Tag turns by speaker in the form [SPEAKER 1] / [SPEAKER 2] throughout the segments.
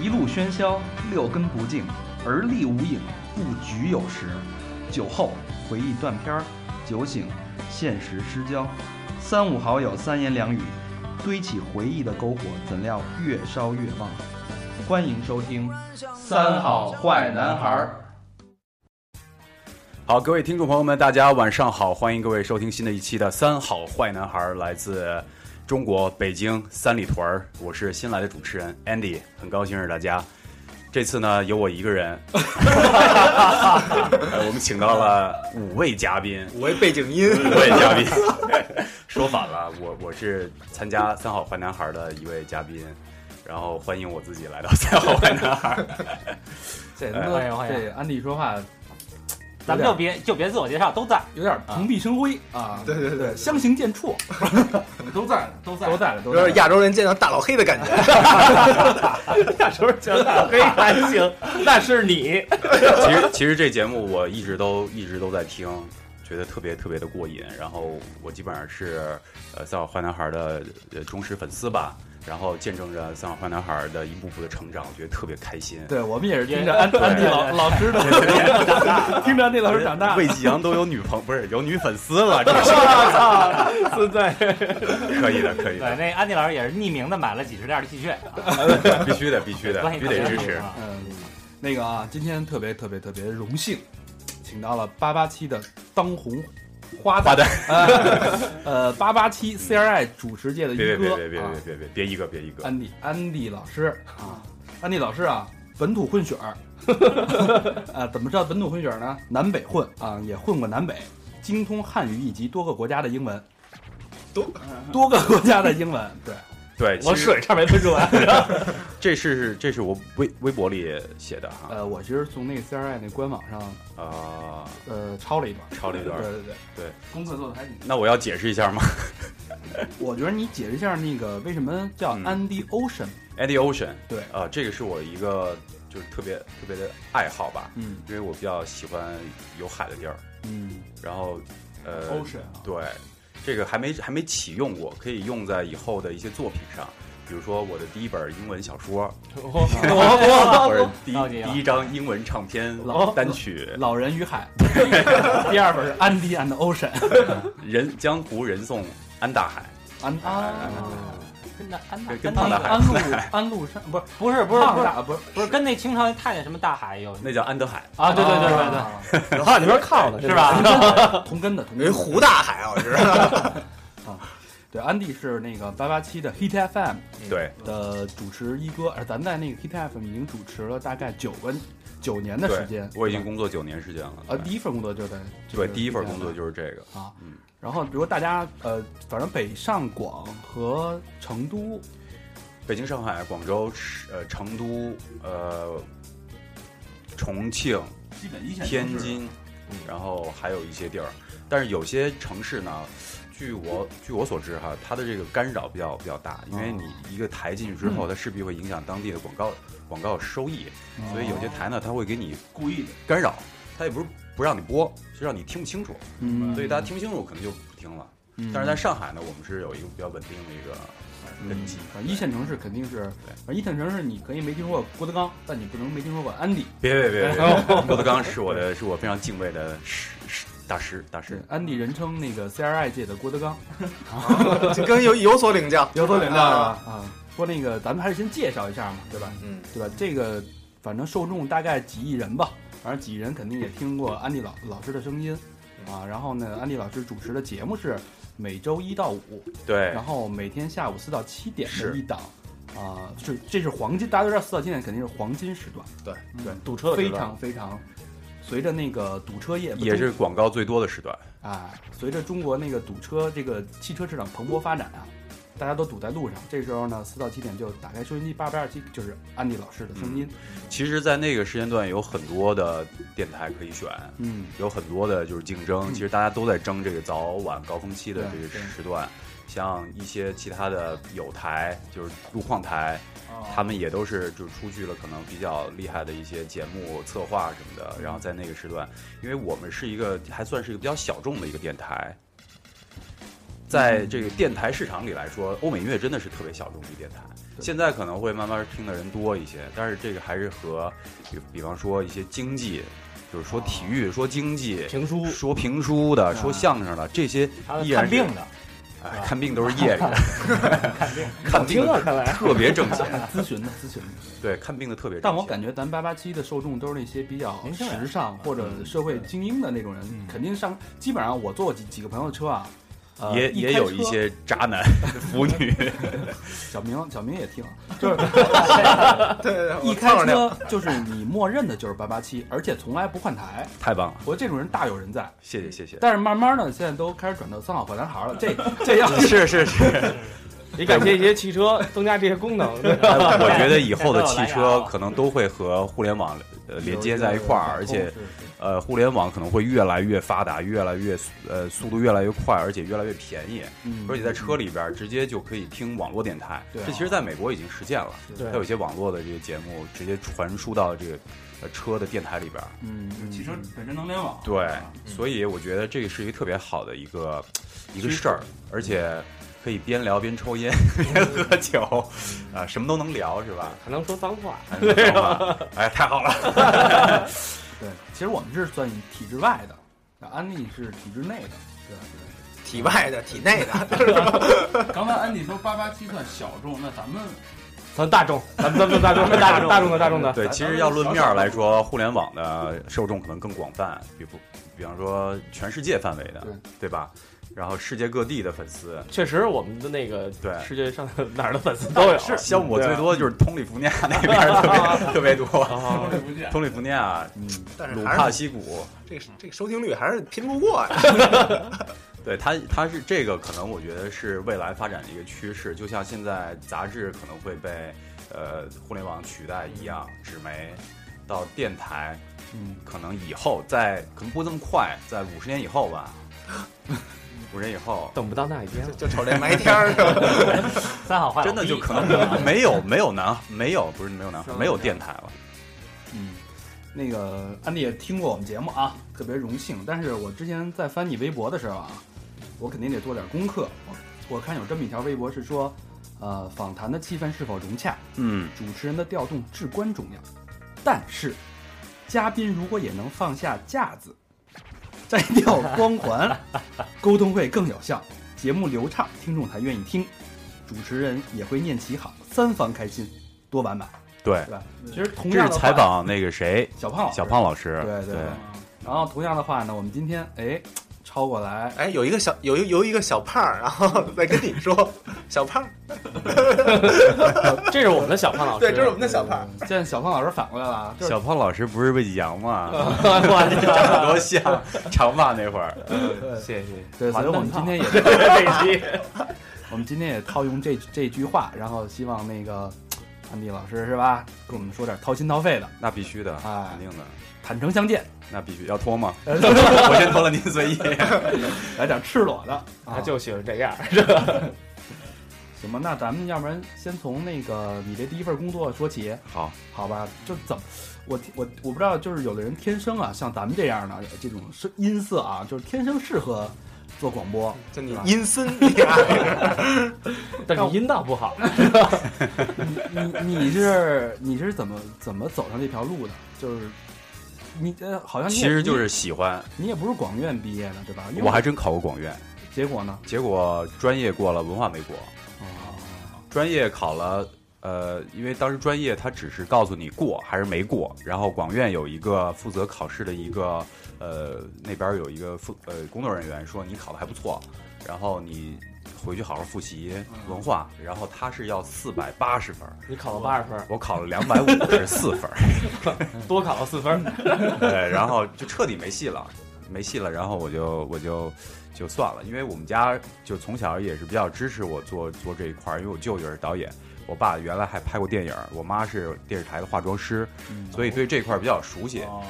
[SPEAKER 1] 一路喧嚣，六根不净，而立无影，不局有时。酒后回忆断片儿，酒醒现实失焦。三五好友三言两语，堆起回忆的篝火，怎料越烧越旺。欢迎收听《三好坏男孩儿》。
[SPEAKER 2] 好，各位听众朋友们，大家晚上好，欢迎各位收听新的一期的《三好坏男孩》，来自中国北京三里屯儿，我是新来的主持人 Andy，很高兴认识大家。这次呢，有我一个人，哎我们请到了五位嘉宾，
[SPEAKER 3] 我为背景音，
[SPEAKER 2] 五位嘉宾，说反了，我我是参加《三好坏男孩》的一位嘉宾，然后欢迎我自己来到《三好坏男孩》。
[SPEAKER 3] 这
[SPEAKER 2] 哎
[SPEAKER 4] 欢迎欢迎
[SPEAKER 3] 这安迪说话
[SPEAKER 4] 咱们就别就别自我介绍，都在。
[SPEAKER 3] 有点蓬荜生辉啊，对对对，
[SPEAKER 4] 相形见绌， 都在，都在，
[SPEAKER 3] 都在了，都
[SPEAKER 5] 有
[SPEAKER 3] 在
[SPEAKER 5] 点
[SPEAKER 3] 了。
[SPEAKER 5] 亚洲人见到大老黑的感觉。
[SPEAKER 4] 黑还行，那是你。
[SPEAKER 2] 其实其实这节目我一直都一直都在听，觉得特别特别的过瘾。然后我基本上是呃三好坏男孩的呃忠实粉丝吧，然后见证着三好坏男孩的一步步的成长，我觉得特别开心。
[SPEAKER 3] 对我们也是听着安安迪老老师的， 听着安迪老师长大。
[SPEAKER 2] 魏启阳都有女朋不是有女粉丝了，这是可以的，可以
[SPEAKER 4] 对，
[SPEAKER 2] 的，
[SPEAKER 4] 那安迪老师也是匿名的买了几十件的 T 恤，
[SPEAKER 2] 必须的，必须的，
[SPEAKER 4] 关系
[SPEAKER 2] 必须
[SPEAKER 4] 特别
[SPEAKER 2] 得支持。
[SPEAKER 4] 好啊
[SPEAKER 3] 嗯，那个啊，今天特别特别特别荣幸，请到了八八七的当红花
[SPEAKER 2] 花
[SPEAKER 3] 旦，
[SPEAKER 2] 旦，
[SPEAKER 3] 呃，八八七 CRI 主持界的一
[SPEAKER 2] 别别别
[SPEAKER 3] 哥
[SPEAKER 2] 别别
[SPEAKER 3] 啊
[SPEAKER 2] 别别别别一个别一个，
[SPEAKER 3] 安迪安迪老师啊，安迪老师啊，本土混血儿， 啊，怎么叫本土混血儿呢？南北混啊，也混过南北，精通汉语以及多个国家的英文，
[SPEAKER 5] 多
[SPEAKER 3] 多啊个国家的英文，对，
[SPEAKER 2] 对，其实
[SPEAKER 4] 差点没喷出来。
[SPEAKER 2] 这是这是我微微博里写的哈
[SPEAKER 3] 呃，我其实从那 CRI 那官网上
[SPEAKER 2] 啊，
[SPEAKER 3] 呃抄了一段，
[SPEAKER 2] 抄了一段
[SPEAKER 3] 对对对，
[SPEAKER 1] 功课做的还挺
[SPEAKER 2] 那我要解释一下吗？
[SPEAKER 3] 我觉得你解释一下那个为什么叫
[SPEAKER 2] 嗯
[SPEAKER 3] 安迪 Ocean，
[SPEAKER 2] Eddie Ocean，
[SPEAKER 3] 对
[SPEAKER 2] 啊、这个是我一个就是特别特别的爱好吧，
[SPEAKER 3] 嗯
[SPEAKER 2] 因为我比较喜欢有海的地儿，
[SPEAKER 3] 嗯，
[SPEAKER 2] 然后呃
[SPEAKER 1] 啊，
[SPEAKER 2] 对，这个还没还没启用过，可以用在以后的一些作品上，比如说我的第一本英文小说，
[SPEAKER 3] 哦
[SPEAKER 2] 或者第
[SPEAKER 4] 高
[SPEAKER 2] 一
[SPEAKER 4] 级啊
[SPEAKER 2] 第一张英文唱片
[SPEAKER 3] 老
[SPEAKER 2] 单曲
[SPEAKER 3] 老人与海， 第二本是安迪 and Ocean，
[SPEAKER 2] 《人江湖人送安大海
[SPEAKER 3] 安啊。
[SPEAKER 4] 跟那安娜
[SPEAKER 2] 跟跟
[SPEAKER 4] 跟
[SPEAKER 2] 胖大
[SPEAKER 4] 那
[SPEAKER 2] 海
[SPEAKER 6] 啊
[SPEAKER 3] 安陆安陆山不是
[SPEAKER 4] 不是不是
[SPEAKER 3] 胖
[SPEAKER 4] 不是
[SPEAKER 3] 大不是
[SPEAKER 4] 不是跟那清朝那太监什么大海有》，
[SPEAKER 2] 那叫安德海，
[SPEAKER 4] 啊？对对对对对，
[SPEAKER 3] 对
[SPEAKER 5] 有话里边靠的
[SPEAKER 4] 是？吧？
[SPEAKER 3] 对，同根的同
[SPEAKER 5] 有
[SPEAKER 2] 哎
[SPEAKER 5] 一
[SPEAKER 3] 根的。
[SPEAKER 5] 胡大海，
[SPEAKER 3] 啊
[SPEAKER 5] 我知道。
[SPEAKER 3] 对，安迪是那个八八七的 Hit FM
[SPEAKER 2] 对，
[SPEAKER 3] 的主持一哥，呃而咱在那个 Hit FM 已经主持了大概九个九年的时间
[SPEAKER 2] 对。我已经工作九年时间了，
[SPEAKER 3] 呃
[SPEAKER 2] 对
[SPEAKER 3] 第一份工作就在这个
[SPEAKER 2] 对，第一份
[SPEAKER 3] HitFM
[SPEAKER 2] 工作就是这个，
[SPEAKER 3] 啊
[SPEAKER 2] 嗯。
[SPEAKER 3] 然后，比如大家呃，反正北上广和成都，
[SPEAKER 2] 北京、上海、广州、呃成都、呃重庆、
[SPEAKER 1] 基本一线城市
[SPEAKER 2] 天津
[SPEAKER 4] 嗯，
[SPEAKER 2] 然后还有一些地儿，但是有些城市呢，据我据我所知哈，它的这个干扰比较比较大，因为
[SPEAKER 3] 哦
[SPEAKER 2] 你一个台进去之
[SPEAKER 3] 嗯
[SPEAKER 2] 后，它势必会影响当地的广告广告收益，
[SPEAKER 3] 哦
[SPEAKER 2] 所以有些台呢，它会给你
[SPEAKER 1] 故意的。
[SPEAKER 2] 干扰，它也不是不让你播，是让你听不清楚，
[SPEAKER 3] 嗯，
[SPEAKER 2] 所以大家听不清楚可能就不听了。
[SPEAKER 3] 嗯，
[SPEAKER 2] 但是在上海呢，我们是有一个比较稳定的一个根
[SPEAKER 3] 嗯
[SPEAKER 2] 基。
[SPEAKER 3] 反正一线城市肯定是
[SPEAKER 2] 对，
[SPEAKER 3] 反正一线城市你可以没听说过郭德纲，但你不能没听说过安迪。
[SPEAKER 2] 别别
[SPEAKER 3] 哎
[SPEAKER 2] 别别！郭德纲是我 的，是我非常敬畏的师师大师大
[SPEAKER 3] 是
[SPEAKER 2] 师。
[SPEAKER 3] 安迪人称那个 CRI 界的郭德纲，
[SPEAKER 5] 就跟有有所领教，
[SPEAKER 3] 有所领教是吧
[SPEAKER 5] 啊。？
[SPEAKER 3] 啊，说那个咱们还是先介绍一下嘛，对吧？
[SPEAKER 5] 嗯，
[SPEAKER 3] 对吧？这个反正受众大概几亿人吧，反正几亿人肯定也听过安迪老老师的声音啊。然后呢，安迪老师主持的节目是每周一到五，
[SPEAKER 2] 对
[SPEAKER 3] 然后每天下午四到七点的
[SPEAKER 2] 是
[SPEAKER 3] 一档。啊，是这是黄金，大家都知道四到七点肯定是黄金时段，
[SPEAKER 4] 堵车
[SPEAKER 3] 非常非常，随着那个堵车业
[SPEAKER 2] 也是广告最多的时段。
[SPEAKER 3] 啊，随着中国那个堵车，这个汽车市场蓬勃发展啊，大家都堵在路上。这时候呢，四到七点就打开收音机八八二七，就是安迪老师的声音。
[SPEAKER 2] 其实，在那个时间段有很多的电台可以选，
[SPEAKER 3] 嗯，
[SPEAKER 2] 有很多的就是竞争。
[SPEAKER 3] 嗯
[SPEAKER 2] 其实大家都在争这个早晚高峰期的
[SPEAKER 3] 对
[SPEAKER 2] 这个
[SPEAKER 3] 对
[SPEAKER 2] 时段。像一些其他的有台，就是路况台，
[SPEAKER 3] 哦
[SPEAKER 2] 他们也都是就出具了可能比较厉害的一些节目策划什么的。然后在那个时段，因为我们是一个还算是一个比较小众的一个电台，在这个电台市场里来说，欧美音乐真的是特别小众的电台。现在可能会慢慢听的人多一些，但是这个还是和比比方说一些经济，就是说体育、说经济、
[SPEAKER 6] 评书
[SPEAKER 2] 说评书的、
[SPEAKER 4] 啊
[SPEAKER 2] 说相声的这些，
[SPEAKER 4] 他
[SPEAKER 2] 依
[SPEAKER 4] 是
[SPEAKER 2] 然
[SPEAKER 4] 看
[SPEAKER 2] 是
[SPEAKER 4] 病的，
[SPEAKER 2] 哎
[SPEAKER 4] 啊，
[SPEAKER 2] 看病都是业余，
[SPEAKER 4] 看病。
[SPEAKER 2] 看病
[SPEAKER 6] 听啊，
[SPEAKER 2] 的
[SPEAKER 6] 看来
[SPEAKER 2] 特别挣钱，
[SPEAKER 3] 咨询的咨询的。
[SPEAKER 2] 对，看病的特别挣钱。
[SPEAKER 3] 但我感觉咱八八七的受众都是那些比较
[SPEAKER 4] 年轻人
[SPEAKER 3] 时尚或者社会精英的那种人，
[SPEAKER 4] 嗯
[SPEAKER 3] 肯定上基本上我坐过几几个朋友的车啊，呃
[SPEAKER 2] 也
[SPEAKER 3] 一
[SPEAKER 2] 也
[SPEAKER 3] 开
[SPEAKER 2] 有
[SPEAKER 3] 车
[SPEAKER 2] 一些渣男 腐女，
[SPEAKER 3] 小明小明也听，
[SPEAKER 5] 对对，
[SPEAKER 3] 一
[SPEAKER 5] 我
[SPEAKER 3] 开
[SPEAKER 5] 蹭着
[SPEAKER 3] 车就是你默认的就是八八七，而且从来不换台，
[SPEAKER 2] 太棒了，
[SPEAKER 3] 我这种人大有人在。
[SPEAKER 2] 谢谢谢谢。
[SPEAKER 3] 但是慢慢的，现在都开始转到三好坏男 孩了，这这要
[SPEAKER 2] 是 是是，
[SPEAKER 6] 也感谢一些汽车增加这些功 能，对吧
[SPEAKER 2] 哎我觉得以后的汽
[SPEAKER 4] 现在都有蓝
[SPEAKER 2] 车
[SPEAKER 3] 啊
[SPEAKER 4] 牙了
[SPEAKER 2] 可能都会和互联网呃连接在一块儿，而且
[SPEAKER 3] 是是
[SPEAKER 2] 呃，互联网可能会越来越发达，越来越呃速度越来越快，而且越来越便宜，
[SPEAKER 3] 嗯
[SPEAKER 2] 而且在车里边儿直接就可以听网络电台。
[SPEAKER 3] 对啊
[SPEAKER 2] 这其实在美国已经实践了，
[SPEAKER 6] 对
[SPEAKER 2] 它有一些网络的这个节目直接传输到这个呃车的电台里边儿。
[SPEAKER 3] 嗯，嗯
[SPEAKER 1] 汽车本身能联
[SPEAKER 3] 啊
[SPEAKER 1] 网，
[SPEAKER 2] 对，所以我觉得这个是一个特别好的一个一个事儿，
[SPEAKER 3] 嗯
[SPEAKER 2] 而且可以边聊边抽烟 边喝酒，啊，什么都能聊是吧？
[SPEAKER 6] 还能说脏话，
[SPEAKER 2] 哎你知道吗哎，太好了，
[SPEAKER 3] 对，其实我们是算体制外的，那安利是体制内的。
[SPEAKER 5] 体外的、体内 的，
[SPEAKER 1] 刚才安迪说八八七算小众，那咱们
[SPEAKER 6] 咱大众， 咱们咱们大众，大众大众的大众的，
[SPEAKER 2] 对，其实要论面儿来说，互联网的受众可能更广泛，比不，比方说全世界范围的，对吧？然后世界各地的粉丝，
[SPEAKER 6] 确实我们的那个
[SPEAKER 2] 对
[SPEAKER 6] 世界上哪儿的粉丝都有，
[SPEAKER 2] 是像我
[SPEAKER 6] 对啊
[SPEAKER 2] 最多就是通利福尼亚那边儿特别 特别 多，
[SPEAKER 6] 啊，
[SPEAKER 1] 对不见，
[SPEAKER 2] 通利福尼亚、
[SPEAKER 5] 但是
[SPEAKER 2] 鲁
[SPEAKER 5] 还
[SPEAKER 2] 帕
[SPEAKER 5] 是
[SPEAKER 2] 西谷，
[SPEAKER 5] 这个这个收听率还是拼不过呀。
[SPEAKER 2] 对它，它是这个，可能我觉得是未来发展的一个趋势，就像现在杂志可能会被呃互联网取代一样，纸媒到电台，
[SPEAKER 3] 嗯，
[SPEAKER 2] 可能以后在可能不会这么快，在五十年以后 吧，五十年以后，
[SPEAKER 6] 等不到那一天了，
[SPEAKER 5] 就瞅这埋天儿是吧？
[SPEAKER 4] 三好坏
[SPEAKER 2] 真的就可能没有没有男没有不是没有男没有电台了，
[SPEAKER 3] 嗯，那个安迪也听过我们节目啊，特别荣幸。但是我之前在翻你微博的时候啊，我肯定得做点功课。我我看有这么一条微博是说，呃，访谈的气氛是否融洽，
[SPEAKER 2] 嗯，
[SPEAKER 3] 主持人的调动至关重要。但是，嘉宾如果也能放下架子，摘掉光环，沟通会更有效，节目流畅，听众才愿意听，主持人也会念其好，三方开心，多完满，
[SPEAKER 2] 对
[SPEAKER 3] 对，吧？其实同
[SPEAKER 2] 这
[SPEAKER 3] 样
[SPEAKER 2] 是
[SPEAKER 3] 的话
[SPEAKER 2] 采访那个谁
[SPEAKER 3] 小胖老师
[SPEAKER 2] 小胖老师，
[SPEAKER 3] 对对对然后同样的话呢，我们今天哎超过来，
[SPEAKER 5] 哎，有一个小有一有一个小胖儿，然后再跟你 说，小胖儿，
[SPEAKER 6] 这是我们的小胖老师，
[SPEAKER 5] 对，这是我 们的小胖儿。
[SPEAKER 3] 现在小胖老师反过来了，就是
[SPEAKER 2] 小胖老师不是魏杨吗？
[SPEAKER 6] 哇，这
[SPEAKER 2] 长得多像长发那会 儿，
[SPEAKER 6] 谢谢 谢
[SPEAKER 3] 对，所以我们今天也
[SPEAKER 6] 这一期，
[SPEAKER 3] 我们今天也套用这这句话，然后希望那个安迪老师是吧，跟我们说点掏心掏肺的，
[SPEAKER 2] 那必须的，
[SPEAKER 3] 哎
[SPEAKER 2] 肯定的。
[SPEAKER 3] 坦诚相见，
[SPEAKER 2] 那必须要脱吗？我先脱了，您随意。
[SPEAKER 3] 来点赤裸的
[SPEAKER 6] 他
[SPEAKER 3] 啊，
[SPEAKER 6] 就喜欢这样，
[SPEAKER 3] 行吧？那咱们要不然先从那个你这第一份工作说起，
[SPEAKER 2] 好，
[SPEAKER 3] 好吧？就怎么我我我不知道，就是有的人天生啊，像咱们这样的这种声音色啊，就是天生适合做广播，
[SPEAKER 5] 就你
[SPEAKER 3] 是吧
[SPEAKER 5] 阴森，你啊，
[SPEAKER 6] 但是阴道不好，
[SPEAKER 3] 你你是你是怎么怎么走上这条路的？就是你呃，好像 你
[SPEAKER 2] 其
[SPEAKER 3] 也
[SPEAKER 2] 实就是喜欢。
[SPEAKER 3] 你也不是广院毕业的对吧？因为
[SPEAKER 2] 我还真考过广院，
[SPEAKER 3] 结果呢？
[SPEAKER 2] 结果专业过了，文化没过。
[SPEAKER 3] 哦
[SPEAKER 2] 专业考了，呃，因为当时专业它只是告诉你过还是没过，然后广院有一个负责考试的一个，呃，那边有一个负呃工作人员说你考的还不错，然后你回去好好复习文化，然后他是要四百八十分儿，
[SPEAKER 6] 你考了八十分，
[SPEAKER 2] 我考了两百五十四分儿。
[SPEAKER 6] 多考了四分，
[SPEAKER 2] 对，呃然后就彻底没戏了，没戏了。然后我就我就就算了，因为我们家就从小也是比较支持我做做这一块儿，因为我舅舅是导演，我爸原来还拍过电影，我妈是电视台的化妆师，
[SPEAKER 3] 嗯
[SPEAKER 2] 所以对这块儿比较熟悉。
[SPEAKER 3] 哦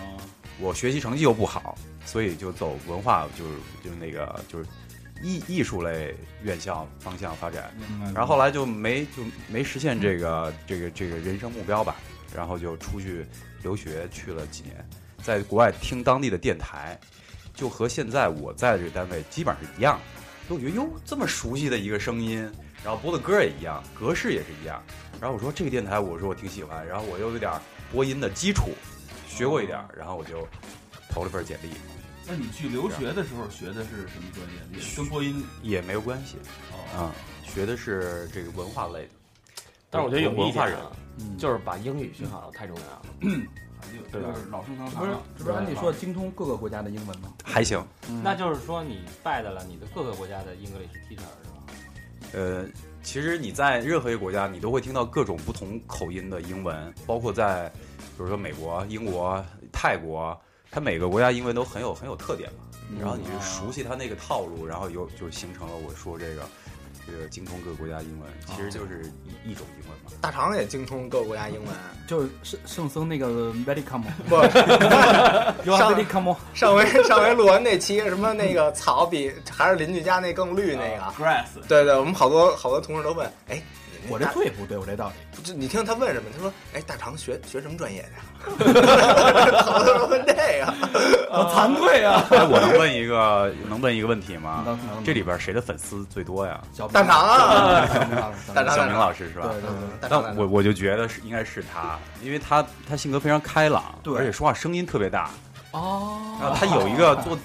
[SPEAKER 2] 我学习成绩又不好，所以就走文化，就是就是那个就是艺艺术类院校方向发展。然后后来就没就没实现这个这个这个人生目标吧，然后就出去留学去了几年，在国外听当地的电台，就和现在我在的这个单位基本上是一样的。我觉得哟，这么熟悉的一个声音，然后播的歌也一样，格式也是一样。然后我说这个电台，我说我挺喜欢，然后我又有点播音的基础，学过一
[SPEAKER 6] 哦
[SPEAKER 2] 点，然后我就投了份简历，
[SPEAKER 1] 那你去留学的时候学的是什么专业？也跟播音
[SPEAKER 2] 也没有关系
[SPEAKER 1] 哦，
[SPEAKER 2] 啊、学的是这个文化类的。
[SPEAKER 6] 但是我觉得有一
[SPEAKER 2] 文化
[SPEAKER 6] 点
[SPEAKER 2] 人，
[SPEAKER 6] 啊，
[SPEAKER 1] 嗯
[SPEAKER 6] 就是把英语学好太重要了。嗯
[SPEAKER 1] 就
[SPEAKER 6] 对吧
[SPEAKER 1] 是老生常
[SPEAKER 3] 不
[SPEAKER 1] 谈
[SPEAKER 3] 是
[SPEAKER 1] 了。，
[SPEAKER 3] 这不是按理说精通各个国家的英文吗？
[SPEAKER 2] 还行。
[SPEAKER 4] 那就是说你拜的了你的各个国家的 English teacher 是吧？
[SPEAKER 2] 呃，其实你在任何一个国家，你都会听到各种不同口音的英文，包括在比如说美国、英国、泰国，它每个国家英文都很有很有特点嘛。然后你就熟悉它那个套路，然后有就形成了我说这个这个精通各个国家英文，其实就是一一种英文嘛。
[SPEAKER 5] 大肠也精通各个国家英文。
[SPEAKER 3] 就是圣圣僧那个 Welcome，
[SPEAKER 5] 不，
[SPEAKER 3] You are
[SPEAKER 5] 上
[SPEAKER 3] Welcome，
[SPEAKER 5] 上回 上回录完那期什么那个草比还是邻居家那更绿那个，
[SPEAKER 1] Grass
[SPEAKER 5] 对对，我们好多好多同事都问，哎，你那
[SPEAKER 3] 我这
[SPEAKER 5] 大
[SPEAKER 3] 对不对？我这道理，
[SPEAKER 5] 就你听他问什么？他说：“哎，大肠学学什么专业的 呀？”好多人问这个，
[SPEAKER 3] 我惭愧啊！
[SPEAKER 2] 哎，我能问一个能问一个问题吗？这
[SPEAKER 3] 里
[SPEAKER 2] 里边谁的粉丝最多呀？
[SPEAKER 3] 小
[SPEAKER 5] 大肠啊，
[SPEAKER 3] 大
[SPEAKER 5] 大肠
[SPEAKER 2] 小明老师是吧？嗯
[SPEAKER 3] 对对
[SPEAKER 6] 嗯
[SPEAKER 3] 对，
[SPEAKER 5] 大肠来
[SPEAKER 2] 但
[SPEAKER 5] 了
[SPEAKER 2] 我我就觉得是应该是他，因为他他性格非常开朗，
[SPEAKER 3] 对
[SPEAKER 2] 而且说话声音特别大。然
[SPEAKER 3] 哦
[SPEAKER 2] 后他有一个做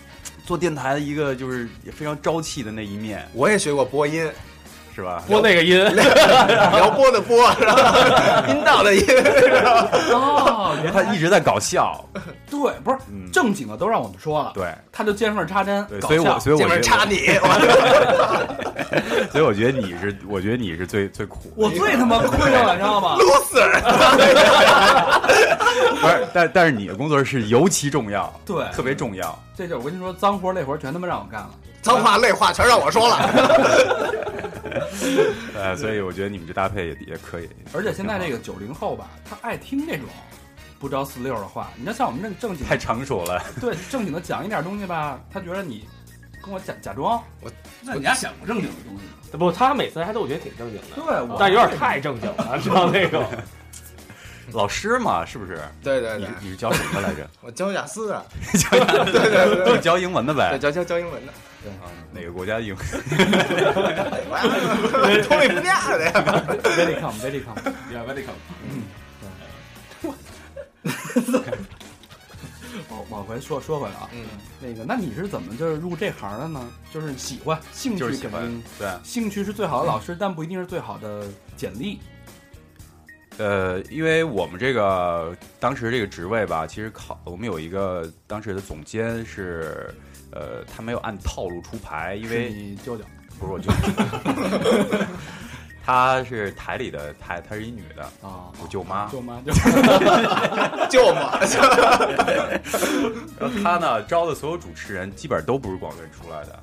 [SPEAKER 2] 做电台的一个就是非常朝气的那一面，
[SPEAKER 5] 我也学过播音，
[SPEAKER 2] 是吧？
[SPEAKER 6] 播那个音，
[SPEAKER 5] 聊播 的播，然后音道的音，
[SPEAKER 3] 哦，
[SPEAKER 2] 因为他一直在搞笑，
[SPEAKER 3] 对，不是
[SPEAKER 2] 嗯，
[SPEAKER 3] 正经的都让我们说了，
[SPEAKER 2] 对
[SPEAKER 3] 他就见缝插针，
[SPEAKER 2] 对，
[SPEAKER 3] 搞
[SPEAKER 2] 所以我
[SPEAKER 3] 笑
[SPEAKER 2] 所以
[SPEAKER 5] 这
[SPEAKER 2] 我觉
[SPEAKER 5] 边插
[SPEAKER 2] 得，
[SPEAKER 5] 你，我
[SPEAKER 2] 所以我觉得你是，我觉得你是最最苦的，
[SPEAKER 3] 我最他妈困了，你 知道吗？
[SPEAKER 2] 不是，但但是你的工作是尤其重要，
[SPEAKER 3] 对，
[SPEAKER 2] 特别重要。
[SPEAKER 3] 这就是我跟你说，脏活累活全他妈让我干了。
[SPEAKER 5] 脏话累话全让我说了。
[SPEAKER 2] 呃，所以我觉得你们这搭配也也可以。
[SPEAKER 3] 而且现在这个九零后吧，他爱听这种不着四六的话。你要像我们这正经
[SPEAKER 2] 太成熟了，
[SPEAKER 3] 对正经的讲一点东西吧，他觉得你跟我假假装。
[SPEAKER 1] 那你家讲过正经的东西吗？
[SPEAKER 6] 不，他每次还都我觉得挺正经
[SPEAKER 3] 对
[SPEAKER 6] 的，，
[SPEAKER 3] 我
[SPEAKER 6] 但是有点太正经了，知道那种。
[SPEAKER 2] 老师嘛，是不是？
[SPEAKER 5] 对对
[SPEAKER 2] 你
[SPEAKER 5] 对，
[SPEAKER 2] 你是教什么来着？
[SPEAKER 5] 我教雅思的，
[SPEAKER 2] 教
[SPEAKER 5] 对对对
[SPEAKER 2] 你教英文的
[SPEAKER 5] 对，
[SPEAKER 2] 呗？
[SPEAKER 5] 教教教英文的，
[SPEAKER 2] 啊
[SPEAKER 5] 哎
[SPEAKER 2] 哪个国家的英文？
[SPEAKER 6] 哎
[SPEAKER 5] 我通理不亚的呀。
[SPEAKER 3] very come very come。
[SPEAKER 1] Yeah, welcome。
[SPEAKER 3] 往往回说说回来啊，
[SPEAKER 5] 嗯，
[SPEAKER 3] 那个，那你是怎么就是入这行的呢？就是喜欢，兴趣
[SPEAKER 2] 就是喜
[SPEAKER 3] 肯
[SPEAKER 2] 欢
[SPEAKER 3] 定，
[SPEAKER 2] 对。
[SPEAKER 3] 兴趣是最好的老师，但不一定是最好的简历。
[SPEAKER 2] 呃，因为我们这个当时这个职位吧，其实考我们有一个当时的总监是，呃，他没有按套路出牌，因
[SPEAKER 3] 是
[SPEAKER 2] 为
[SPEAKER 3] 你舅舅
[SPEAKER 2] 不是我舅， 她是台里的台，她是一女的，
[SPEAKER 3] 啊，
[SPEAKER 2] 我舅妈。
[SPEAKER 3] 舅 妈，舅
[SPEAKER 5] 就 我，
[SPEAKER 2] 然后她呢招的所有主持人基本都不是广院出来的，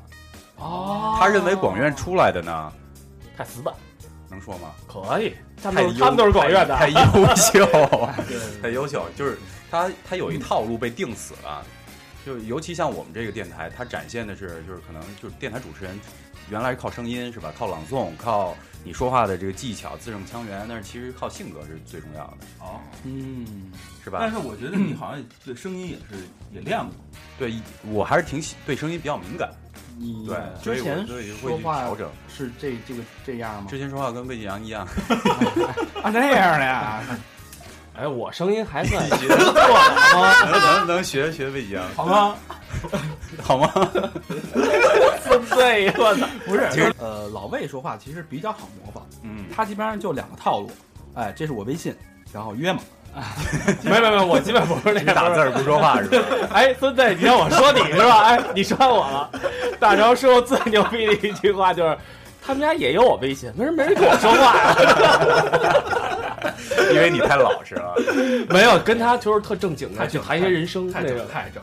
[SPEAKER 3] 哦，
[SPEAKER 2] 她认为广院出来的呢，
[SPEAKER 6] 太死板，
[SPEAKER 2] 能说吗？
[SPEAKER 6] 可以，他
[SPEAKER 2] 太
[SPEAKER 6] 们都
[SPEAKER 2] 优
[SPEAKER 6] 他们都是广院的，
[SPEAKER 2] 太优秀，
[SPEAKER 3] 对
[SPEAKER 2] 很优秀，就是他他有一套路被定死了，就尤其像我们这个电台，它展现的是就是可能就是电台主持人原来是靠声音是吧，靠朗诵，靠你说话的这个技巧字正腔圆，但是其实靠性格是最重要的，
[SPEAKER 1] 哦，
[SPEAKER 3] 嗯，
[SPEAKER 2] 是吧
[SPEAKER 1] 但？是我觉得你好像对声音也是也练过。
[SPEAKER 2] 对，我还是挺喜对声音比较敏感，
[SPEAKER 3] 你
[SPEAKER 2] 对，所以
[SPEAKER 3] 嗯之
[SPEAKER 2] 我
[SPEAKER 3] 前
[SPEAKER 2] 所以会
[SPEAKER 3] 说
[SPEAKER 2] 去
[SPEAKER 3] 话
[SPEAKER 2] 调整。
[SPEAKER 3] 是这这个这样吗？
[SPEAKER 2] 之前说话跟魏晋阳一样，
[SPEAKER 3] 啊，这样的呀，
[SPEAKER 6] 哎，我声音还算
[SPEAKER 2] 能 能能学学魏晋阳
[SPEAKER 3] 好吗？
[SPEAKER 2] 好吗？
[SPEAKER 6] 对，我操，
[SPEAKER 3] 不是
[SPEAKER 2] 其实，
[SPEAKER 3] 呃，老魏说话其实比较好模仿，
[SPEAKER 2] 嗯，
[SPEAKER 3] 他基本上就两个套路，哎，这是我微信，然后约嘛，
[SPEAKER 6] 没没没，我基本不是那
[SPEAKER 2] 只
[SPEAKER 6] 样
[SPEAKER 2] 打字。儿不说话是吧？
[SPEAKER 6] 哎，孙子，你让我说你是吧？哎，你说我了。大成说过最牛逼的一句话就是，他们家也有我微信，为什么没人跟我说话呀？
[SPEAKER 2] 因为你太老实 了。
[SPEAKER 6] 没有，跟他就是特正经
[SPEAKER 3] 太
[SPEAKER 6] 的，
[SPEAKER 3] 正
[SPEAKER 6] 谈一些人生那个，
[SPEAKER 3] 太正，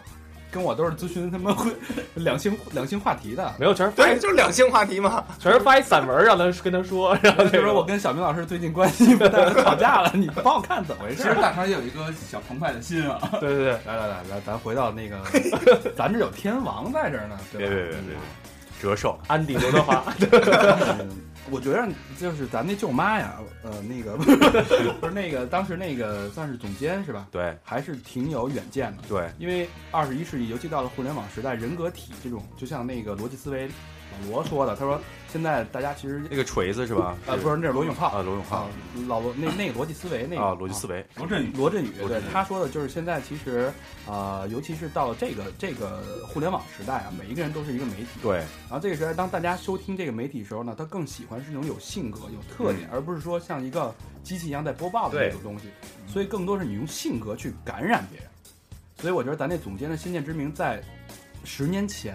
[SPEAKER 3] 跟我都是咨询他妈会 两性两性话 题的。
[SPEAKER 6] 没有，全是发
[SPEAKER 5] 对，
[SPEAKER 6] 一
[SPEAKER 5] 就是两性话题嘛。
[SPEAKER 6] 全是发一散文让他跟他说，然后
[SPEAKER 3] 就
[SPEAKER 6] 那
[SPEAKER 3] 是
[SPEAKER 6] 个
[SPEAKER 3] 我跟小明老师最近关系不 太好吵架了，你帮我看怎么回
[SPEAKER 1] 其
[SPEAKER 3] 事
[SPEAKER 1] 实？大肠也有一个小澎湃的心啊。
[SPEAKER 6] 对对对，
[SPEAKER 3] 来来来来，咱回到那 个，咱这有天王在这儿呢，
[SPEAKER 2] 别
[SPEAKER 3] 对吧？
[SPEAKER 2] 别别别，折寿。
[SPEAKER 6] 安迪刘德 华，
[SPEAKER 3] 嗯我觉得就是咱那舅妈呀，呃，那个 不是那个当时那个算是总监是吧？
[SPEAKER 2] 对
[SPEAKER 3] 还是挺有远见的。
[SPEAKER 2] 对，
[SPEAKER 3] 因为二十一世纪，尤其到了互联网时代，人格体这种，就像那个逻辑思维老罗说的，他说现在大家其实
[SPEAKER 2] 那个锤子是吧？
[SPEAKER 3] 呃不是那是罗永浩
[SPEAKER 2] 啊，罗永浩
[SPEAKER 3] 啊，老罗那那个逻辑思维那个哦
[SPEAKER 2] 啊，逻辑思维，
[SPEAKER 1] 罗振宇
[SPEAKER 3] 罗振宇，
[SPEAKER 2] 罗
[SPEAKER 3] 对
[SPEAKER 2] 振宇
[SPEAKER 3] 他说的就是现在其实呃，尤其是到了这个这个互联网时代啊，每一个人都是一个媒体。
[SPEAKER 2] 对，
[SPEAKER 3] 然啊后这个时代，当大家收听这个媒体的时候呢，他更喜欢是那种有性格、有特点，而不是说像一个机器一样在播报
[SPEAKER 2] 嗯
[SPEAKER 3] 的
[SPEAKER 2] 对
[SPEAKER 3] 那种东西。所以更多是你用性格去感染别人。所以我觉得咱这总监的《先见之明》在十年前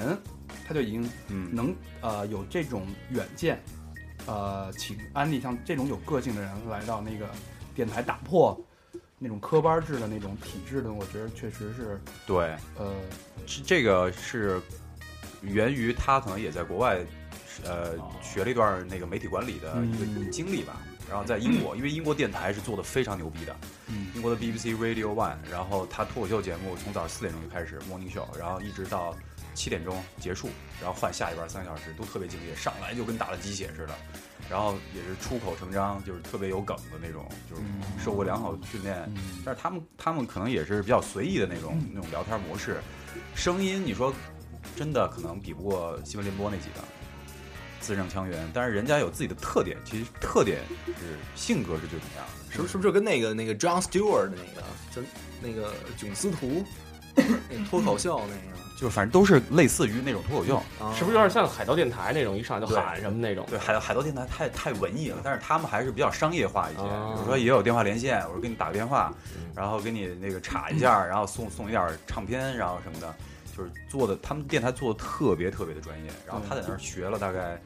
[SPEAKER 3] 他就已经
[SPEAKER 2] 嗯，
[SPEAKER 3] 能呃有这种远见，呃，请安利像这种有个性的人来到那个电台，打破那种科班制的那种体制的，我觉得确实是
[SPEAKER 2] 对，
[SPEAKER 3] 呃，
[SPEAKER 2] 是这个是源于他可能也在国外，呃，学了一段那个媒体管理的一个
[SPEAKER 3] 哦嗯
[SPEAKER 2] 经历吧。然后在英国，因为英国电台是做的非常牛逼的，
[SPEAKER 3] 嗯
[SPEAKER 2] 英国的 BBC Radio One，然后他脱口秀节目从早上四点钟就开始 morning show，然后一直到七点钟结束，然后换下一班三个小时，都特别敬业，上来就跟打了鸡血似的，然后也是出口成章，就是特别有梗的那种，就是
[SPEAKER 3] 嗯
[SPEAKER 2] 受过良好训练，但是他们他们可能也是比较随意的那
[SPEAKER 5] 嗯
[SPEAKER 2] 种那种聊天模式，声音你说真的可能比不过新闻联播那几个字正腔圆，但是人家有自己的特点，其实特点是性格是最重要的。
[SPEAKER 5] 是不是是不是就跟那个那个 John Stewart 的那个就那个囧司徒 那脱口秀那
[SPEAKER 2] 就是反正都是类似于那种脱口秀。
[SPEAKER 5] 个，啊
[SPEAKER 6] 是不是有点像海盗电台那种一上来就喊什么那种？
[SPEAKER 2] 对，海海盗电台太太文艺了，但是他们还是比较商业化一些。
[SPEAKER 6] 哦
[SPEAKER 2] 比如说也有电话连线，我说给你打个电话，然后给你那个查一下，然后送送一点唱片，然后什么的，就是做的他们电台做的特别特别的专业。然后他在那儿学了大概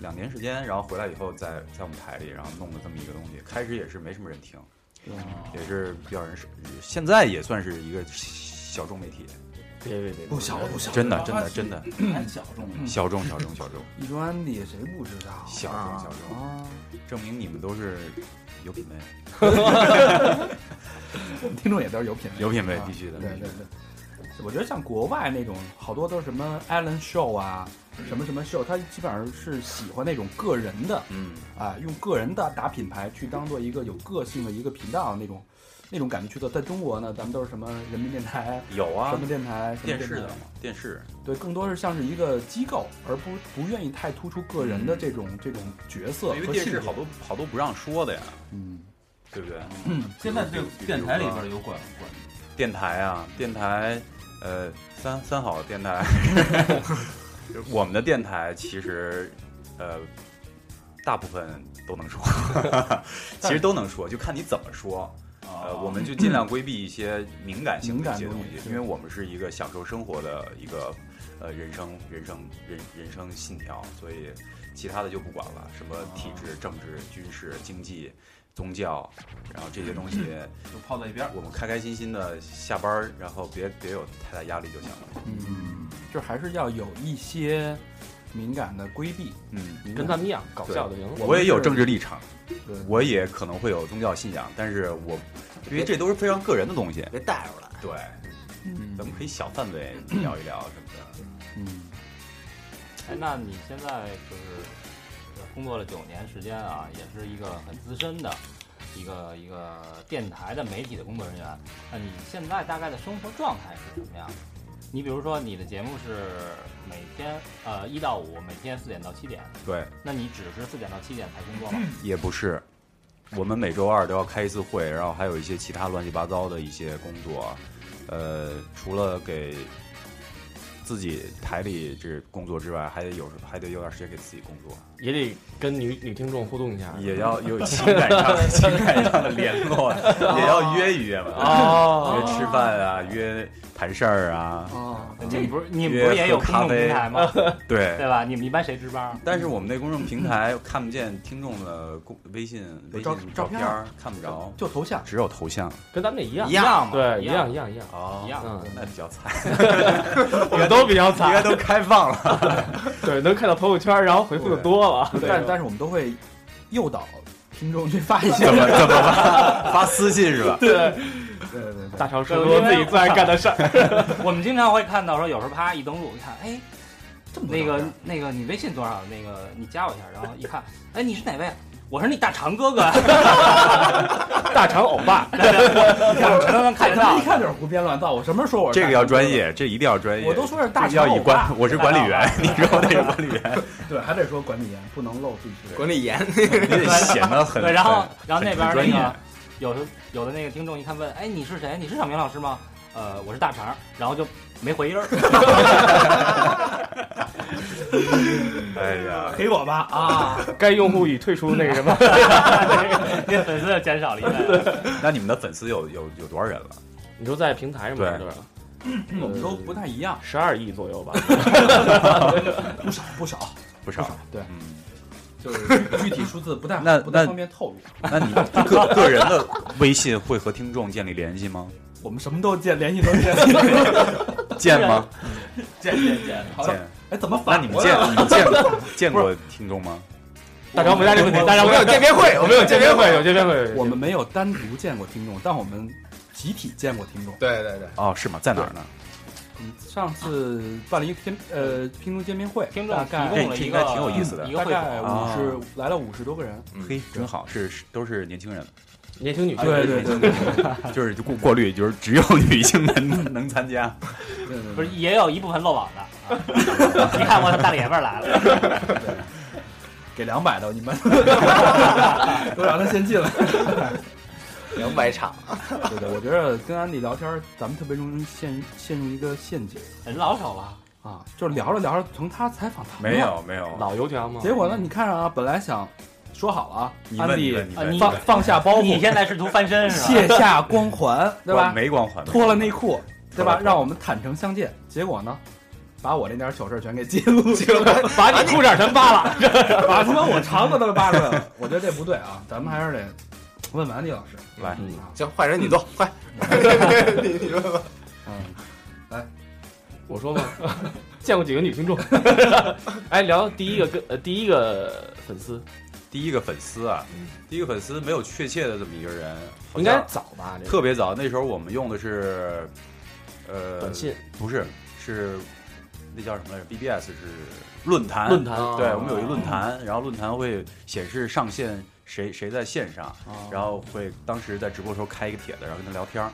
[SPEAKER 2] 两年时间，然后回来以后在在我们台里，然后弄了这么一个东西。开始也是没什么人听，也是比较人是，现在也算是一个小众媒体，
[SPEAKER 6] 别别别，
[SPEAKER 3] 不小了不小了，啊
[SPEAKER 2] 真的真的嗯真的
[SPEAKER 1] 很小众的。
[SPEAKER 2] 小众小众小众
[SPEAKER 3] 一说安利谁不知道？
[SPEAKER 2] 小众小众。
[SPEAKER 3] 啊，
[SPEAKER 2] 证明你们都是有品位，
[SPEAKER 3] 我们听众也都是有品味，
[SPEAKER 2] 有品位
[SPEAKER 3] 啊
[SPEAKER 2] 必须的。
[SPEAKER 3] 对对对，我觉得像国外那种好多都是什么 Allen Show 啊，什么什么 Show，他基本上是喜欢那种个人的
[SPEAKER 2] 嗯，
[SPEAKER 3] 啊，用个人的打品牌去当做一个有个性的一个频道那种，那种感觉去做。在中国呢，咱们都是什么人民电台、
[SPEAKER 2] 有啊
[SPEAKER 3] 什，么电台、什么
[SPEAKER 2] 电
[SPEAKER 3] 台
[SPEAKER 2] 视的嘛，电视
[SPEAKER 3] 对，更多是像是一个机构，而不不愿意太突出个人的这种、这种角色和
[SPEAKER 2] 因
[SPEAKER 3] 性
[SPEAKER 2] 为
[SPEAKER 3] 格。
[SPEAKER 2] 电视好多好多不让说的呀，
[SPEAKER 3] 嗯，
[SPEAKER 2] 对不对？
[SPEAKER 1] 现在这个电台里边有管管
[SPEAKER 2] 电台啊，电台，呃，三三好电台，我们的电台其实，呃，大部分都能说，其实都能说，就看你怎么说。呃，我们就尽量规避一些敏感性的一些东
[SPEAKER 3] 敏感东
[SPEAKER 2] 西，
[SPEAKER 3] 西
[SPEAKER 2] 因为我们是一个享受生活的一个呃人生人生人人生信条，所以其他的就不管了，什么体制、政治、军事、经济、宗教，然后这些东西。
[SPEAKER 1] 就泡在一边儿。
[SPEAKER 2] 我们开开心心的下班儿，然后别别有太大压力就行了。
[SPEAKER 3] 嗯，就还是要有一些敏感的规避。
[SPEAKER 2] 嗯，
[SPEAKER 3] 敏感
[SPEAKER 6] 跟他们一样搞笑就行了。
[SPEAKER 2] 我也有政治立场，
[SPEAKER 3] 对
[SPEAKER 2] 我也可能会有宗教信仰，但是我因为这都是非常个人的东西。
[SPEAKER 5] 别带出来？
[SPEAKER 2] 对，
[SPEAKER 3] 嗯
[SPEAKER 2] 咱们可以小范围聊一聊什么
[SPEAKER 3] 嗯，
[SPEAKER 4] 哎，那你现在就是工作了九年时间啊，也是一个很资深的一个一个电台的媒体的工作人员。那你现在大概的生活状态是什么样的？你比如说，你的节目是每天呃一到五，每天四点到七点，
[SPEAKER 2] 的。对，
[SPEAKER 4] 那你只是四点到七点才工作吗？
[SPEAKER 2] 也不是。我们每周二都要开一次会，然后还有一些其他乱七八糟的一些工作，呃，除了给自己台里这工作之外，还得有时还得有点时间给自己工作。
[SPEAKER 6] 也得跟女女听众互动一 下。
[SPEAKER 2] 也要有情感上情感上的联 络，也要约一约嘛，
[SPEAKER 6] 哦，
[SPEAKER 2] 约吃饭啊，约谈事儿啊，
[SPEAKER 3] 哦，
[SPEAKER 4] 你不是你
[SPEAKER 2] 们不是也有公众平台
[SPEAKER 4] 吗？
[SPEAKER 2] 对。
[SPEAKER 4] 吧？你们一般谁值班？
[SPEAKER 2] 但是我们那公众平台看不见听众的公微信微
[SPEAKER 3] 照
[SPEAKER 2] 信
[SPEAKER 3] 照
[SPEAKER 2] 照
[SPEAKER 3] 片
[SPEAKER 2] 片儿，看不着，
[SPEAKER 3] 就头像。
[SPEAKER 2] 只有头像。
[SPEAKER 6] 跟咱们一样
[SPEAKER 5] 一，样嘛，
[SPEAKER 6] 对，
[SPEAKER 4] 一
[SPEAKER 6] 一
[SPEAKER 4] 样
[SPEAKER 6] 样一样 一样，
[SPEAKER 2] 哦
[SPEAKER 4] 一样
[SPEAKER 6] 嗯，
[SPEAKER 2] 那比较惨，
[SPEAKER 6] 我们都比 较
[SPEAKER 2] 应该
[SPEAKER 6] 惨，
[SPEAKER 2] 都开放了。
[SPEAKER 6] 对，能看到朋友圈，然后回复就多了。
[SPEAKER 3] 但但是我们都会诱导听众去发一些
[SPEAKER 2] 怎。么怎么办？发私信是吧？
[SPEAKER 3] 对对对，
[SPEAKER 6] 大长说说自己最爱干的事儿，
[SPEAKER 4] 我们经常会看到说，有时候啪一登录一看，哎，
[SPEAKER 3] 这么多
[SPEAKER 4] 那
[SPEAKER 3] 照
[SPEAKER 4] 个
[SPEAKER 3] 片
[SPEAKER 4] 那个你微信多少？那个你加我一下，然后一看，哎，你是哪位？我是你大长 哥哥，
[SPEAKER 6] 大长欧 巴，
[SPEAKER 4] 我可能能看
[SPEAKER 3] 我
[SPEAKER 4] 得
[SPEAKER 3] 他
[SPEAKER 4] 到
[SPEAKER 3] 妈一。看就是胡编乱造，我什么时候说我是
[SPEAKER 2] 这
[SPEAKER 3] 大
[SPEAKER 2] 个要
[SPEAKER 3] 长
[SPEAKER 2] 专
[SPEAKER 3] 哥哥，
[SPEAKER 2] 业，这一定要专业。
[SPEAKER 3] 我都说是大啊
[SPEAKER 2] 这
[SPEAKER 3] 长
[SPEAKER 2] 要以
[SPEAKER 3] 欧
[SPEAKER 2] 管
[SPEAKER 3] 巴，
[SPEAKER 2] 我是管理员，你知道那是管理员，
[SPEAKER 3] 对，还得说管理员不能露自己 的
[SPEAKER 5] 管理严，
[SPEAKER 2] 你得显得很。
[SPEAKER 4] 对，然后
[SPEAKER 2] 很
[SPEAKER 4] 然后那边
[SPEAKER 2] 很专
[SPEAKER 4] 那
[SPEAKER 2] 业
[SPEAKER 4] 个有的有的那个听众一看问，哎，你是谁？你是小明老师吗？呃，我是大肠，然后就没回音儿。
[SPEAKER 2] 哎呀，
[SPEAKER 3] 黑我吧啊！
[SPEAKER 6] 该用户已退出那个什 么，
[SPEAKER 4] 那粉丝就减少 了一位。
[SPEAKER 2] 那你们的粉丝有有有多少人了？
[SPEAKER 6] 你说在平台上
[SPEAKER 2] 对
[SPEAKER 6] 面对吧？
[SPEAKER 3] 我们都不太一样，
[SPEAKER 6] 十二亿左右吧，
[SPEAKER 3] 不少不少，
[SPEAKER 2] 不少。
[SPEAKER 3] 对，
[SPEAKER 2] 嗯，
[SPEAKER 3] 就是具体数字不 太
[SPEAKER 2] 那
[SPEAKER 3] 不太
[SPEAKER 2] 那
[SPEAKER 3] 方便透露。
[SPEAKER 2] 那你个个人的微信会和听众建立联系 吗？
[SPEAKER 3] 我们什么都见，联系都见，
[SPEAKER 2] 见吗？
[SPEAKER 3] 见见见。好像
[SPEAKER 2] 见。
[SPEAKER 3] 哎，怎么
[SPEAKER 2] 那
[SPEAKER 3] 反
[SPEAKER 2] 你们
[SPEAKER 3] 过来
[SPEAKER 2] 见
[SPEAKER 3] 了？
[SPEAKER 2] 你们见 过见过听众吗？
[SPEAKER 6] 大长回答这个问题，大长
[SPEAKER 5] 我有见面 会，我
[SPEAKER 6] 没有见面会，有见面会，有见面会
[SPEAKER 3] 我们没有单独见过听众，但我们集体见过听众。
[SPEAKER 5] 对对对，
[SPEAKER 2] 哦，是吗？在哪儿呢？
[SPEAKER 3] 嗯，上次办了一个见呃听众见面会，
[SPEAKER 4] 听
[SPEAKER 3] 大
[SPEAKER 4] 众
[SPEAKER 3] 概
[SPEAKER 4] 提供了一
[SPEAKER 2] 应
[SPEAKER 4] 个
[SPEAKER 2] 该挺有意思的
[SPEAKER 4] 一个
[SPEAKER 3] 大
[SPEAKER 4] 汇
[SPEAKER 3] 概
[SPEAKER 4] 总，
[SPEAKER 3] 五
[SPEAKER 2] 啊
[SPEAKER 3] 十来了五十多个人，
[SPEAKER 6] 嗯
[SPEAKER 2] 嘿，真好，是是都是年 轻人，
[SPEAKER 6] 年轻女性，
[SPEAKER 3] 对对对对
[SPEAKER 2] 就是过过滤，就是只有女性能能参加。
[SPEAKER 3] 对，
[SPEAKER 4] 不是也有一部分漏网的。啊 一看我的大爷们儿来了，
[SPEAKER 3] 给两百的，你们都让他先进来。
[SPEAKER 5] 两百场，
[SPEAKER 3] 对对，我觉得跟安迪聊天，咱们特别容易陷陷入一个陷阱
[SPEAKER 4] 人老手了，
[SPEAKER 3] 啊，就是聊着聊着成他采访他了
[SPEAKER 2] 没，有没有，
[SPEAKER 6] 老油条嘛。
[SPEAKER 3] 结果呢？你看啊，本来想说好了啊，
[SPEAKER 2] 你
[SPEAKER 3] 安
[SPEAKER 2] 问你
[SPEAKER 3] 迪
[SPEAKER 2] 问你
[SPEAKER 4] 啊
[SPEAKER 2] 问
[SPEAKER 4] 你，
[SPEAKER 3] 放放下包
[SPEAKER 4] 你
[SPEAKER 3] 袱，
[SPEAKER 4] 现在试图翻身是吧？
[SPEAKER 3] 卸下光环，对吧？
[SPEAKER 2] 没光环，
[SPEAKER 3] 脱了内裤，对
[SPEAKER 2] 脱了
[SPEAKER 3] 吧
[SPEAKER 2] 裤？子
[SPEAKER 3] 让我们坦诚相见。结果呢，把我这点小事儿全给记录起来，
[SPEAKER 6] 把你裤衩全扒了，
[SPEAKER 3] 把他妈我肠子都扒出来了。我觉得这不对啊，咱们还是得问问安迪老师。
[SPEAKER 2] 来
[SPEAKER 6] 嗯
[SPEAKER 3] 啊，
[SPEAKER 5] 行，换人你坐，快， 你你问吧，
[SPEAKER 3] 嗯，
[SPEAKER 6] 我说嘛， 见过几个女 听众？哎，聊第一个跟呃第一个粉丝
[SPEAKER 2] 第一个粉丝啊，第一个粉丝没有确切的这么一个人，好像
[SPEAKER 6] 应该早吧？这个
[SPEAKER 2] 特别早。那时候我们用的是，呃，
[SPEAKER 6] 短信
[SPEAKER 2] 不是是那叫什么来着？BBS 是论坛，
[SPEAKER 6] 论坛，
[SPEAKER 5] 啊
[SPEAKER 2] 对，我们有一论坛，然后论坛会显示上线谁谁在线上，然后会当时在直播的时候开一个帖子，然后跟他聊天儿，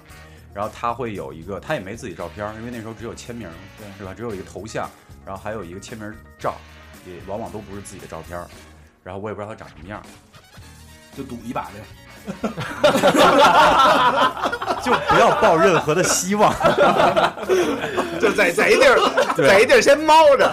[SPEAKER 2] 然后他会有一个，他也没自己照片儿，因为那时候只有签名，是吧？只有一个头像，然后还有一个签名照，也往往都不是自己的照片儿，然后我也不知道他长什么样儿，
[SPEAKER 3] 就赌一把呗。
[SPEAKER 2] 就不要抱任何的希望。
[SPEAKER 5] 就在在一地儿，在一地儿先猫着，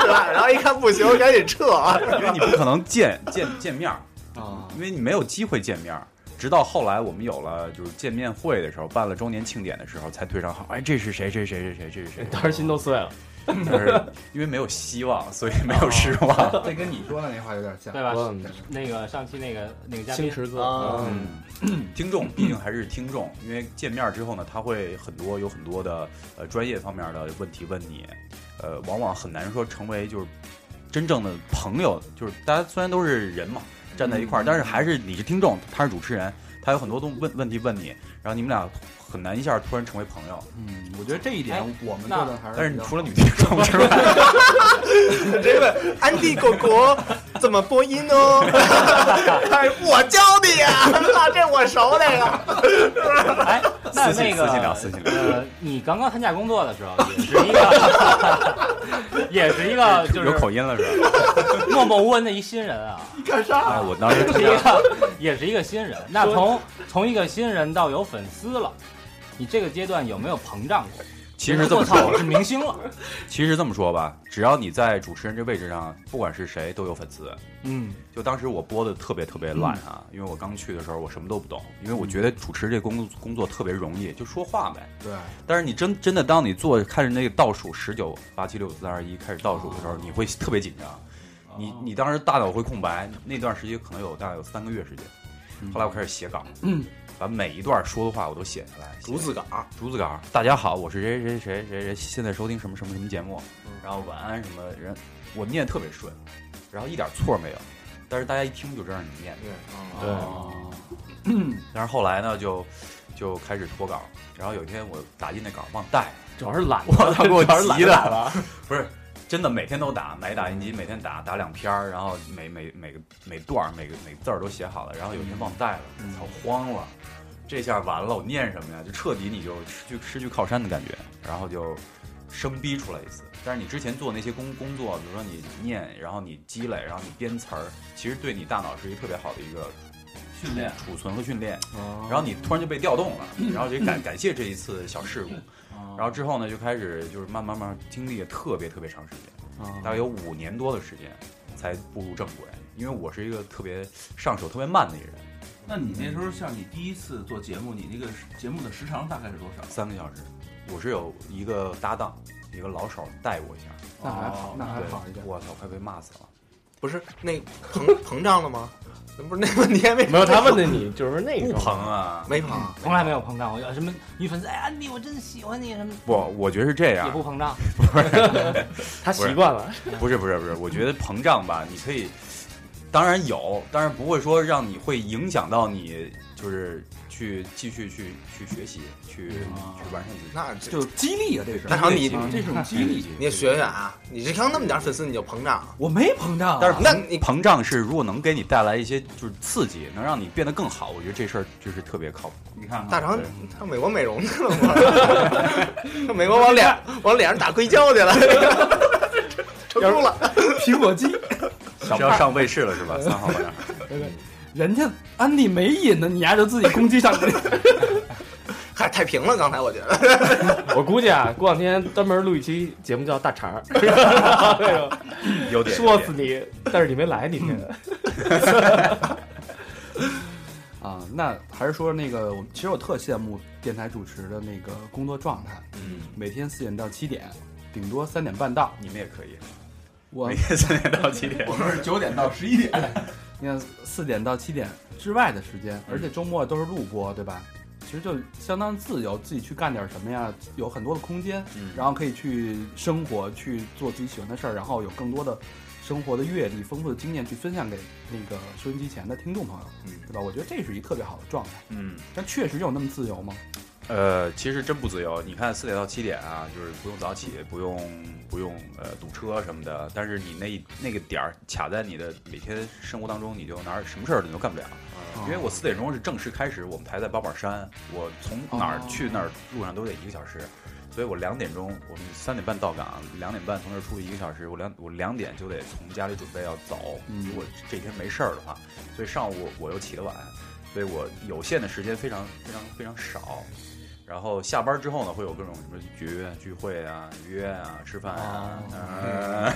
[SPEAKER 5] 是吧？然后一看不行，赶紧撤啊！
[SPEAKER 2] 因为你不可能见见见面儿，
[SPEAKER 3] 啊，
[SPEAKER 2] 因为你没有机会见面儿。直到后来我们有了就是见面会的时候，办了周年庆典的时候，才对上号。哎，这是谁？谁谁谁谁？这是谁？
[SPEAKER 6] 当时心都碎了。
[SPEAKER 2] 就是因为没有希望，所以没有失
[SPEAKER 4] 哦
[SPEAKER 2] 望。
[SPEAKER 3] 这跟你说的那话有点像。
[SPEAKER 4] 对吧？
[SPEAKER 6] 我
[SPEAKER 4] 那个上期那个那个嘉
[SPEAKER 6] 星
[SPEAKER 4] 宾，
[SPEAKER 6] 驰哥，
[SPEAKER 5] 啊
[SPEAKER 6] 嗯
[SPEAKER 2] 嗯，听众毕竟还是听众，因为见面之后呢，他会很多有很多的呃专业方面的问题问你，呃，往往很难说成为就是真正的朋友。就是大家虽然都是人嘛，站在一块儿，
[SPEAKER 4] 嗯
[SPEAKER 2] 但是还是你是听众，他是主持人，他有很多东问问题问你，然后你们俩很难一下突然成为朋友。
[SPEAKER 3] 嗯，我觉得这一点
[SPEAKER 4] 哎
[SPEAKER 3] 我们
[SPEAKER 4] 那
[SPEAKER 3] 做的还是比较好。
[SPEAKER 2] 但是你除了女听众之外，
[SPEAKER 5] 这个安迪狗狗怎么播音哦？哎我教你啊， 这我熟那个。
[SPEAKER 4] 哎， 那
[SPEAKER 2] 私信
[SPEAKER 4] 那个
[SPEAKER 2] 私信聊私信聊
[SPEAKER 4] 呃，你刚刚参加工作的时候，也是一个，也是一个 就
[SPEAKER 2] 有
[SPEAKER 4] 是
[SPEAKER 2] 口音了是 吧？
[SPEAKER 4] 默默无闻的一新人啊，
[SPEAKER 2] 哎，我当时
[SPEAKER 4] 是一个 也是一个新人。那从从一个新人到有粉丝了，你这个阶段有没有膨胀过？
[SPEAKER 2] 其实这
[SPEAKER 4] 我
[SPEAKER 2] 么说
[SPEAKER 4] 操，我是明星了，
[SPEAKER 2] 其实这么说吧，只要你在主持人这位置上，不管是谁都有粉丝。
[SPEAKER 3] 嗯，
[SPEAKER 2] 就当时我播的特别特别烂啊，因为我刚去的时候我什么都不懂，因
[SPEAKER 3] 嗯
[SPEAKER 2] 为我觉得主持这工工作特别容易，就说话呗。
[SPEAKER 3] 对，
[SPEAKER 2] 但是你真真的当你坐看着那个倒数十九八七六五四三二一开始倒数的时候，
[SPEAKER 3] 哦
[SPEAKER 2] 你会特别紧张，你你当时大脑会空白，那段时间可能有大概有三个月时间。后来我开始写稿，
[SPEAKER 3] 嗯，
[SPEAKER 2] 把每一段说的话我都写下来，写
[SPEAKER 5] 竹子岗，
[SPEAKER 2] 竹子稿，大家好，我是谁谁谁谁谁，现在收听什么什么什么节目，然后晚安什么人，我念得特别顺，然后一点错没有，但是大家一听就知道你念的。
[SPEAKER 5] 对，
[SPEAKER 6] 对
[SPEAKER 2] 但是后来呢，就就开始脱稿，然后有一天我打印的稿忘带了，
[SPEAKER 6] 主要是懒，
[SPEAKER 2] 我操，给我
[SPEAKER 6] 主要是懒
[SPEAKER 2] 急
[SPEAKER 6] 得
[SPEAKER 2] 的，不是。 真的每天都打，买打印机每天打打两篇儿，然后每每每个每段儿每个每字儿都写好了，然后有一天忘带了，操慌了，这下完了，我念什么呀？就彻底你就失去失去靠山的感觉，然后就生逼出来一次。但是你之前做那些工工作，比如说你念，然后你积累，然后你编词儿，其实对你大脑是一个特别好的一个
[SPEAKER 1] 训练
[SPEAKER 2] 储存和训练。然后你突然就被调动了，然后就感感谢这一次小事故。然后之后呢，就开始就是慢慢慢慢经历了特别特别长时间，大概有五年多的时间才步入正轨。因为我是一个特别上手特别慢的一个人，
[SPEAKER 1] 那你那时候像你第一次做节目，你那个节目的时长大概是多少？
[SPEAKER 2] 三个小时，我是有一个搭档，一个老手带我一下，
[SPEAKER 3] 那还好，那还好一
[SPEAKER 2] 对，
[SPEAKER 3] 点。
[SPEAKER 2] 我操，快被骂死了。
[SPEAKER 5] 不是那膨膨胀了吗？那不是那问题还没
[SPEAKER 6] 没有，他问的你就是那
[SPEAKER 2] 不
[SPEAKER 6] 个
[SPEAKER 2] 捧啊，
[SPEAKER 5] 没膨，
[SPEAKER 4] 从来没有膨胀过。有什么女粉丝哎，安迪，我真喜欢你什么，
[SPEAKER 2] 不，我觉得是这
[SPEAKER 4] 也
[SPEAKER 2] 样
[SPEAKER 4] 不，膨胀。
[SPEAKER 6] 他习惯了。
[SPEAKER 2] 不是不是不是，我觉得膨胀吧，你可以，当然有，但是不会说让你会影响到你，就是去继续去去学习，去去完善自己。
[SPEAKER 5] 那这
[SPEAKER 3] 就激励啊，这是
[SPEAKER 5] 大长你
[SPEAKER 3] 啊这种激励。
[SPEAKER 5] 你也学学啊，你这刚那么点粉丝你就膨胀啊，
[SPEAKER 3] 我没膨胀啊，
[SPEAKER 2] 但是
[SPEAKER 5] 那
[SPEAKER 2] 膨
[SPEAKER 5] 你
[SPEAKER 2] 膨胀是如果能给你带来一些就是刺激，能让你变得更好，我觉得这事儿就是特别靠谱。
[SPEAKER 1] 你看
[SPEAKER 5] 大
[SPEAKER 1] 看，
[SPEAKER 5] 长上美国美容去了吗？上美国往脸往脸上打硅胶去了，成功了。
[SPEAKER 3] 苹果肌，
[SPEAKER 2] 是要上卫视了 是吧？三号班长，
[SPEAKER 3] 人家安迪没瘾呢，你丫就自己攻击上去。
[SPEAKER 5] 嗨，太平了，刚才我觉得。
[SPEAKER 6] 我估计啊，过两天专门录一期节目叫大肠儿，那个
[SPEAKER 2] 有点
[SPEAKER 6] 说死你，但是你没来那天。
[SPEAKER 3] 啊，那还是说那个，我其实我特羡慕电台主持的那个工作状态，
[SPEAKER 2] 嗯，
[SPEAKER 3] 每天四点到七点，顶多三点半到。
[SPEAKER 2] 你们也可以，
[SPEAKER 3] 我
[SPEAKER 2] 每天 三点到七点
[SPEAKER 1] 我是九点到十一点，
[SPEAKER 3] 你看四点到七点之外的时间，而且周末都是录播，对吧？其实就相当自由，自己去干点什么呀，有很多的空间，
[SPEAKER 2] 嗯
[SPEAKER 3] 然后可以去生活，去做自己喜欢的事儿，然后有更多的生活的阅历、丰富的经验去分享给那个收音机前的听众朋友，
[SPEAKER 2] 嗯
[SPEAKER 3] 对吧？我觉得这是一特别好的状态。
[SPEAKER 2] 嗯。
[SPEAKER 3] 但确实有那么自由吗？
[SPEAKER 2] 呃，其实真不自由。你看四点到七点啊，就是不用早起，不用不用呃堵车什么的。但是你那一那个点儿卡在你的每天生活当中，你就哪儿什么事儿你都干不了。
[SPEAKER 3] 啊
[SPEAKER 2] 因
[SPEAKER 3] 哦
[SPEAKER 2] 为我四点钟是正式开始，我们台在八宝山，我从哪儿去那儿路上都得一个小时，所以我两点钟，我们三点半到岗，两点半从这儿出去一个小时，我两我两点就得从家里准备要走。
[SPEAKER 3] 嗯
[SPEAKER 2] 如果这天没事儿的话，所以上午我又起得晚，所以我有限的时间非常非常非常少。然后下班之后呢，会有各种什么局聚会啊、约啊、吃饭啊，呃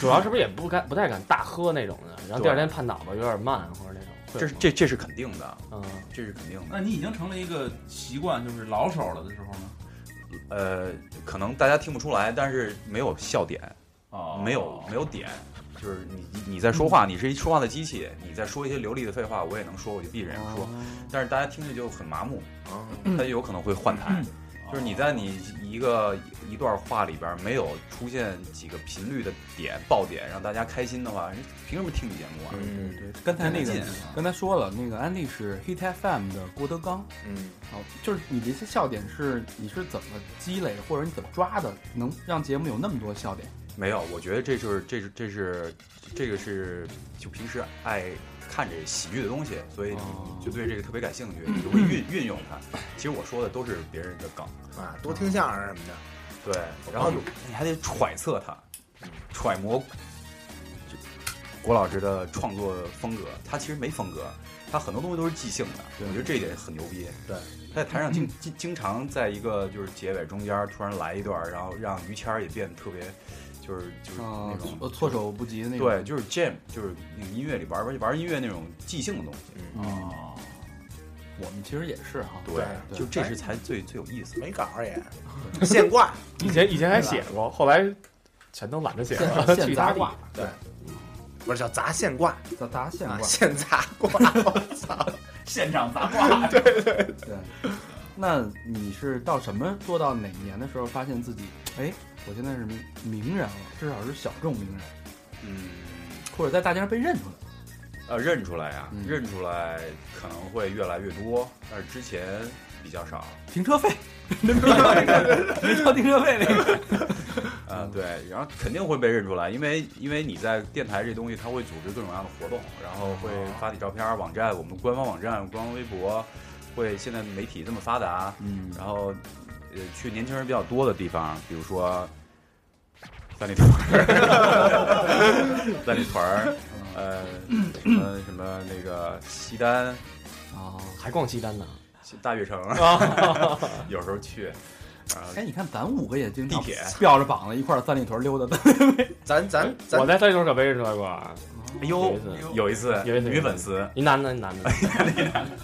[SPEAKER 6] 主要是不是也不敢不太敢大喝那种的，然后第二天怕脑子有点慢或者那种。嗯会有
[SPEAKER 2] 这是这这是肯定的，
[SPEAKER 6] 吗
[SPEAKER 2] 这是肯定的。
[SPEAKER 1] 那你已经成了一个习惯，就是老手了的时候呢？
[SPEAKER 2] 呃，可能大家听不出来，但是没有笑点，
[SPEAKER 1] 哦，
[SPEAKER 2] 没有没有点，嗯就是你你在说话，你是一说话的机器，你在说一些流利的废话，我也能说，我就闭着眼睛说，但是大家听着就很麻木，他就有可能会换台。就是你在你一个一段话里边没有出现几个频率的点爆点，让大家开心的话，人凭什么听你节目啊？
[SPEAKER 5] 嗯
[SPEAKER 3] 对，刚才那个
[SPEAKER 2] 没劲
[SPEAKER 3] 刚才说了，那个安利是 Hit FM 的郭德纲，
[SPEAKER 5] 嗯，
[SPEAKER 3] 哦，就是你这些笑点是你是怎么积累或者你怎么抓的，能让节目有那么多笑点？
[SPEAKER 2] 没有，我觉得这就是这是这是这个是就平时爱看这喜剧的东西，所以
[SPEAKER 3] 哦
[SPEAKER 2] 你就对这个特别感兴趣， 你就会运运用它。其实我说的都是别人的梗，
[SPEAKER 5] 啊，多听相声什么的，
[SPEAKER 2] 对，然后哦嗯有你还得揣测它，揣摩就郭老师的创作风格，他其实没风格，他很多东西都是即兴的，我觉得这一点很牛逼。
[SPEAKER 5] 对，
[SPEAKER 2] 在台上经经经常在一个就是结尾中间突然来一段，然后让于谦儿也变得特别就是就是
[SPEAKER 3] 啊
[SPEAKER 2] 那种、，
[SPEAKER 3] 措措手不及的那种。
[SPEAKER 2] 对，就是 jam，就是那个音乐里玩玩玩音乐那种即兴的东西。
[SPEAKER 3] 哦，我们其实也是哈，对
[SPEAKER 2] 就这是才最最有意思。
[SPEAKER 5] 没稿儿也现挂。
[SPEAKER 6] 嗯，以前以前还写过，后来全都懒得写了，
[SPEAKER 3] 现
[SPEAKER 6] 去
[SPEAKER 3] 现
[SPEAKER 6] 他
[SPEAKER 3] 砸
[SPEAKER 6] 地
[SPEAKER 3] 挂，
[SPEAKER 5] 对，不是叫砸现挂
[SPEAKER 3] 砸砸现
[SPEAKER 5] 啊，
[SPEAKER 3] 挂。
[SPEAKER 5] 现砸挂。我操！
[SPEAKER 1] 现场砸挂，
[SPEAKER 3] 对，那你是到什么做到哪年的时候发现自己，哎，我现在是名名人了，至少是小众名人，
[SPEAKER 2] 嗯，
[SPEAKER 3] 或者在大街上被认出来？
[SPEAKER 2] 呃，认出来呀、
[SPEAKER 3] 嗯
[SPEAKER 2] 认出来可能会越来越多，但是之前比较少。
[SPEAKER 3] 停车费，没交停车费那个，嗯
[SPEAKER 2] 呃，对，然后肯定会被认出来，因为因为你在电台这东西，它会组织各种各样的活动，然后会
[SPEAKER 3] 哦
[SPEAKER 2] 发你照片儿，网站，我们官方网站、官方微博，会现在媒体这么发达，
[SPEAKER 3] 嗯
[SPEAKER 2] 然后呃去年轻人比较多的地方，比如说三里屯儿，三里屯儿，呃什么什么那个西单哦
[SPEAKER 6] 啊，还逛西单呢？
[SPEAKER 2] 大悦城，
[SPEAKER 6] 啊
[SPEAKER 2] 有时候去，然后
[SPEAKER 3] 哎，你看咱五个也经常
[SPEAKER 2] 地铁
[SPEAKER 3] 吊着膀子一块儿三里屯溜达的，
[SPEAKER 5] 咱咱
[SPEAKER 6] 我
[SPEAKER 5] 咱
[SPEAKER 6] 在三里屯可没认出来过啊。
[SPEAKER 2] 哎呦
[SPEAKER 6] 有一次
[SPEAKER 2] 有一次
[SPEAKER 6] 有一次
[SPEAKER 2] 女粉丝。
[SPEAKER 6] 一男的，一男的，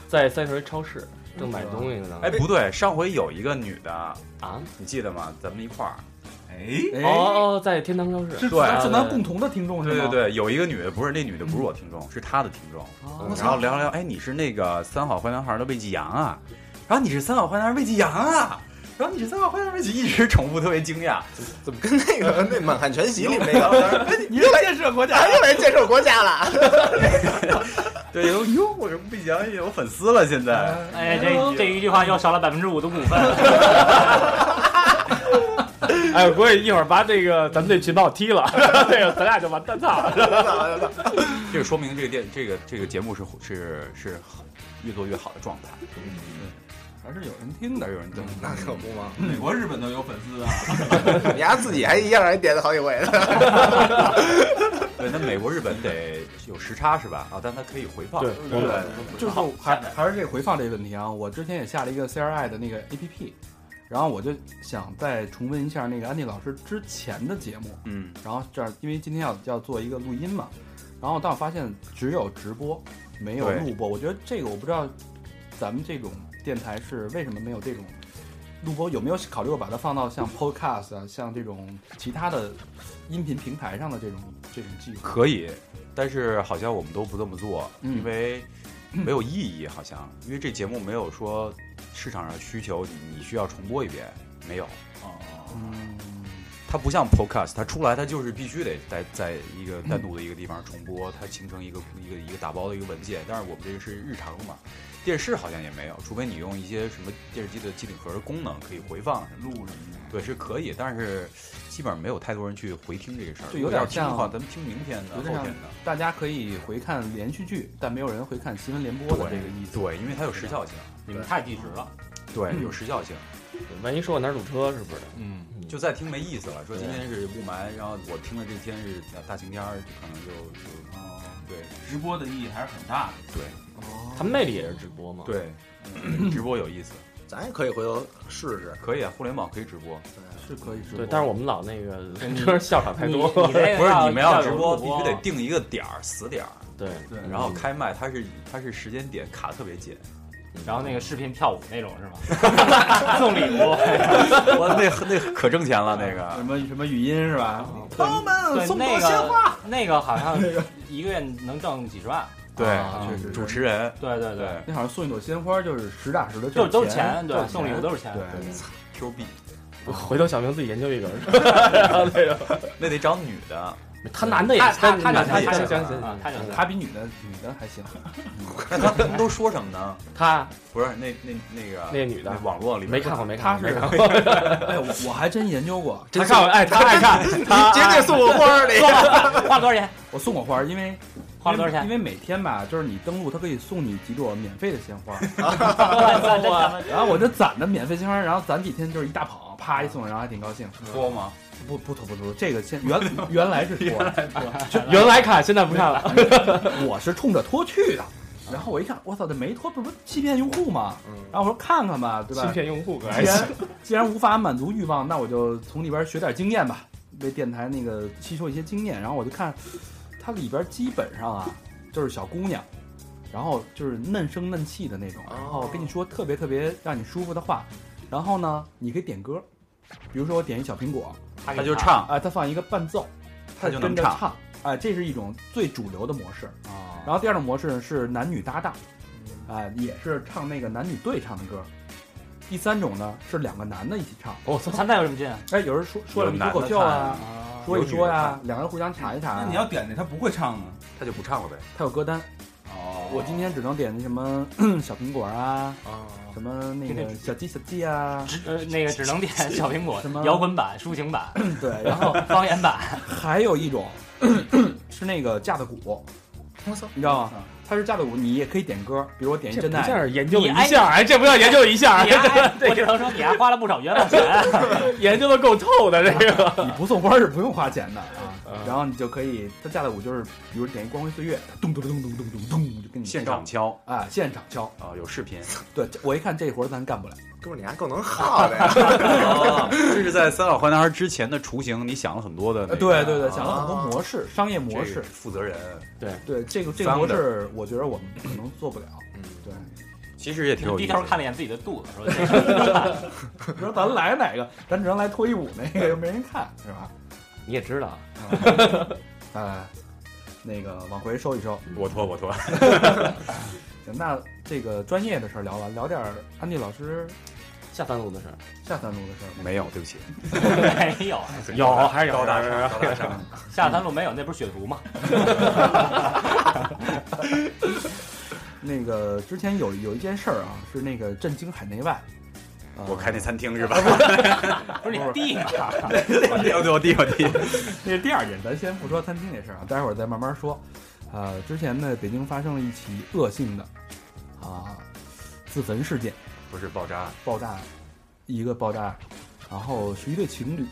[SPEAKER 6] 在三里屯超市正买东西呢。
[SPEAKER 2] 哎，不对，上回有一个女的，
[SPEAKER 6] 啊，
[SPEAKER 2] 你记得吗？咱们一块儿。
[SPEAKER 1] 哎，
[SPEAKER 3] 哎，
[SPEAKER 6] 哦哦，在天堂超
[SPEAKER 3] 是
[SPEAKER 6] 市。
[SPEAKER 2] 对
[SPEAKER 3] 咱
[SPEAKER 2] 啊
[SPEAKER 3] 是咱共同的听众是
[SPEAKER 2] 对
[SPEAKER 3] 吗？
[SPEAKER 2] 对对，有一个女的，不是那女的，不是我听众，是她的听众。
[SPEAKER 6] 我
[SPEAKER 2] 然后聊聊，哎，你是那个三好坏男孩的魏继阳啊？然后你是三好坏男孩魏继阳啊？然后你是三好坏男孩魏啊继，一直重复，特别惊讶。
[SPEAKER 5] 跟那个那《满汉全席》里面那个，哎
[SPEAKER 3] 你又建设国 家，
[SPEAKER 5] 又来介绍国家了。
[SPEAKER 2] 对，哟哟，我这魏继阳有粉丝了，现在。
[SPEAKER 3] 啊
[SPEAKER 4] 哎，这这一句话又少了百分之五的股份。
[SPEAKER 6] 哎，我估计一会儿把这个咱们这群把我踢了， 这个咱俩就完蛋操了。
[SPEAKER 2] 这个说明这个电这个这个节目是是是越做越好的状态。嗯
[SPEAKER 3] 还是有人听
[SPEAKER 2] 哪
[SPEAKER 3] 的。
[SPEAKER 2] 有人这么
[SPEAKER 5] 那可不嘛，
[SPEAKER 2] 嗯
[SPEAKER 1] 美国、日本都有粉丝啊，
[SPEAKER 5] 你丫自己还一样还点了好几回呢。
[SPEAKER 2] 对，那美国、日本得有时差是吧？啊，但它可以回放。
[SPEAKER 6] 对
[SPEAKER 2] 对
[SPEAKER 6] 对
[SPEAKER 3] 就是还还是这个回放这个问题啊，我之前也下了一个 CRI 的那个 APP，然后我就想再重温一下那个安迪老师之前的节目，
[SPEAKER 2] 嗯，
[SPEAKER 3] 然后这样因为今天要要做一个录音嘛，然后但我发现只有直播没有
[SPEAKER 2] 对
[SPEAKER 3] 录播，我觉得这个我不知道咱们这种电台是为什么没有这种录播，有没有考虑过把它放到像 Podcast 啊，像这种其他的音频平台上的这种这种计划？
[SPEAKER 2] 可以，但是好像我们都不这么做，
[SPEAKER 3] 嗯
[SPEAKER 2] 因为没有意义，好像因为这节目没有说市场上需求你你需要重播一遍，没有。
[SPEAKER 6] 哦
[SPEAKER 3] 嗯，
[SPEAKER 2] 它不像 podcast，它出来它就是必须得在在一个单独的一个地方重
[SPEAKER 3] 嗯
[SPEAKER 2] 播，它形成一个一个一个打包的一个文件。但是我们这个是日常嘛，电视好像也没有，除非你用一些什么电视机的机顶盒的功能可以回放什么的。
[SPEAKER 1] 录什么的。
[SPEAKER 2] 对，是可以，但是基本上没有太多人去回听这个事儿。
[SPEAKER 3] 就
[SPEAKER 2] 如
[SPEAKER 3] 有
[SPEAKER 2] 果要
[SPEAKER 3] 点
[SPEAKER 2] 听的
[SPEAKER 3] 像
[SPEAKER 2] 话，咱们听明天的、
[SPEAKER 3] 有
[SPEAKER 2] 后
[SPEAKER 3] 点像
[SPEAKER 2] 天的。
[SPEAKER 3] 大家可以回看连续剧，但没有人回看新闻联播的这个意思。
[SPEAKER 2] 对，因为它有时效性，
[SPEAKER 4] 你们太计时了。
[SPEAKER 2] 对
[SPEAKER 3] 嗯
[SPEAKER 2] 有时效性，
[SPEAKER 6] 万一说我哪儿堵车是不是？
[SPEAKER 4] 嗯，
[SPEAKER 2] 就再听没意思了。说今天是雾霾，然后我听了这天是大大晴天儿，就可能就就
[SPEAKER 1] 哦，
[SPEAKER 2] 对
[SPEAKER 1] 直播的意义还是很大的。嗯
[SPEAKER 2] 对
[SPEAKER 3] 哦
[SPEAKER 6] 他们那里也是直播 嘛？，
[SPEAKER 2] 对，直播有意思，
[SPEAKER 5] 咱也可以回头试试。
[SPEAKER 2] 可以啊，互联网可以直播，
[SPEAKER 3] 是可以直播。
[SPEAKER 6] 对，但是我们老那个 车笑场太
[SPEAKER 4] 你
[SPEAKER 6] 多。
[SPEAKER 4] 你这个
[SPEAKER 2] 不是
[SPEAKER 4] 要
[SPEAKER 2] 你们要直
[SPEAKER 4] 有
[SPEAKER 2] 播
[SPEAKER 4] 录
[SPEAKER 2] 必须得定一个点儿死点儿，
[SPEAKER 6] 对，
[SPEAKER 1] 对
[SPEAKER 3] 嗯
[SPEAKER 2] 然后开麦，它是它是时间点卡特别紧，
[SPEAKER 4] 然后那个 视频跳舞那种是吗？送礼物，
[SPEAKER 2] 我那那可挣钱了那
[SPEAKER 1] 什
[SPEAKER 3] 嗯
[SPEAKER 2] 个，
[SPEAKER 1] 么什么语音是吧？
[SPEAKER 3] 朋友们
[SPEAKER 4] 对
[SPEAKER 3] 送朵
[SPEAKER 4] 那
[SPEAKER 3] 鲜花。
[SPEAKER 4] 个那个 好像一个月能挣几十万。
[SPEAKER 2] 对，
[SPEAKER 3] 啊确实
[SPEAKER 2] 主持人
[SPEAKER 4] 对对
[SPEAKER 2] 对
[SPEAKER 3] 那好像送一朵鲜花就是实打实的，
[SPEAKER 4] 就是都是
[SPEAKER 3] 钱
[SPEAKER 4] 钱，，对，送礼物都是钱。
[SPEAKER 3] 对，
[SPEAKER 2] Q B，
[SPEAKER 6] 回头小明自己研究 一个。
[SPEAKER 2] 那得找女的，
[SPEAKER 6] 他男的也，
[SPEAKER 4] 他他他
[SPEAKER 6] 男
[SPEAKER 4] 他
[SPEAKER 6] 的
[SPEAKER 2] 也
[SPEAKER 6] 也
[SPEAKER 4] 他
[SPEAKER 2] 是
[SPEAKER 6] 行
[SPEAKER 4] 就
[SPEAKER 6] 行
[SPEAKER 4] 是啊
[SPEAKER 6] 行，，
[SPEAKER 4] 他就是
[SPEAKER 3] 他比女的女的还 行。
[SPEAKER 2] 那他们都说什么呢？
[SPEAKER 6] 啊他
[SPEAKER 2] 不是那那那个
[SPEAKER 6] 那女的
[SPEAKER 2] 网络里面
[SPEAKER 6] 没看过，没
[SPEAKER 3] 他
[SPEAKER 6] 看
[SPEAKER 3] 是
[SPEAKER 6] 过，没看过，
[SPEAKER 3] 哎，我我还真研究过，
[SPEAKER 6] 他看过，哎，他 爱看，
[SPEAKER 5] 你绝对送我花儿里。
[SPEAKER 4] 花了多少钱？
[SPEAKER 3] 我送过花儿，因为
[SPEAKER 4] 花了多少
[SPEAKER 3] 因
[SPEAKER 4] 钱？
[SPEAKER 3] 为每天吧，就是你登录，他可以送你几朵免费的鲜花，
[SPEAKER 4] 哇真他妈
[SPEAKER 3] 然后我就攒着免费鲜花，然后攒几天就是一大捧，啪一送，然后还挺高兴。
[SPEAKER 2] 脱吗？
[SPEAKER 3] 不不吐不吐，这个先原原来是脱，
[SPEAKER 6] 原来看，现在不看了。
[SPEAKER 3] 我是冲着脱去的。然后我一看，我操，这没脱，这不是欺骗用户吗？
[SPEAKER 5] 嗯，
[SPEAKER 3] 然后我说看看吧，对吧？
[SPEAKER 6] 欺骗用 户可还
[SPEAKER 3] 既
[SPEAKER 6] 行
[SPEAKER 3] 然既然无法满足欲望，那我就从里边学点经验吧，为电台那个吸收一些经验。然后我就看，它里边基本上啊，就是小姑娘，然后就是嫩声嫩气的那种，
[SPEAKER 5] 哦
[SPEAKER 3] 然后跟你说特别特别让你舒服的话。然后呢，你可以点歌，比如说我点一小苹果，
[SPEAKER 4] 他
[SPEAKER 2] 他
[SPEAKER 4] 给
[SPEAKER 2] 就
[SPEAKER 4] 你
[SPEAKER 2] 唱，
[SPEAKER 3] 啊、它放一个伴奏，
[SPEAKER 2] 他就能
[SPEAKER 3] 跟着
[SPEAKER 2] 唱
[SPEAKER 3] 唱，啊、这是一种最主流的模式。
[SPEAKER 1] 哦
[SPEAKER 4] 啊，
[SPEAKER 3] 然后第二种模式是男女搭档，啊、也是唱那个男女对唱的歌。第三种呢是两个男的一起唱。
[SPEAKER 4] 我操，他那有什么啊劲？
[SPEAKER 3] 哎，有人说说了
[SPEAKER 2] 有
[SPEAKER 3] 你
[SPEAKER 2] 男
[SPEAKER 3] 脱
[SPEAKER 2] 的
[SPEAKER 3] 口秀啊，说一说呀、
[SPEAKER 2] 有女的
[SPEAKER 3] 两个人互相查一查、啊
[SPEAKER 1] 那你要点这他不会唱呢？
[SPEAKER 2] 他就不唱了呗。
[SPEAKER 3] 他有歌单，
[SPEAKER 1] 哦
[SPEAKER 3] 我今天只能点那什么 小苹果啊，
[SPEAKER 5] 啊，
[SPEAKER 3] 什么那个小鸡小鸡啊，
[SPEAKER 4] 呃，那个只能 点小苹果
[SPEAKER 3] 什么
[SPEAKER 4] 摇滚版、抒情版、
[SPEAKER 3] 对， 然后
[SPEAKER 4] 方言版，
[SPEAKER 3] 还有一种 是那个架子鼓，
[SPEAKER 5] 我操，
[SPEAKER 3] 你知道吗？它是架子鼓，你也可以点歌，比如我点一
[SPEAKER 6] 这
[SPEAKER 3] 真
[SPEAKER 6] 不
[SPEAKER 3] 爱，
[SPEAKER 6] 叫研究一下，哎，这不叫研究一下，哎
[SPEAKER 4] 你还我只能说你还花了不少冤枉钱。
[SPEAKER 6] 研究的够透的这 个。
[SPEAKER 3] 你不送花是不用花钱的啊。
[SPEAKER 6] 嗯
[SPEAKER 3] 然后你就可以，它架子鼓就是，比如点一《光辉岁月》，咚咚咚咚咚咚咚，就跟你
[SPEAKER 2] 现场敲
[SPEAKER 3] 啊现场敲。
[SPEAKER 2] 啊、有视频。
[SPEAKER 3] 对，这我一看这活儿咱干不了，
[SPEAKER 5] 哥们儿你还够能耗的呀！
[SPEAKER 2] 哦这是在三好坏男孩之前的雏形，你想了很多的那个。
[SPEAKER 3] 呃对对对，
[SPEAKER 2] 啊
[SPEAKER 3] 想了很多模式，商业模
[SPEAKER 2] 这个
[SPEAKER 3] 式。
[SPEAKER 2] 负责人，
[SPEAKER 3] 对这个这个模式，我觉得我们可能做不了。
[SPEAKER 5] 嗯
[SPEAKER 3] 对，
[SPEAKER 2] 其实也挺有
[SPEAKER 4] 低
[SPEAKER 2] 意思
[SPEAKER 4] 头
[SPEAKER 2] 的。
[SPEAKER 4] 看了一眼自己的肚子，说这是
[SPEAKER 3] 你说咱来哪个？咱只能来脱衣舞那个，又没人看，是吧？
[SPEAKER 6] 你也知道，啊
[SPEAKER 3] 哎，那个往回收一收。
[SPEAKER 2] 我脱我脱，
[SPEAKER 3] 行，那这个专业的事儿聊完，聊点儿安迪老师
[SPEAKER 6] 下三路的事儿
[SPEAKER 3] 下三路的事儿吧。
[SPEAKER 2] 没有，对不起。
[SPEAKER 4] 没有。
[SPEAKER 6] 有还是有
[SPEAKER 2] 高大上，高大上。
[SPEAKER 4] 下三路没有，那不是血图吗？
[SPEAKER 3] 那个之前有有一件事儿啊，是那个震惊海内外。呃
[SPEAKER 2] 我开那餐厅是吧？
[SPEAKER 4] 不是你 弟吗？
[SPEAKER 2] 我弟，我弟，我弟，我弟。
[SPEAKER 3] 这是第二件，咱先不说餐厅这事儿啊，待会儿再慢慢说。呃，之前呢，北京发生了一起恶性的啊自焚事件，
[SPEAKER 2] 不是爆炸，
[SPEAKER 3] 爆炸，一个爆炸，然后是一对情侣，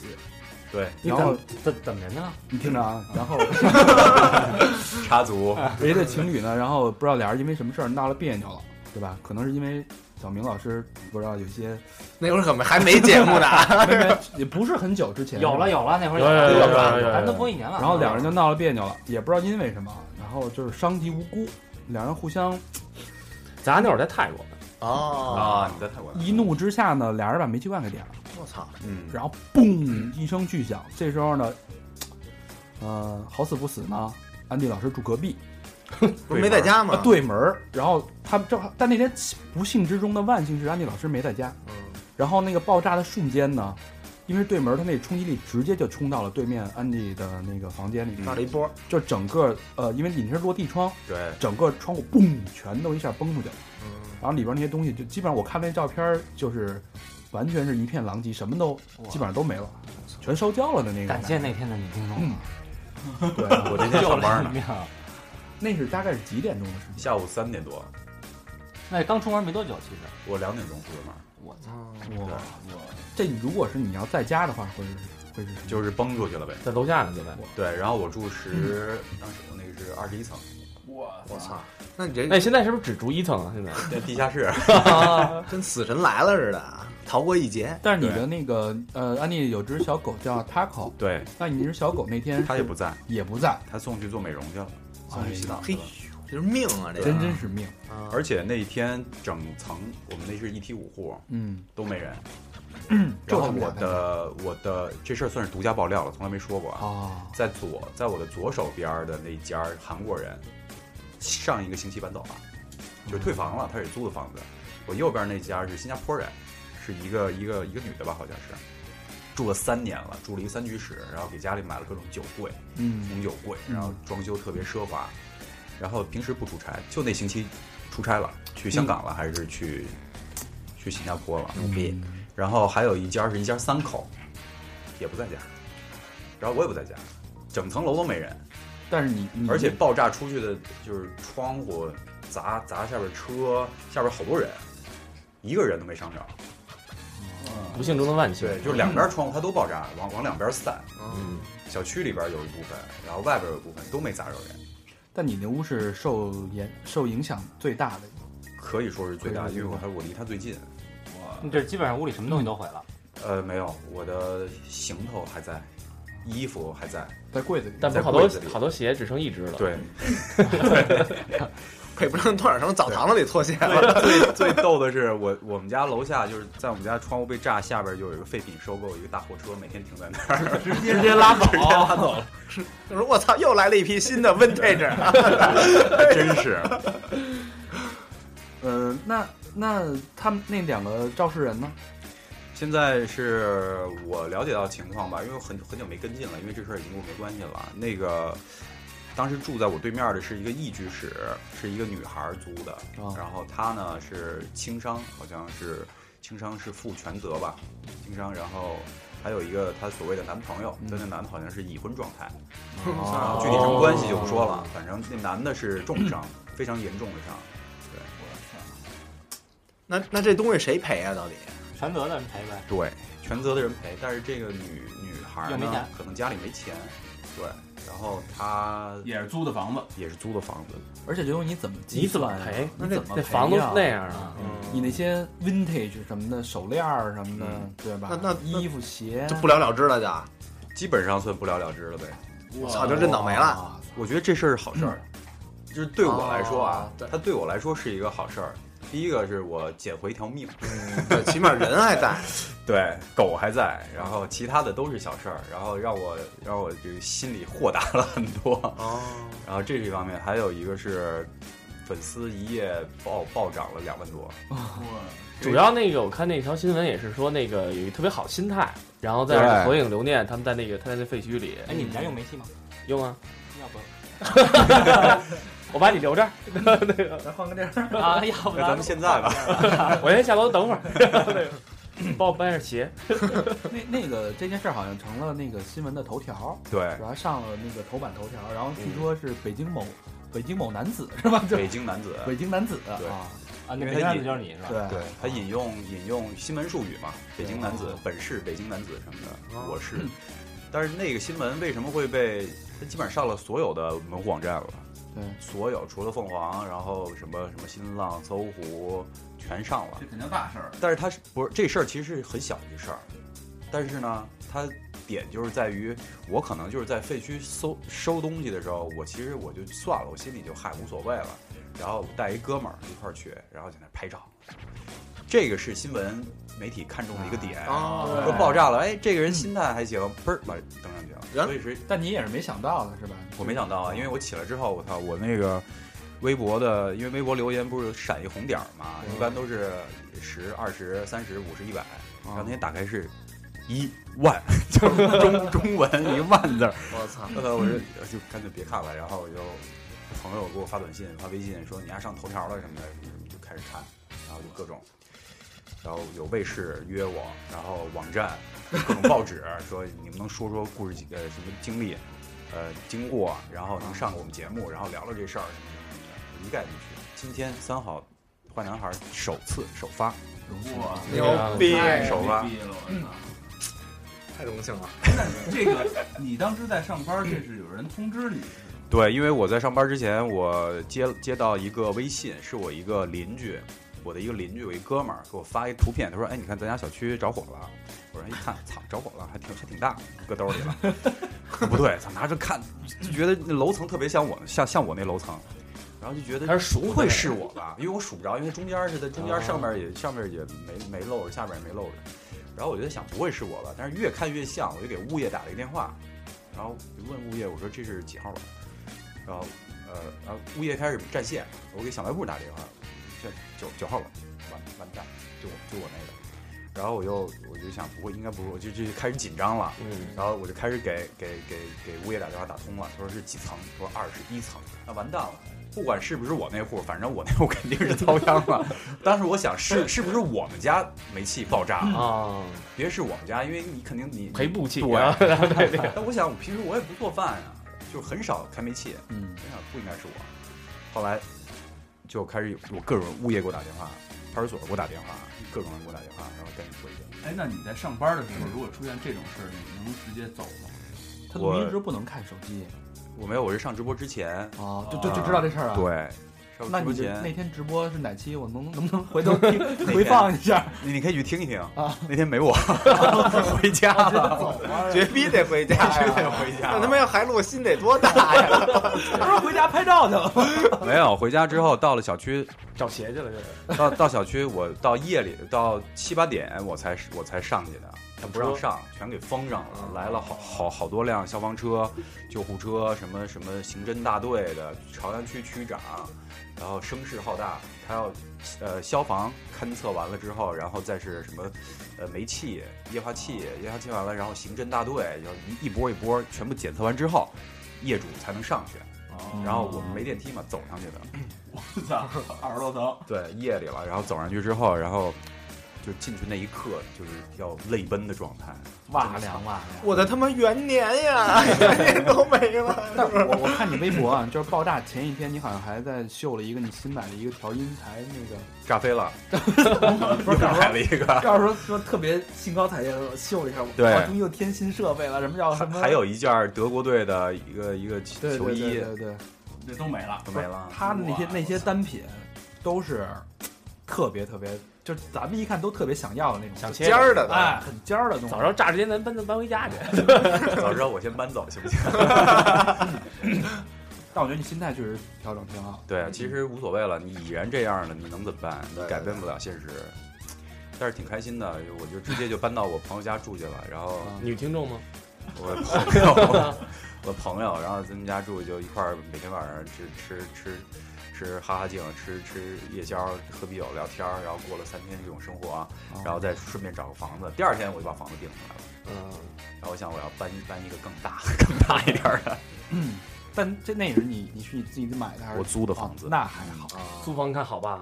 [SPEAKER 2] 对，
[SPEAKER 3] 然后
[SPEAKER 6] 怎怎么着呢？
[SPEAKER 3] 你听着啊，
[SPEAKER 4] 嗯
[SPEAKER 3] 然 后
[SPEAKER 2] 插足，
[SPEAKER 3] 一对情侣呢，然后不知道俩人因为什么事儿闹了别扭了，对吧？可能是因为小明老师不知道有 些，
[SPEAKER 5] 那会儿可没还没节目呢，
[SPEAKER 3] 也不是很久之前
[SPEAKER 4] 有了，有了，那会儿
[SPEAKER 6] 有有有有有
[SPEAKER 4] 咱都播一年了。
[SPEAKER 3] 然后两人就闹了别扭了，也不知道因为什么，然后就是伤及无辜，两人互相
[SPEAKER 6] 咱那会儿在泰国，
[SPEAKER 5] 哦，
[SPEAKER 2] 啊！你在泰国？
[SPEAKER 3] 一怒之下呢，俩人把煤气罐给点了，
[SPEAKER 5] 我操，
[SPEAKER 2] 嗯，
[SPEAKER 3] 然后嘣一声巨响。这时候呢，呃，好死不死呢，安迪老师住隔壁
[SPEAKER 5] 不是没在家
[SPEAKER 3] 啊
[SPEAKER 5] 吗？，
[SPEAKER 3] 对门儿，然后他们正好，但那天不幸之中的万幸是安迪老师没在家。然后那个爆炸的瞬间呢，因为对门儿它那冲击力直接就冲到了对面安迪的那个房间里，
[SPEAKER 5] 闹了一波，
[SPEAKER 3] 就整个呃，因为你是落地窗，
[SPEAKER 2] 对，
[SPEAKER 3] 整个窗户嘣全都一下崩出去了。
[SPEAKER 5] 嗯，
[SPEAKER 3] 然后里边那些东西就基本上我看那照片儿就是完全是一片狼藉，什么都
[SPEAKER 4] 哇
[SPEAKER 3] 基本上都没了，全烧焦了的那个。
[SPEAKER 4] 感谢那天的女 听众啊，
[SPEAKER 3] 对，
[SPEAKER 2] 我那天
[SPEAKER 4] 救
[SPEAKER 2] 上
[SPEAKER 4] 了
[SPEAKER 2] 班
[SPEAKER 4] 一
[SPEAKER 2] 呢，
[SPEAKER 4] 命。
[SPEAKER 3] 那是大概是几点钟的事情？
[SPEAKER 2] 下午三点多，
[SPEAKER 4] 那刚出门没多久，其实
[SPEAKER 2] 我两点钟出的门，
[SPEAKER 4] 我操，
[SPEAKER 3] 哇，这如果是你要在家的话，会是会是什么？
[SPEAKER 2] 就是崩出去了呗。
[SPEAKER 6] 在楼下呢，就在。
[SPEAKER 2] 对，然后我住十，当时我那个是二十一层，
[SPEAKER 5] 哦我操，那你这
[SPEAKER 6] 哎，现在是不是只住一层啊？现在
[SPEAKER 2] 在地下室。
[SPEAKER 5] 跟死神来了似的，逃过一劫。
[SPEAKER 3] 但是你的那个呃，安妮有只小狗叫 Taco，
[SPEAKER 2] 对
[SPEAKER 3] 那你那只小狗那天是
[SPEAKER 2] 他也不在，
[SPEAKER 3] 也不在，
[SPEAKER 2] 他送去做美容去了，送去洗澡去
[SPEAKER 5] 嘿
[SPEAKER 2] 了。，
[SPEAKER 5] 这是命啊，这
[SPEAKER 3] 真
[SPEAKER 5] 个。
[SPEAKER 3] 真是命。
[SPEAKER 5] 啊
[SPEAKER 2] 而且那一天整层我们那是一梯五户
[SPEAKER 3] 嗯，
[SPEAKER 2] 都没人，
[SPEAKER 3] 就
[SPEAKER 2] 然后
[SPEAKER 3] 他们俩
[SPEAKER 2] 我的我的这事儿算是独家爆料了，从来没说过啊。
[SPEAKER 3] 啊，
[SPEAKER 2] 在左，在我的左手边儿的那家儿韩国人，上一个星期搬走了，就退房了，他也租的房子。我右边那家是新加坡人，是一个一个一个女的吧，好像是，住了三年了，住了一个三居室，然后给家里买了各种酒柜，
[SPEAKER 3] 嗯，
[SPEAKER 2] 红酒柜，然后装修特别奢华，然后平时不出差，就那星期出差了，去香港了，还是去去新加坡了，嗯牛逼。
[SPEAKER 3] 嗯
[SPEAKER 2] 然后还有一家是一家三口，也不在家，然后我也不在家，整层楼都没人，
[SPEAKER 3] 但是你你
[SPEAKER 2] 而且爆炸出去的就是窗户砸砸下边车，下边好多人，一个人都没伤着，
[SPEAKER 6] 不幸中的万幸。
[SPEAKER 2] 对，就是两边窗户它都爆炸，往往两边散，
[SPEAKER 5] 哦
[SPEAKER 6] 嗯，
[SPEAKER 2] 小区里边有一部分，然后外边有一部分都没砸着人。
[SPEAKER 3] 但你那屋是受影受影响最大的，
[SPEAKER 2] 可以说是最大，
[SPEAKER 3] 可以说是
[SPEAKER 2] 因为我还我离他最近。
[SPEAKER 4] 这嗯基本上屋里什么东西都毁了。
[SPEAKER 6] 嗯
[SPEAKER 2] 呃，没有，我的行头还在，衣服还在。
[SPEAKER 3] 在柜子里。
[SPEAKER 6] 但不是好
[SPEAKER 2] 在
[SPEAKER 6] 多
[SPEAKER 2] 柜子里
[SPEAKER 6] 好多鞋只剩一只了。，
[SPEAKER 2] 对，
[SPEAKER 5] 配不上多少声，澡堂子里脱鞋了。
[SPEAKER 2] 最 最逗的是，我我们家楼下就是在我们家窗户被炸下边就有一个废品收购一个大货车，每天停在那儿，直接直接拉走，直接拉走了，
[SPEAKER 5] 我说我操，又来了一批新的 vintage，
[SPEAKER 2] 真是。
[SPEAKER 3] 呃，那那他们那两个肇事人呢？
[SPEAKER 2] 现在是我了解到情况吧，因为我很很久没跟进了，因为这事儿已经跟我没关系了。那个当时住在我对面的是一个一居室，是一个女孩租的，
[SPEAKER 3] 哦
[SPEAKER 2] 然后她呢是轻伤，好像是轻伤是负全责吧，轻伤，然后还有一个她所谓的男朋友，但那男的好像是已婚状态，
[SPEAKER 4] 啊
[SPEAKER 2] 然
[SPEAKER 1] 哦
[SPEAKER 2] 后具体什么关系就不说了，反正那男的是重伤，非常严重的伤。
[SPEAKER 5] 那那这东西谁赔啊？到底？
[SPEAKER 4] 全责的人赔呗。
[SPEAKER 2] 对，全责的人赔，但是这个女女孩
[SPEAKER 4] 又没钱
[SPEAKER 2] 呢，可能家里没钱，对，然后她
[SPEAKER 1] 也是租的房子，
[SPEAKER 2] 也是租的房子，
[SPEAKER 3] 而且这东西你怎么计
[SPEAKER 6] 你怎么
[SPEAKER 3] 算呀啊
[SPEAKER 6] 赔？
[SPEAKER 3] 你
[SPEAKER 6] 那
[SPEAKER 3] 怎么
[SPEAKER 6] 那
[SPEAKER 3] 赔
[SPEAKER 6] 房都是
[SPEAKER 3] 呀
[SPEAKER 6] 那样的
[SPEAKER 4] 啊，
[SPEAKER 3] 你那些 vintage 什么的手链儿什么的，
[SPEAKER 2] 嗯
[SPEAKER 3] 对吧？
[SPEAKER 5] 那那那
[SPEAKER 3] 衣服鞋啊
[SPEAKER 5] 就不了了之了就。
[SPEAKER 2] 基本上算不了了之了呗。
[SPEAKER 3] 哇
[SPEAKER 5] 操就认倒霉
[SPEAKER 3] 哦
[SPEAKER 5] 了。
[SPEAKER 2] 我觉得这事儿是好事儿，就是对我来说啊
[SPEAKER 3] 哦，对
[SPEAKER 2] 它对我来说是一个好事儿。第一个是我捡回一条命，
[SPEAKER 5] 对，起码人还在。
[SPEAKER 2] 对，狗还在，然后其他的都是小事儿，然后让我让我这个心里豁达了很多。
[SPEAKER 5] 哦，
[SPEAKER 2] 然后这是一方面，还有一个是粉丝一夜暴暴涨了两万多，嗯
[SPEAKER 6] 主要那个我看那条新闻也是说那个有一特别好心态，然后在
[SPEAKER 2] 对
[SPEAKER 6] 《火影留念》他们在那个他在那废墟里
[SPEAKER 4] 哎，你们家用煤 气吗？
[SPEAKER 6] 用啊，
[SPEAKER 4] 要不
[SPEAKER 6] 我把你留这儿，
[SPEAKER 3] 咱换个地儿，
[SPEAKER 4] 啊，要不
[SPEAKER 2] 那咱们现在吧，
[SPEAKER 6] 我先下楼等会儿，那个帮我搬下鞋。
[SPEAKER 3] 那那个这件事儿好像成了那个新闻的头条，
[SPEAKER 2] 对
[SPEAKER 3] 然，后上了那个头版头条，然后据说是北京某、
[SPEAKER 6] 嗯
[SPEAKER 3] 北京某男子是吧？就
[SPEAKER 2] 北京男子，
[SPEAKER 3] 北京男子
[SPEAKER 2] 对
[SPEAKER 3] 啊，
[SPEAKER 4] 啊，那
[SPEAKER 2] 因为
[SPEAKER 4] 北
[SPEAKER 2] 他
[SPEAKER 4] 京
[SPEAKER 2] 引
[SPEAKER 4] 就是你是吧？
[SPEAKER 3] 对
[SPEAKER 2] 对他引用引用新闻术语嘛，北京男子、本市北京男子什么的，我是。但是那个新闻为什么会被？他基本上上了所有的门户网站了，
[SPEAKER 3] 对
[SPEAKER 2] 所有除了凤凰，然后什么什么新浪、搜狐全上了
[SPEAKER 1] 这。肯定大事儿。
[SPEAKER 2] 但是他是不是这事儿其实是很小一事儿，但是呢，它点就是在于我可能就是在废墟搜收东西的时候，我其实我就算了，我心里就嗨无所谓了。然后我带一哥们儿一块儿去，然后在那拍照，这个是新闻媒体看中的一个点。
[SPEAKER 5] 哦
[SPEAKER 2] 都爆炸了，哎，这个人心态还行，嘣儿把人登上去了。
[SPEAKER 5] 然
[SPEAKER 2] 所以是
[SPEAKER 3] 但你也是没想到的是吧？哦
[SPEAKER 2] 我没想到
[SPEAKER 3] 嗯
[SPEAKER 2] 啊，因为我起来之后，我操，我那个微博的，因为微博留言不是闪一红点儿嘛，
[SPEAKER 3] 嗯
[SPEAKER 2] 一般都是十、二十、三十、五十、一百，
[SPEAKER 3] 哦
[SPEAKER 2] 然后那天打开是一万，就是中中文一万字儿，
[SPEAKER 5] 我操！
[SPEAKER 2] 我操，我就就干脆别看了，然后我就朋友给我发短信、发微信说你丫上头条了什么的，就开始看，然后就各种。然后有卫视约我，然后网站、各种报纸说你们能说说故事经呃什么经历，呃经过，然后能上我们节目，然后聊聊这事儿什么什么什么的，我一概不去。今天三好坏男孩首次首发，
[SPEAKER 1] 哇，
[SPEAKER 5] 牛逼！
[SPEAKER 2] 太手吧
[SPEAKER 1] 逼了！我操！
[SPEAKER 5] 太荣幸了。
[SPEAKER 1] 那这个你当时在上班，这是有人通知你是吗？
[SPEAKER 2] 对，因为我在上班之前，我接接到一个微信，是我一个邻居，我的一个邻居，我一哥们儿给我发一图片，他说：“哎，你看咱家小区着火了。”我说：“一看，操，着火了，还挺还挺大，搁兜里了。 不对，操，拿着看就觉得那楼层特别像我像像我那楼层，然后就觉得
[SPEAKER 6] 他是熟
[SPEAKER 2] 不会哦是我吧？因为我数不着，因为中间是在中间上面也上面也没没露着，下面也没露着。然后我就在想，不会是我吧？但是越看越像，我就给物业打了一个电话，然后就问物业，我说这是几号楼？然后呃，然后物业开始占线，我给小卖部打电话，这九九号楼，完完蛋，就我就我那个。然后我又我就想，不会应该不是，我就就开始紧张了。
[SPEAKER 6] 嗯，
[SPEAKER 2] 然后我就开始给给给给物业打电话打通了，他说是几层，说二十一层，那完蛋了。不管是不是我那户，反正我那户肯定是遭殃了。当时我想是是不是我们家煤气爆炸了？
[SPEAKER 6] 啊，
[SPEAKER 2] 别是我们家，因为你肯定你
[SPEAKER 6] 赔不起
[SPEAKER 2] 对
[SPEAKER 6] 啊，
[SPEAKER 2] 但我想，我平时我也不做饭啊，就很少开煤气，
[SPEAKER 3] 嗯
[SPEAKER 2] 我想不应该是我。后来就开始有我各种物业给我打电话，派出所给我打电话，各种人给我打电话，然后赶紧回去。
[SPEAKER 1] 哎，那你在上班的时候，如果出现这种事儿，你能直接走吗？
[SPEAKER 3] 他录音
[SPEAKER 2] 我
[SPEAKER 3] 时候不能看手机
[SPEAKER 2] 我没有，我是上直播之前，
[SPEAKER 3] 啊，就就就知道这事儿啊。。
[SPEAKER 2] 对，上
[SPEAKER 3] 那
[SPEAKER 2] 直播
[SPEAKER 3] 你就
[SPEAKER 2] 前
[SPEAKER 3] 那天直播是哪期？我能能不能回头 听回放一下？
[SPEAKER 2] 你你可以去听一听
[SPEAKER 3] 啊，
[SPEAKER 2] 那天没 我，回家
[SPEAKER 5] 啊
[SPEAKER 2] 了，
[SPEAKER 5] 绝逼得回家
[SPEAKER 2] 必须
[SPEAKER 5] 呀！
[SPEAKER 2] 得回家
[SPEAKER 5] 那
[SPEAKER 2] 了。
[SPEAKER 5] 他妈要还录，心得多大呀！
[SPEAKER 3] 不是回家拍照去了？
[SPEAKER 2] 没有，回家之后到了小区，
[SPEAKER 6] 找鞋去了这是，
[SPEAKER 2] 到到小区，我到夜里到七八点我才我才上去的，他不让上，全给封上了，来了好好好多辆消防车、救护车，什么什么刑侦大队的朝阳区区长，然后声势浩大，他要呃消防勘测完了之后，然后再是什么呃煤气、液化气、液化气完了，然后刑侦大队，然后一一波一波全部检测完之后，业主才能上去。然后我们没电梯嘛，走 上去的。
[SPEAKER 3] 二十多层，
[SPEAKER 2] 对，夜里了，然后走上去之后，然后就进去那一刻，就是要泪奔的状态。
[SPEAKER 6] 哇凉哇凉。
[SPEAKER 5] 我的他妈元年呀， 元年都没了。
[SPEAKER 3] 但是我我看你微博啊，就是爆炸前一天，你好像还在秀了一个你新买的一个调音台，那
[SPEAKER 2] 炸飞 了，
[SPEAKER 3] 个不
[SPEAKER 2] 又
[SPEAKER 3] 是告诉
[SPEAKER 2] 买
[SPEAKER 3] 说
[SPEAKER 2] 了一个。
[SPEAKER 3] 告诉说说特别兴高采烈的秀一下，我
[SPEAKER 2] 啊对
[SPEAKER 3] 哇终于又添新设备了，什么叫什
[SPEAKER 2] 还
[SPEAKER 3] 么
[SPEAKER 2] 还有一件德国队的一个一个
[SPEAKER 3] 对
[SPEAKER 2] 球
[SPEAKER 3] 对对
[SPEAKER 2] 衣
[SPEAKER 3] 对对，
[SPEAKER 1] 这都没了。
[SPEAKER 2] 都没了。
[SPEAKER 3] 他的那些
[SPEAKER 1] 哇
[SPEAKER 3] 那些单品都是特别特别，就是咱们一看都特别想要的那种，
[SPEAKER 6] 想切
[SPEAKER 5] 尖儿的，
[SPEAKER 3] 哎，很尖儿的东西。
[SPEAKER 6] 早知道炸之前咱搬搬回家去。
[SPEAKER 2] 早知道我先搬走行不 行？
[SPEAKER 3] 但我觉得你心态确实调整挺好。
[SPEAKER 2] 对，啊其实无所谓了，你已然这样了，你能怎么办？你
[SPEAKER 5] 对
[SPEAKER 2] 改变不了现实，但是挺开心的，我就直接就搬到我朋友家住去了。然后
[SPEAKER 3] 嗯
[SPEAKER 6] 女听众吗？
[SPEAKER 2] 我朋友， 我朋友，然后咱们家住就一块儿，每天晚上吃吃吃吃哈哈镜，吃吃夜宵，喝啤酒，聊天儿，然后过了三天这种生活啊，然后再顺便找个房子。第二天我就把房子定下来了，
[SPEAKER 6] 嗯，
[SPEAKER 2] 然后我想我要搬一搬一个更大更大一点儿 的，
[SPEAKER 3] 但这那也是你你是你自己买的还是
[SPEAKER 2] 我租的房子
[SPEAKER 3] 哦那还好。哦
[SPEAKER 6] 租房看好吧，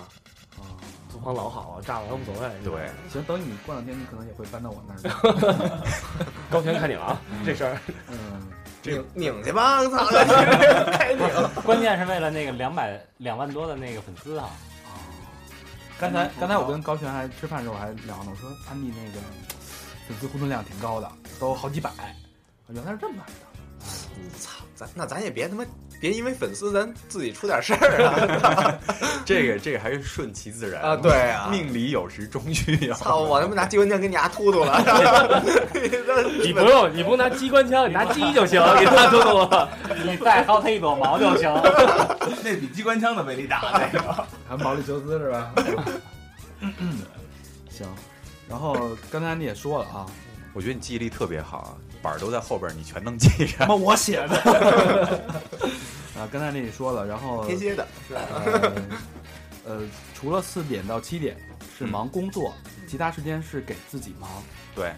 [SPEAKER 6] 租房老好啊，炸了都无所谓。
[SPEAKER 2] 对，
[SPEAKER 3] 行，等你过两天，你可能也会搬到我那儿。
[SPEAKER 6] 高璇看你了啊，这事儿
[SPEAKER 3] 嗯，
[SPEAKER 5] 拧拧去吧，我操！ 开拧。
[SPEAKER 4] 关键是为了那个两百两万多的那个粉丝啊，
[SPEAKER 3] 刚才刚才我跟高璇还吃饭的时候还聊呢，我说安迪那个粉丝互动量挺高的，都好几百。原来是这么来的，
[SPEAKER 5] 操，咱那咱也别他妈别因为粉丝咱自己出点事儿啊！
[SPEAKER 2] 这个这个还是顺其自然
[SPEAKER 5] 啊，对 啊，
[SPEAKER 2] 命里有时终须有。
[SPEAKER 5] 操，我他妈拿机关枪给你牙突突了！
[SPEAKER 6] 你不用，你不用拿机关枪，你拿鸡就行， 给他都懂了。
[SPEAKER 4] 你再薅他一朵毛就行。
[SPEAKER 1] 那比机关枪的威力大。那个
[SPEAKER 3] 还毛里求斯是吧？ 行，然后刚才安迪也说了啊，
[SPEAKER 2] 我觉得你记忆力特别好，啊板儿都在后边儿，你全能记着。
[SPEAKER 3] 妈我写的啊，刚才那里说了，然后
[SPEAKER 5] 天蝎的，是吧
[SPEAKER 3] 呃呃，除了四点到七点是忙工作，其他时间是给自己忙。
[SPEAKER 2] 对，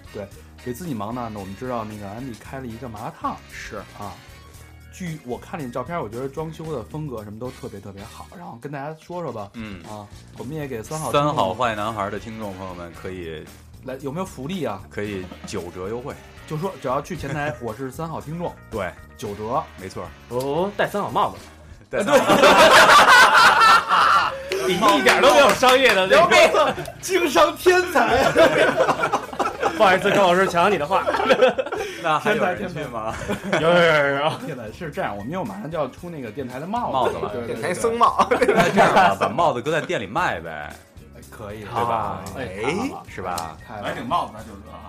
[SPEAKER 3] 给自己忙呢，那我们知道那个安迪开了一个麻辣烫
[SPEAKER 2] 是
[SPEAKER 3] 啊。据我看那照片，我觉得装修的风格什么都特别特别好。然后跟大家说说吧，
[SPEAKER 2] 嗯。
[SPEAKER 3] 啊，我们也给三好
[SPEAKER 2] 三好坏男孩的听众朋友们，可以
[SPEAKER 3] 来有没有福利啊？
[SPEAKER 2] 可以九折优惠，
[SPEAKER 3] 就说只要去 前台，我是三好听众，
[SPEAKER 2] 对，
[SPEAKER 3] 九折。
[SPEAKER 2] 没错。
[SPEAKER 6] 哦，戴三好帽子，
[SPEAKER 2] 对，对
[SPEAKER 6] 你一点都没有商业的那个。
[SPEAKER 3] 经商天才，
[SPEAKER 6] 不好意思，高老师抢了你的话。
[SPEAKER 2] 那还有
[SPEAKER 3] 天才
[SPEAKER 2] 人去吗？
[SPEAKER 6] 有有有有有，
[SPEAKER 3] 天才是这样，我们因为马上就要出那个电台的帽
[SPEAKER 2] 帽
[SPEAKER 3] 子
[SPEAKER 2] 子了
[SPEAKER 3] 对对
[SPEAKER 5] 电
[SPEAKER 3] 对
[SPEAKER 5] 台僧帽，
[SPEAKER 2] 那这样吧，把帽子搁在店里卖呗，
[SPEAKER 3] 哎可以，对
[SPEAKER 2] 对吧？
[SPEAKER 6] 好
[SPEAKER 4] 哎，
[SPEAKER 5] 哎
[SPEAKER 4] 太好了
[SPEAKER 2] 是吧？
[SPEAKER 3] 太
[SPEAKER 1] 买顶帽子那就是啊，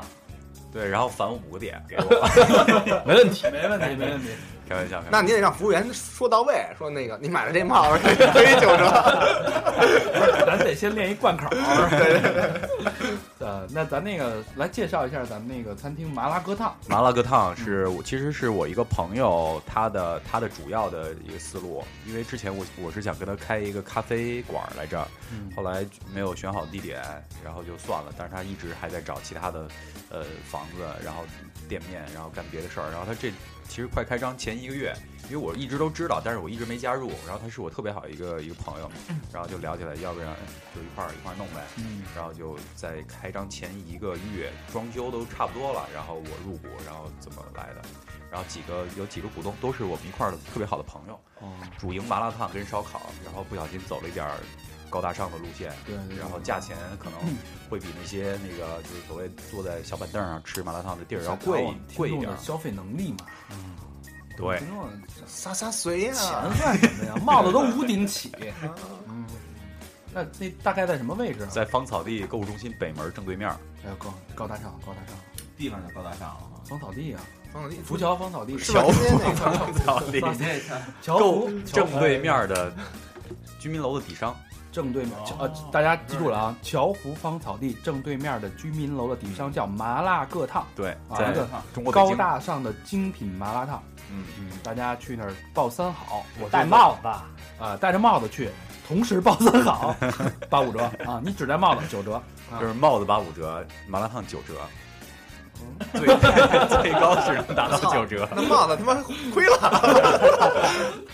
[SPEAKER 2] 对，然后返五个点给 我，
[SPEAKER 6] 没问题。
[SPEAKER 3] 没问题，没问题。
[SPEAKER 2] 开玩笑。开玩笑
[SPEAKER 5] 那你得让服务员说到位，说那个你买了这帽 子可以九折。
[SPEAKER 3] 咱得先练一贯 口儿。 呃，那咱那个来介绍一下咱们那个餐厅麻辣疙烫。
[SPEAKER 2] 麻辣疙汤是我其实是我一个朋友他的他的主要的一个思路，因为之前我我是想跟他开一个咖啡馆来着，
[SPEAKER 3] 嗯
[SPEAKER 2] 后来没有选好地点，然后就算了。但是他一直还在找其他的呃房子，然后店面，然后干别的事儿。然后他这其实快开张前一个月，因为我一直都知道，但是我一直没加入。然后他是我特别好一个一个朋友，然后就聊起来，要不然就一块儿一块儿弄呗。
[SPEAKER 3] 嗯，
[SPEAKER 2] 然后就在开张前一个月，装修都差不多了，然后我入股，然后怎么来的，然后几个有几个股东都是我们一块儿的特别好的朋友，
[SPEAKER 3] 哦，
[SPEAKER 2] 主营麻辣烫跟烧烤，然后不小心走了一点儿高大上的路线，
[SPEAKER 3] 对对对
[SPEAKER 2] 然后价钱可能会比那些那个就是所谓坐在小板凳上吃麻辣烫的地儿要贵
[SPEAKER 3] 想
[SPEAKER 2] 贵一
[SPEAKER 3] 啊听众
[SPEAKER 2] 点
[SPEAKER 3] 的
[SPEAKER 2] 儿，
[SPEAKER 3] 消费能力嘛，
[SPEAKER 2] 对
[SPEAKER 3] 听。众
[SPEAKER 5] 洒洒水呀，
[SPEAKER 3] 钱算什 么呀？帽子都五顶起。嗯，那那大概在什么位置啊？
[SPEAKER 2] 在芳草地购物中心北门正对面儿，
[SPEAKER 3] 哎呦，高高大上，高大上，
[SPEAKER 1] 地方就高大上了啊。
[SPEAKER 3] 芳草地啊，
[SPEAKER 5] 嗯
[SPEAKER 3] 浮桥芳草地，
[SPEAKER 5] 是吧？今 天那个
[SPEAKER 2] 芳草地
[SPEAKER 1] 你这
[SPEAKER 3] 桥
[SPEAKER 2] 购
[SPEAKER 3] 浮
[SPEAKER 2] 啊正对面儿 的居民楼的底商，
[SPEAKER 3] 正对面，
[SPEAKER 2] 哦
[SPEAKER 3] 呃，大家记住了
[SPEAKER 2] 哎
[SPEAKER 3] 啊，侨湖芳草地正对面的居民楼的底商叫麻辣疙烫，
[SPEAKER 2] 对，
[SPEAKER 3] 啊
[SPEAKER 2] 在
[SPEAKER 3] 那个
[SPEAKER 2] 中国北
[SPEAKER 3] 高
[SPEAKER 2] 京，
[SPEAKER 3] 大上的精品麻辣烫。
[SPEAKER 2] 嗯。
[SPEAKER 3] 嗯，大家去那儿报三好，我
[SPEAKER 4] 戴帽子，
[SPEAKER 3] 啊、戴着帽子去，同时报三好，八五折啊！你只戴帽子九折，
[SPEAKER 2] 就是帽子八五折，麻辣烫九折，最最高只能打到
[SPEAKER 5] 操
[SPEAKER 2] 九折。
[SPEAKER 5] 那帽子他妈亏了，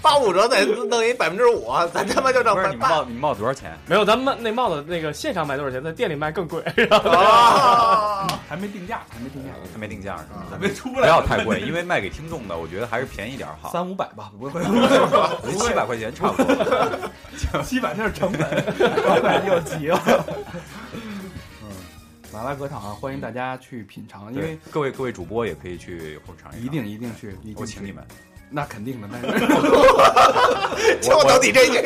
[SPEAKER 5] 八五折再弄一百分之五，咱他妈就挣
[SPEAKER 2] 不是
[SPEAKER 5] 百
[SPEAKER 2] 你们
[SPEAKER 5] 八
[SPEAKER 2] 帽你们帽子多少钱？
[SPEAKER 6] 没有，咱们那帽子那个线上卖多少钱，在店里卖更贵。
[SPEAKER 5] 啊！
[SPEAKER 3] 还没定价，还没定价，
[SPEAKER 2] 还没定价是吧？
[SPEAKER 3] 还没出
[SPEAKER 2] 不
[SPEAKER 3] 来，
[SPEAKER 2] 要太贵，因为卖给听众的，我觉得还是便宜点儿好。
[SPEAKER 3] 三五百吧，不会，
[SPEAKER 2] 七百块钱差不多。
[SPEAKER 3] 七百那是成本，老板又急了。嗯，马拉格糖啊，欢迎大家去品尝，因
[SPEAKER 2] 对
[SPEAKER 3] 为，
[SPEAKER 2] 各位各位主播也可以去后尝一尝，
[SPEAKER 3] 一定一定去，一定
[SPEAKER 2] 我
[SPEAKER 3] 去
[SPEAKER 2] 请你，们。
[SPEAKER 3] 那肯定的，但是
[SPEAKER 5] 就
[SPEAKER 2] 我
[SPEAKER 5] 等你这句，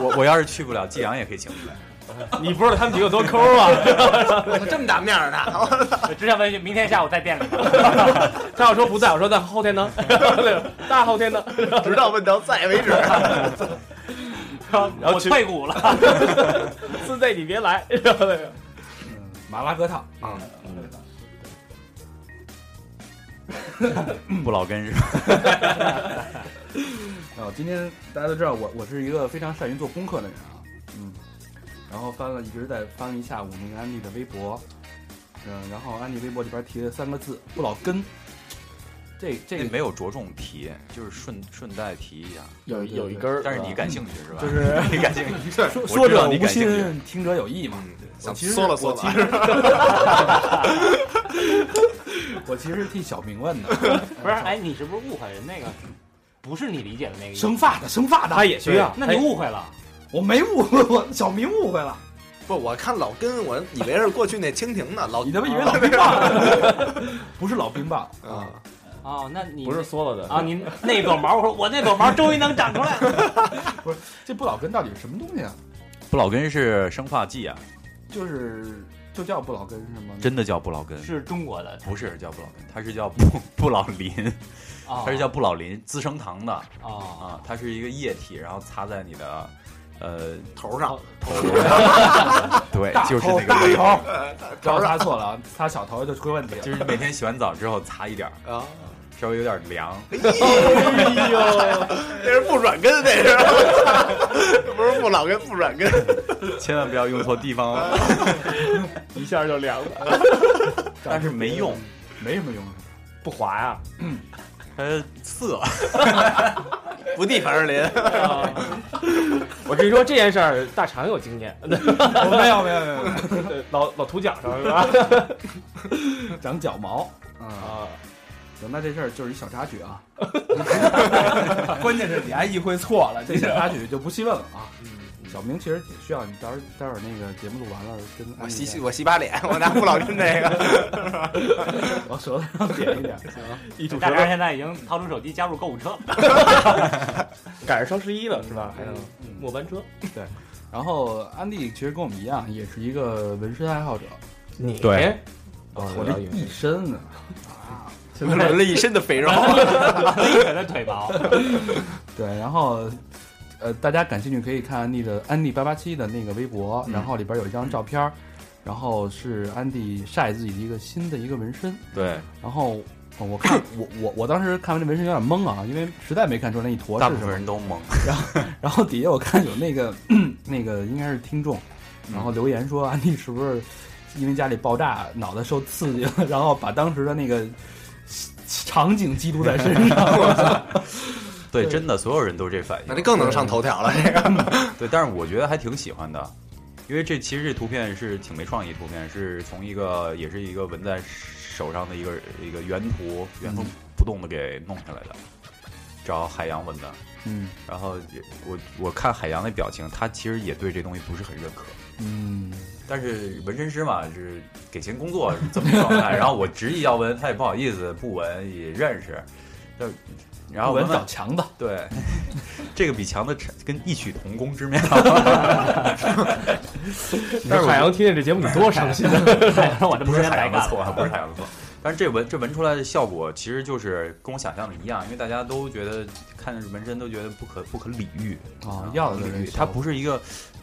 [SPEAKER 2] 我我要是去不了，季阳也可以请你们。
[SPEAKER 6] 你不知道他们几个有多抠啊！
[SPEAKER 5] 这么大面儿呢？
[SPEAKER 4] 只想问一句，明天下午在店里吗？
[SPEAKER 6] 他要说不在，我说那后 天呢？对大后天呢？
[SPEAKER 5] 直到问到在 为止。
[SPEAKER 6] 然后
[SPEAKER 4] 我
[SPEAKER 6] 去
[SPEAKER 4] 退股 了。
[SPEAKER 6] 自在你别来。然后那个
[SPEAKER 3] 嗯马拉格糖啊，
[SPEAKER 2] 不老根是吧？
[SPEAKER 3] 然后哎今天大家都知道我我是一个非常善于做功课的人啊，嗯，然后翻了一直在翻了一下午那个安利的微博，嗯，然后安利微博里边提了三个字不老根，这这
[SPEAKER 2] 这
[SPEAKER 3] 个
[SPEAKER 2] 没有着重提，就是顺顺带提一下。
[SPEAKER 3] 有有一根
[SPEAKER 6] 根啊
[SPEAKER 2] 但是你感兴趣是吧？
[SPEAKER 3] 嗯就是
[SPEAKER 2] 你感兴趣，
[SPEAKER 3] 说
[SPEAKER 2] 我
[SPEAKER 3] 说
[SPEAKER 2] 知道
[SPEAKER 3] 者
[SPEAKER 2] 你
[SPEAKER 3] 无
[SPEAKER 2] 感兴趣
[SPEAKER 3] 心，听者有意嘛。
[SPEAKER 2] 嗯，
[SPEAKER 3] 我
[SPEAKER 5] 想
[SPEAKER 3] 其实
[SPEAKER 5] 缩了缩啊
[SPEAKER 3] 我其
[SPEAKER 5] 了，
[SPEAKER 3] 实我其实是替小明问的，
[SPEAKER 4] 不是，哎，你是不是误会人那个？不是你理解的那个意思
[SPEAKER 3] 生。发的生发的，他也
[SPEAKER 6] 需要
[SPEAKER 4] 那你误会了，
[SPEAKER 3] 我没误会，我小明误会了，
[SPEAKER 5] 不，我看老根，我以为是过去那蜻蜓呢，老
[SPEAKER 3] 你他妈以为老冰棒，不是老冰棒啊，
[SPEAKER 5] 啊，
[SPEAKER 4] 哦，那你
[SPEAKER 6] 不是缩了的
[SPEAKER 4] 啊，您那朵毛，我说我那朵毛终于能长出来了。
[SPEAKER 3] 这不老根到底是什么东西啊？
[SPEAKER 2] 不老根是生发剂啊，
[SPEAKER 3] 就是就叫不老根是吗？
[SPEAKER 2] 真的叫不老根。
[SPEAKER 4] 是中国的
[SPEAKER 2] 不是叫不老根，它是叫不不老林，
[SPEAKER 3] 哦
[SPEAKER 4] 啊，
[SPEAKER 2] 它是叫不老林资生堂的
[SPEAKER 4] 啊，
[SPEAKER 2] 啊，它是一个液体，然后擦在你的呃
[SPEAKER 5] 头上
[SPEAKER 2] 头， 对
[SPEAKER 3] 大，
[SPEAKER 2] 就是
[SPEAKER 3] 头
[SPEAKER 2] 那个
[SPEAKER 3] 大
[SPEAKER 2] 味道，
[SPEAKER 3] 头，不要擦错了 啊，擦小头就出问题了。
[SPEAKER 2] 就是每天洗完澡之后擦一点儿，
[SPEAKER 5] 啊，
[SPEAKER 2] 稍微有点 凉，
[SPEAKER 6] 哎呦，
[SPEAKER 5] 那是不软根，那是，不是 不老根，不软根。
[SPEAKER 2] 千万不要用错地方哦。
[SPEAKER 3] 哎
[SPEAKER 6] 一下就凉了，
[SPEAKER 2] 但是没用，
[SPEAKER 3] 没什么用，
[SPEAKER 6] 不滑呀、
[SPEAKER 2] 它涩。
[SPEAKER 5] 不地凡士林，
[SPEAKER 6] 啊 我跟你说这件事儿，大肠有经验，
[SPEAKER 3] 我哦没有没有没有没 有，
[SPEAKER 6] 对老老涂脚上是吧？
[SPEAKER 3] 长脚毛啊。
[SPEAKER 6] 啊，
[SPEAKER 3] 行，那这事儿就是一小插曲 啊。关键是你还意会错了，这小插曲就不细问了啊。小明其实挺需要你，到时候待会儿那个节目录完了跟
[SPEAKER 5] 我
[SPEAKER 3] 安利一下
[SPEAKER 5] 洗我洗把脸，我拿不老根那个，
[SPEAKER 3] 往舌头上点一 点。
[SPEAKER 6] 一煮
[SPEAKER 4] 大
[SPEAKER 6] 舌
[SPEAKER 4] 家
[SPEAKER 6] 头，
[SPEAKER 4] 现在已经掏出手机加入购物车了。
[SPEAKER 6] 赶上双十一了是吧？还能
[SPEAKER 4] 嗯
[SPEAKER 6] 末班车，
[SPEAKER 3] 然后安迪其实跟我们一样，也是一个纹身爱好者。
[SPEAKER 4] 嗯
[SPEAKER 6] 你
[SPEAKER 2] 对，
[SPEAKER 6] 哦
[SPEAKER 3] 我这一身 呢，啊，现在
[SPEAKER 5] 纹了一身的 肥肉。
[SPEAKER 4] 一腿的腿毛，
[SPEAKER 3] 对，然后呃，大家感兴趣可以看安迪的安迪八八七的那个微博，
[SPEAKER 2] 嗯
[SPEAKER 3] 然后里边有一张照片儿，然后是安迪晒自己的一个新的一个纹身，
[SPEAKER 2] 对，
[SPEAKER 3] 然后。呃 我看我我我当时看完这纹身有点懵啊，因为实在没看出来那一坨
[SPEAKER 2] 大
[SPEAKER 3] 是
[SPEAKER 2] 部
[SPEAKER 3] 什
[SPEAKER 2] 分
[SPEAKER 3] 么。
[SPEAKER 2] 人都懵。
[SPEAKER 3] 然后底下我看有那个 那个应该是听众，然后留言说安迪是不是因为家里爆炸脑袋受刺激了，然后把当时的那个场景记录在身上。
[SPEAKER 2] 对，真的，所有人都这反
[SPEAKER 5] 那这
[SPEAKER 2] 应。
[SPEAKER 5] 更能上头条了，这个
[SPEAKER 2] 对，但是我觉得还挺喜欢的，因为这其实这图片是挺没创意，图片是从一个也是一个纹在手上的一个一个原图原封不动的给弄下来的，找海洋纹的。
[SPEAKER 3] 嗯
[SPEAKER 2] 然后也我我看海洋那表情，他其实也对这东西不是很认可。
[SPEAKER 3] 嗯，
[SPEAKER 2] 但是纹身师嘛，是给钱工作这么一状态。然后我执意要纹，他也不好意思，不纹也认识。但然后
[SPEAKER 3] 文
[SPEAKER 2] 纹
[SPEAKER 3] 找
[SPEAKER 2] 纹
[SPEAKER 3] 强子，
[SPEAKER 2] 对，这个比强的跟异曲同工之妙。
[SPEAKER 6] 但是海洋听见这节目得多伤 心啊！
[SPEAKER 4] 我这
[SPEAKER 2] 不是
[SPEAKER 4] 白
[SPEAKER 2] 海洋
[SPEAKER 4] 干
[SPEAKER 2] 的
[SPEAKER 4] 了。
[SPEAKER 2] 错，啊不是海洋的错。 但是这纹这纹出来的效果，其实就是跟我想象的一样，因为大家都觉得看纹身都觉得不可不可理喻
[SPEAKER 3] 啊要的
[SPEAKER 2] 不可理
[SPEAKER 3] 人
[SPEAKER 2] 喻，
[SPEAKER 3] 少
[SPEAKER 2] 它不是一个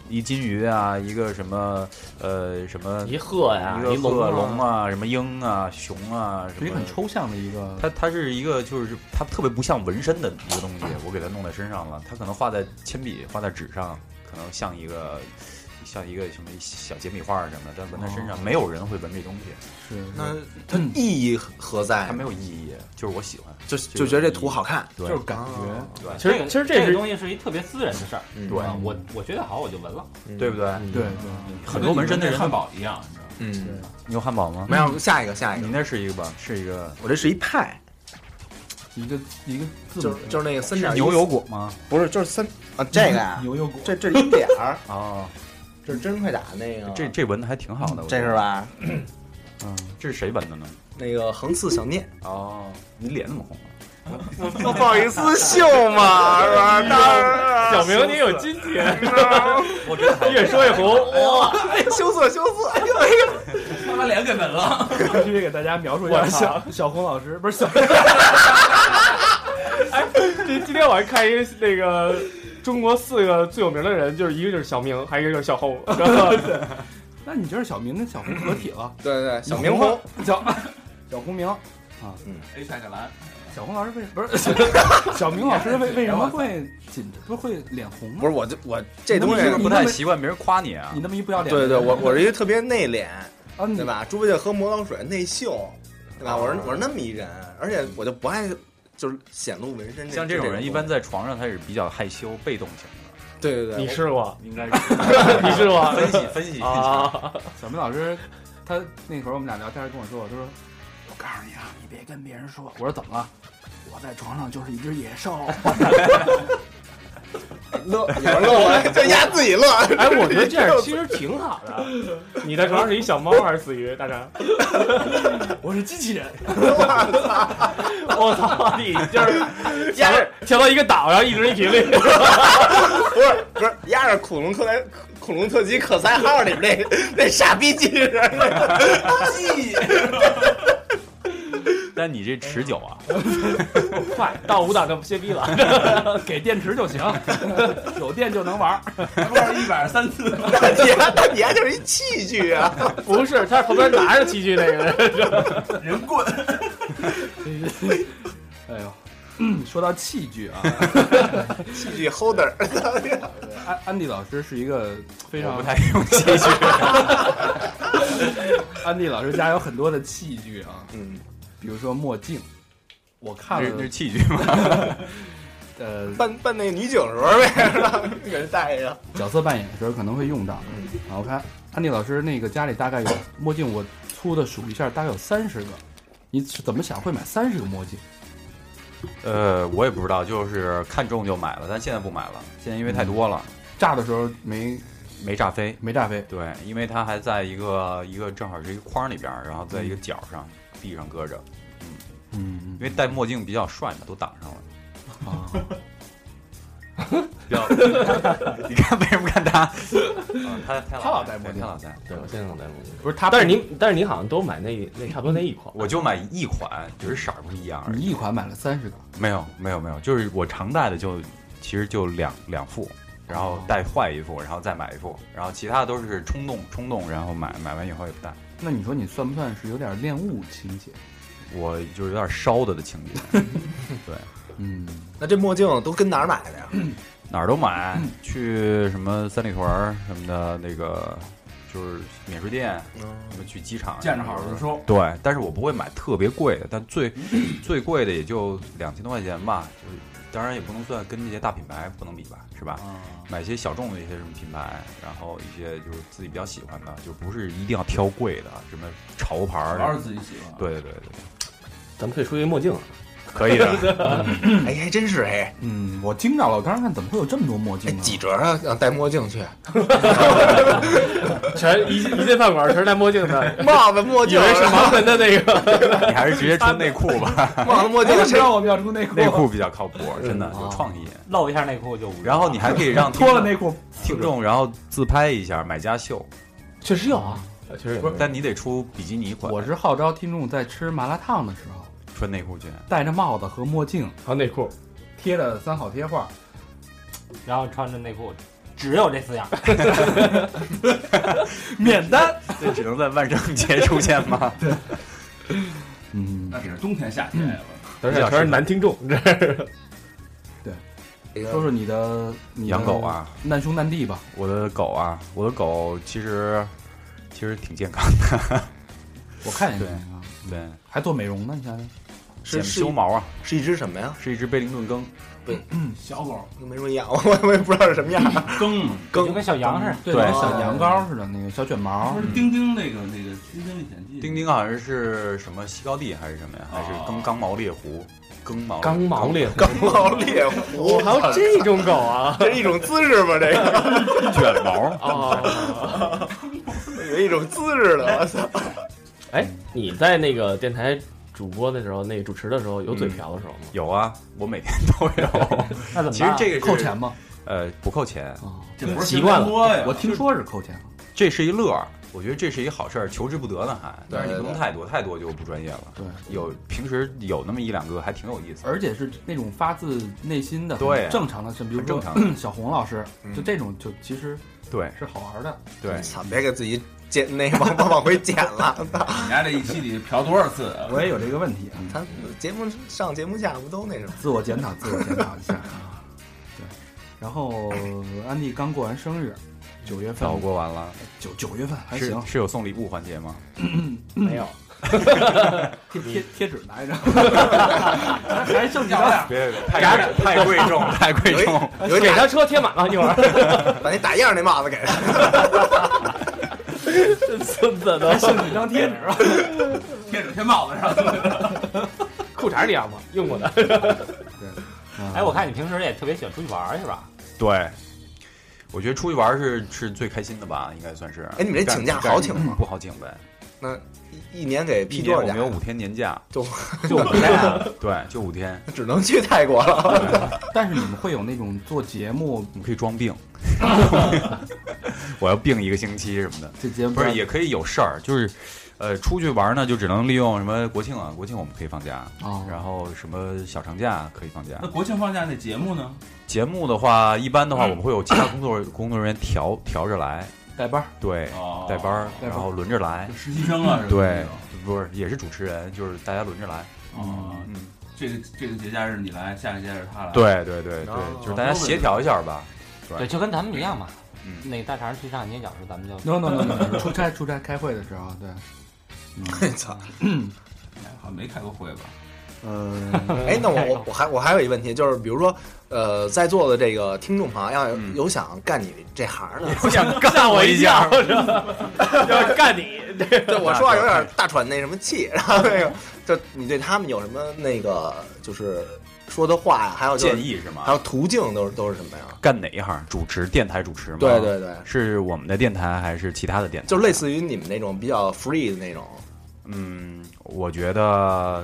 [SPEAKER 2] 一金鱼啊，一个什么呃什么
[SPEAKER 6] 一鹤呀，
[SPEAKER 2] 一个
[SPEAKER 6] 龙
[SPEAKER 2] 鹤
[SPEAKER 6] 啊
[SPEAKER 2] 龙，啊，什么鹰啊、熊啊，什
[SPEAKER 3] 是一个
[SPEAKER 2] 么
[SPEAKER 3] 很抽象的一个，
[SPEAKER 2] 它它是一个就是它特别不像纹身的一个东西，我给它弄在身上了，它可能画在铅笔、画在纸上，可能像一个像一个什么小解米花儿什么的，但纹在身上没有人会闻这东西，
[SPEAKER 3] 是
[SPEAKER 5] 那它意义何在
[SPEAKER 2] 它？没有意义，就是我喜欢，
[SPEAKER 5] 就就觉得这图好看，
[SPEAKER 2] 对
[SPEAKER 3] 就是感
[SPEAKER 5] 啊
[SPEAKER 3] 觉，
[SPEAKER 2] 对
[SPEAKER 6] 其实
[SPEAKER 4] 这个
[SPEAKER 6] 其实这
[SPEAKER 4] 这
[SPEAKER 6] 是
[SPEAKER 4] 个东西是一特别私人的事儿。
[SPEAKER 5] 嗯
[SPEAKER 2] 对
[SPEAKER 4] 啊我我觉得好，我就纹了，
[SPEAKER 2] 对不对？
[SPEAKER 3] 对
[SPEAKER 5] 啊
[SPEAKER 2] 很多纹身的人
[SPEAKER 4] 跟你那汉堡一样，你知道吗？
[SPEAKER 5] 嗯，
[SPEAKER 2] 你有汉堡吗
[SPEAKER 5] 没有下一个下一
[SPEAKER 2] 你
[SPEAKER 5] 个，
[SPEAKER 2] 那是一个吧？是一个
[SPEAKER 5] 我这是一派，
[SPEAKER 3] 对，一个一个字
[SPEAKER 5] 就
[SPEAKER 3] 母
[SPEAKER 5] 是就是那个三点
[SPEAKER 2] 是牛油果吗？
[SPEAKER 5] 不是就是三啊这个呀，
[SPEAKER 3] 牛油果，
[SPEAKER 5] 这这一点儿，
[SPEAKER 2] 啊，
[SPEAKER 5] 这是真快打那个，
[SPEAKER 2] 这这纹的还挺好的，我觉
[SPEAKER 5] 这
[SPEAKER 2] 得
[SPEAKER 5] 是？吧？
[SPEAKER 2] 嗯，这是谁纹的呢？
[SPEAKER 5] 那个横刺小 念，
[SPEAKER 2] 哦，你脸怎么红了？
[SPEAKER 5] 哦不好意思秀嘛，是 吧？
[SPEAKER 6] 小明，你有金钱，
[SPEAKER 4] 我真的
[SPEAKER 6] 越说越红，哇！
[SPEAKER 5] 羞涩羞涩，哎呦哎呦，
[SPEAKER 4] 他把脸给纹了。
[SPEAKER 3] 必须得给大家描述一下
[SPEAKER 6] 我操
[SPEAKER 3] 小小红老师，不是小
[SPEAKER 6] 这今天我还看一个那个中国四个最有名的人，就是一个就是小明，还有一个就是小红，然后
[SPEAKER 3] 那你觉得小明跟小红合体了？
[SPEAKER 5] 对对 对，小明红，
[SPEAKER 3] 小啊小红明，啊嗯
[SPEAKER 4] A 蔡克兰，
[SPEAKER 3] 小红老师为不是 小明老师为为什么会紧不是会脸红
[SPEAKER 5] 不
[SPEAKER 3] 吗？
[SPEAKER 5] 是我就我这东西
[SPEAKER 3] 你那，么
[SPEAKER 2] 不太习惯别人夸你啊
[SPEAKER 3] 你。那么一不要脸，
[SPEAKER 5] 对对，我我是一个特别内敛，
[SPEAKER 3] 啊，你
[SPEAKER 5] 对？吧？猪八戒喝魔导水内秀，对吧？我是我是那么一人，而且我就不爱就是显露纹身。
[SPEAKER 2] 像这种人，一般在床上他是比较害羞、被动型的，
[SPEAKER 5] 对对对，
[SPEAKER 6] 你试过，
[SPEAKER 2] 应该是
[SPEAKER 6] 你试过
[SPEAKER 2] 分析分析一下。
[SPEAKER 6] 啊？
[SPEAKER 3] 小明老师他那会儿我们俩聊天跟我说，他说我告诉你啊，你别跟别人说。我说怎么了？我在床上就是一只野兽，
[SPEAKER 5] 乐，有 人乐我，就压自己乐。
[SPEAKER 6] 哎，我觉得这样其实挺好的。你在床上是一小猫还是死鱼？大张，
[SPEAKER 3] 我是机器人。
[SPEAKER 6] 我操，你就是调调到一个岛，然后一直一频率，
[SPEAKER 5] 不是不是，压着恐龙克莱恐龙特级可赛号里面那那傻逼技人， 技
[SPEAKER 2] 但你这持久啊，
[SPEAKER 6] 快到五档就歇逼了。
[SPEAKER 3] 给电池就行，有电就能玩儿。
[SPEAKER 4] 一百三次，
[SPEAKER 5] 大姐大姐就是一器具啊！
[SPEAKER 6] 不是，他是旁边拿着器具那个人。
[SPEAKER 3] 哎呦，嗯说到器具 啊，
[SPEAKER 5] 器具 holder，
[SPEAKER 3] 安安迪老师是一个非
[SPEAKER 2] 我
[SPEAKER 3] 常
[SPEAKER 2] 不太用器具。
[SPEAKER 3] 安迪老师家有很多的器具啊，
[SPEAKER 5] 嗯，
[SPEAKER 3] 比如说墨镜，我看
[SPEAKER 2] 那是那
[SPEAKER 3] 了
[SPEAKER 2] 是器具吗？
[SPEAKER 3] 呃
[SPEAKER 5] 扮扮那女警时候呗， 给人戴上。
[SPEAKER 3] 角色扮演的时候可能会用到
[SPEAKER 5] 嗯。
[SPEAKER 3] 啊，我看安迪老师那个家里大概有墨镜，我粗的数一下，大概有三十个。你是怎么想会买三十个墨镜？
[SPEAKER 2] 呃，我也不知道，就是看中就买了，但现在不买了，现在因为太多了，
[SPEAKER 3] 炸的时候没
[SPEAKER 2] 嗯没炸飞。
[SPEAKER 3] 没炸飞，
[SPEAKER 2] 对，因为它还在一个一个正好是一个框里边儿，然后在一个角上地上搁着，
[SPEAKER 3] 嗯
[SPEAKER 2] 因为戴墨镜比较帅嘛，都挡上了。
[SPEAKER 3] 啊，
[SPEAKER 2] 比较，你看为什么看他？嗯，他他
[SPEAKER 3] 他老戴墨镜
[SPEAKER 2] 对他老戴。
[SPEAKER 7] 对，我现在能戴墨镜。
[SPEAKER 3] 不是他，
[SPEAKER 6] 但是你，但是你好像都买那那差不多那一款。
[SPEAKER 2] 我就买一款，只是色儿不一样而
[SPEAKER 3] 你
[SPEAKER 2] 已。
[SPEAKER 3] 一款买了三十个，
[SPEAKER 2] 没有，没有，没有，就是我常戴的就其实就两两副，然
[SPEAKER 3] 哦
[SPEAKER 2] 后戴坏一副，然后再买一副，然后其他都是冲动冲动，然后买买完以后也不戴。
[SPEAKER 3] 那你说你算不算是有点恋物情节？
[SPEAKER 2] 我就有点烧的的情节，
[SPEAKER 3] 嗯，
[SPEAKER 5] 那这墨镜都跟哪儿买的呀？
[SPEAKER 2] 哪儿都买，
[SPEAKER 3] 嗯
[SPEAKER 2] 去什么三里屯儿什么的，那个就是免税店，什么去机场
[SPEAKER 3] 嗯见着好就收。
[SPEAKER 2] 对，但是我不会买特别贵的，但 最最贵的也就两千多块钱吧，就是当然也不能算跟这些大品牌不能比吧，是吧？
[SPEAKER 3] 啊
[SPEAKER 2] 买一些小众的一些什么品牌，然后一些就是自己比较喜欢的，就不是一定要挑贵的，什么潮牌
[SPEAKER 1] 主要
[SPEAKER 2] 儿
[SPEAKER 1] 是。自己喜欢。
[SPEAKER 2] 对对对对，
[SPEAKER 6] 咱们可以出一墨镜啊。
[SPEAKER 2] 可以 的。
[SPEAKER 5] 哎，还真是哎，
[SPEAKER 3] 嗯，我惊着了，我刚才看怎么会有这么多墨
[SPEAKER 5] 哎
[SPEAKER 3] 镜呢？
[SPEAKER 5] 几折啊？让戴墨镜去，
[SPEAKER 6] 全一一进饭馆全是戴墨 镜的，
[SPEAKER 5] 帽子、墨
[SPEAKER 6] 以
[SPEAKER 5] 镜啊
[SPEAKER 6] 为，是盲人的那个。
[SPEAKER 2] 你还是直接穿内裤 吧，
[SPEAKER 5] 帽子、墨
[SPEAKER 3] 哎
[SPEAKER 5] 镜
[SPEAKER 3] 我，知
[SPEAKER 5] 谁
[SPEAKER 3] 道我们要出内裤，
[SPEAKER 2] 内裤比较靠谱，真的有创意。
[SPEAKER 4] 露一下内裤就五十。
[SPEAKER 2] 然后你还可以让
[SPEAKER 3] 嗯脱了内裤，
[SPEAKER 2] 听众，然后自拍一下买家秀，
[SPEAKER 6] 确实有啊，确实有。
[SPEAKER 2] 但你得出比基尼款，
[SPEAKER 3] 我是号召听众在吃麻辣烫的时候，
[SPEAKER 2] 穿内裤去。
[SPEAKER 3] 戴着帽子和墨镜，
[SPEAKER 6] 还有内裤，
[SPEAKER 3] 贴着三好贴画，
[SPEAKER 4] 然后穿着内裤，只有这四样。
[SPEAKER 3] 免单。
[SPEAKER 2] 这只能在万圣节出现吗？
[SPEAKER 3] 嗯，
[SPEAKER 1] 那只是冬天夏天了。
[SPEAKER 6] 哦而且全是男听众，这
[SPEAKER 3] 对。说说你的你的
[SPEAKER 2] 养狗啊，
[SPEAKER 3] 难兄难弟吧。
[SPEAKER 2] 我的狗啊，我的狗其实其实挺健康
[SPEAKER 3] 我看一下
[SPEAKER 2] 对，的，对，
[SPEAKER 3] 还做美容呢，你想想，
[SPEAKER 2] 剪
[SPEAKER 5] 是是
[SPEAKER 2] 修毛啊，
[SPEAKER 5] 是一只什么呀？
[SPEAKER 2] 是一只贝灵顿梗，
[SPEAKER 3] 嗯小狗
[SPEAKER 5] 没什么养，我 我也不知道是什么样。
[SPEAKER 7] 更
[SPEAKER 4] 就
[SPEAKER 5] 更
[SPEAKER 4] 跟小羊似的。
[SPEAKER 3] 对，
[SPEAKER 2] 对
[SPEAKER 3] 跟小羊羔似的，那个小卷毛
[SPEAKER 1] 嗯
[SPEAKER 7] 不，是丁丁那个那个《丁丁历险记》，
[SPEAKER 2] 丁丁好像是什么西高地还是什么呀？还是刚刚毛猎狐，刚毛
[SPEAKER 6] 刚毛猎
[SPEAKER 5] 刚毛猎狐，
[SPEAKER 6] 还有这种狗 啊？，
[SPEAKER 5] 这是一种姿势吗？这个
[SPEAKER 2] 卷毛
[SPEAKER 6] 哦，
[SPEAKER 5] 有一种姿势了，我操！
[SPEAKER 6] 哎，你在那个电台主播的时候，那个主持的时候，有嘴瓢的时候吗？
[SPEAKER 2] 有啊，我每天都有。
[SPEAKER 4] 那怎么办？
[SPEAKER 2] 其实这个是
[SPEAKER 3] 扣钱吗？
[SPEAKER 2] 呃不扣钱，
[SPEAKER 3] 嗯
[SPEAKER 6] 哦，
[SPEAKER 7] 这不是
[SPEAKER 6] 习惯了
[SPEAKER 7] 新闻播呀？
[SPEAKER 3] 我听说是扣钱，
[SPEAKER 2] 这是一乐儿，我觉得这是一好事儿，求之不得呢还。但是你
[SPEAKER 5] 对
[SPEAKER 2] 不能
[SPEAKER 5] 对
[SPEAKER 2] 太多，太多就不专业了。
[SPEAKER 3] 对，
[SPEAKER 2] 有平时有那么一两个还挺有意思的，
[SPEAKER 3] 而且是那种发自内心的、
[SPEAKER 2] 对
[SPEAKER 3] 很正常的，是比如
[SPEAKER 2] 很正
[SPEAKER 3] 说
[SPEAKER 2] 常
[SPEAKER 3] 小红老师，就
[SPEAKER 5] 嗯
[SPEAKER 3] 这种就其实
[SPEAKER 2] 对
[SPEAKER 3] 是好玩的。
[SPEAKER 2] 对，
[SPEAKER 5] 操，别给自己剪那往往往回剪了。
[SPEAKER 7] 你家这一期里嫖多少 次？
[SPEAKER 3] 我也有这个问题啊，
[SPEAKER 5] 他节目上节目下不都那什么？
[SPEAKER 3] 自我检讨，自我检讨一下啊。对，然后安迪刚过完生日，九月份
[SPEAKER 2] 早，过完了，
[SPEAKER 3] 九九月份还
[SPEAKER 2] 是
[SPEAKER 3] 行，
[SPEAKER 2] 是有送礼物环节吗？
[SPEAKER 6] 没有。
[SPEAKER 3] 贴贴贴纸拿着， 还剩几张？
[SPEAKER 2] 别太 太贵重，太贵重。
[SPEAKER 3] 哎
[SPEAKER 5] 有
[SPEAKER 6] 给
[SPEAKER 5] 点
[SPEAKER 3] 啊
[SPEAKER 6] 他车贴满了，一会啊儿。
[SPEAKER 5] 把那打样那帽子给他。
[SPEAKER 6] 孙子的
[SPEAKER 3] 还剩几张贴纸？啊
[SPEAKER 7] 贴纸贴帽子上，
[SPEAKER 6] 裤衩你要吗？用过的。
[SPEAKER 4] 哎，我看你平时也特别喜欢出去玩儿，是吧？
[SPEAKER 2] 对，我觉得出去玩儿是是最开心的吧，应该算是。
[SPEAKER 5] 哎你们这
[SPEAKER 2] 干
[SPEAKER 5] 请假
[SPEAKER 2] 干
[SPEAKER 5] 好请吗
[SPEAKER 2] 不好请呗，
[SPEAKER 5] 一一年给
[SPEAKER 2] 一
[SPEAKER 5] 批
[SPEAKER 2] 年
[SPEAKER 5] 多
[SPEAKER 2] 我
[SPEAKER 5] 少
[SPEAKER 2] 们有
[SPEAKER 5] 假？
[SPEAKER 2] 五天年假，
[SPEAKER 6] 就我们 家，
[SPEAKER 2] 啊对，就五天，
[SPEAKER 5] 只能去泰国了。
[SPEAKER 3] 啊但是你们会有那种做节目，
[SPEAKER 2] 你可以装病。我要病一个星期什么的，
[SPEAKER 3] 这节目
[SPEAKER 2] 不是也可以有事儿，就是，呃，出去玩儿呢就只能利用什么国庆啊，国庆我们可以放假，
[SPEAKER 3] 啊？
[SPEAKER 2] 然后什么小长假可以放假
[SPEAKER 7] 那。国庆放假那节目呢？
[SPEAKER 2] 节目的话，一般的话我们会有其他工作工作人员调调着来，
[SPEAKER 3] 带班儿，
[SPEAKER 2] 对，
[SPEAKER 7] 哦，
[SPEAKER 2] 带班儿，
[SPEAKER 3] 带班儿
[SPEAKER 2] 然后轮着来
[SPEAKER 7] 就，实习生啊，是吧
[SPEAKER 2] 对，不是也是主持人，就是大家轮着来。
[SPEAKER 7] 这种哦，
[SPEAKER 2] 嗯，
[SPEAKER 7] 这个这个节假日你来，下个节假日他来，，
[SPEAKER 2] 对对对
[SPEAKER 5] 哦
[SPEAKER 2] 对，就是大家协调一下吧。
[SPEAKER 4] 对，就跟咱们一样嘛。
[SPEAKER 2] 嗯
[SPEAKER 4] 那个大肠去上你也讲时，咱们就
[SPEAKER 3] no no no no，出差出差开会的时候，对，
[SPEAKER 2] 哎
[SPEAKER 5] 操！
[SPEAKER 7] 好像没开过会吧？
[SPEAKER 3] 呃，
[SPEAKER 5] 哎，那我我我还我还有一个问题，就是比如说，呃，在座的这个听众朋友要有
[SPEAKER 2] 嗯
[SPEAKER 5] 有想干你这行 的，
[SPEAKER 2] 我想
[SPEAKER 6] 吓 我一
[SPEAKER 2] 下
[SPEAKER 6] 跳， 要干你。
[SPEAKER 5] 对我说话有点大喘那什么气，然后那个，就你对他们有什么那个就是说的话呀，还有就是
[SPEAKER 2] 建议是啊吗？
[SPEAKER 5] 还有途径都是都是什么呀？
[SPEAKER 2] 干哪一行？主持电台主持吗？
[SPEAKER 5] 对，对对，
[SPEAKER 2] 是我们的电台还是其他的电台？
[SPEAKER 5] 就类。似于你们那种比较 free 的那种，
[SPEAKER 2] 嗯，我觉得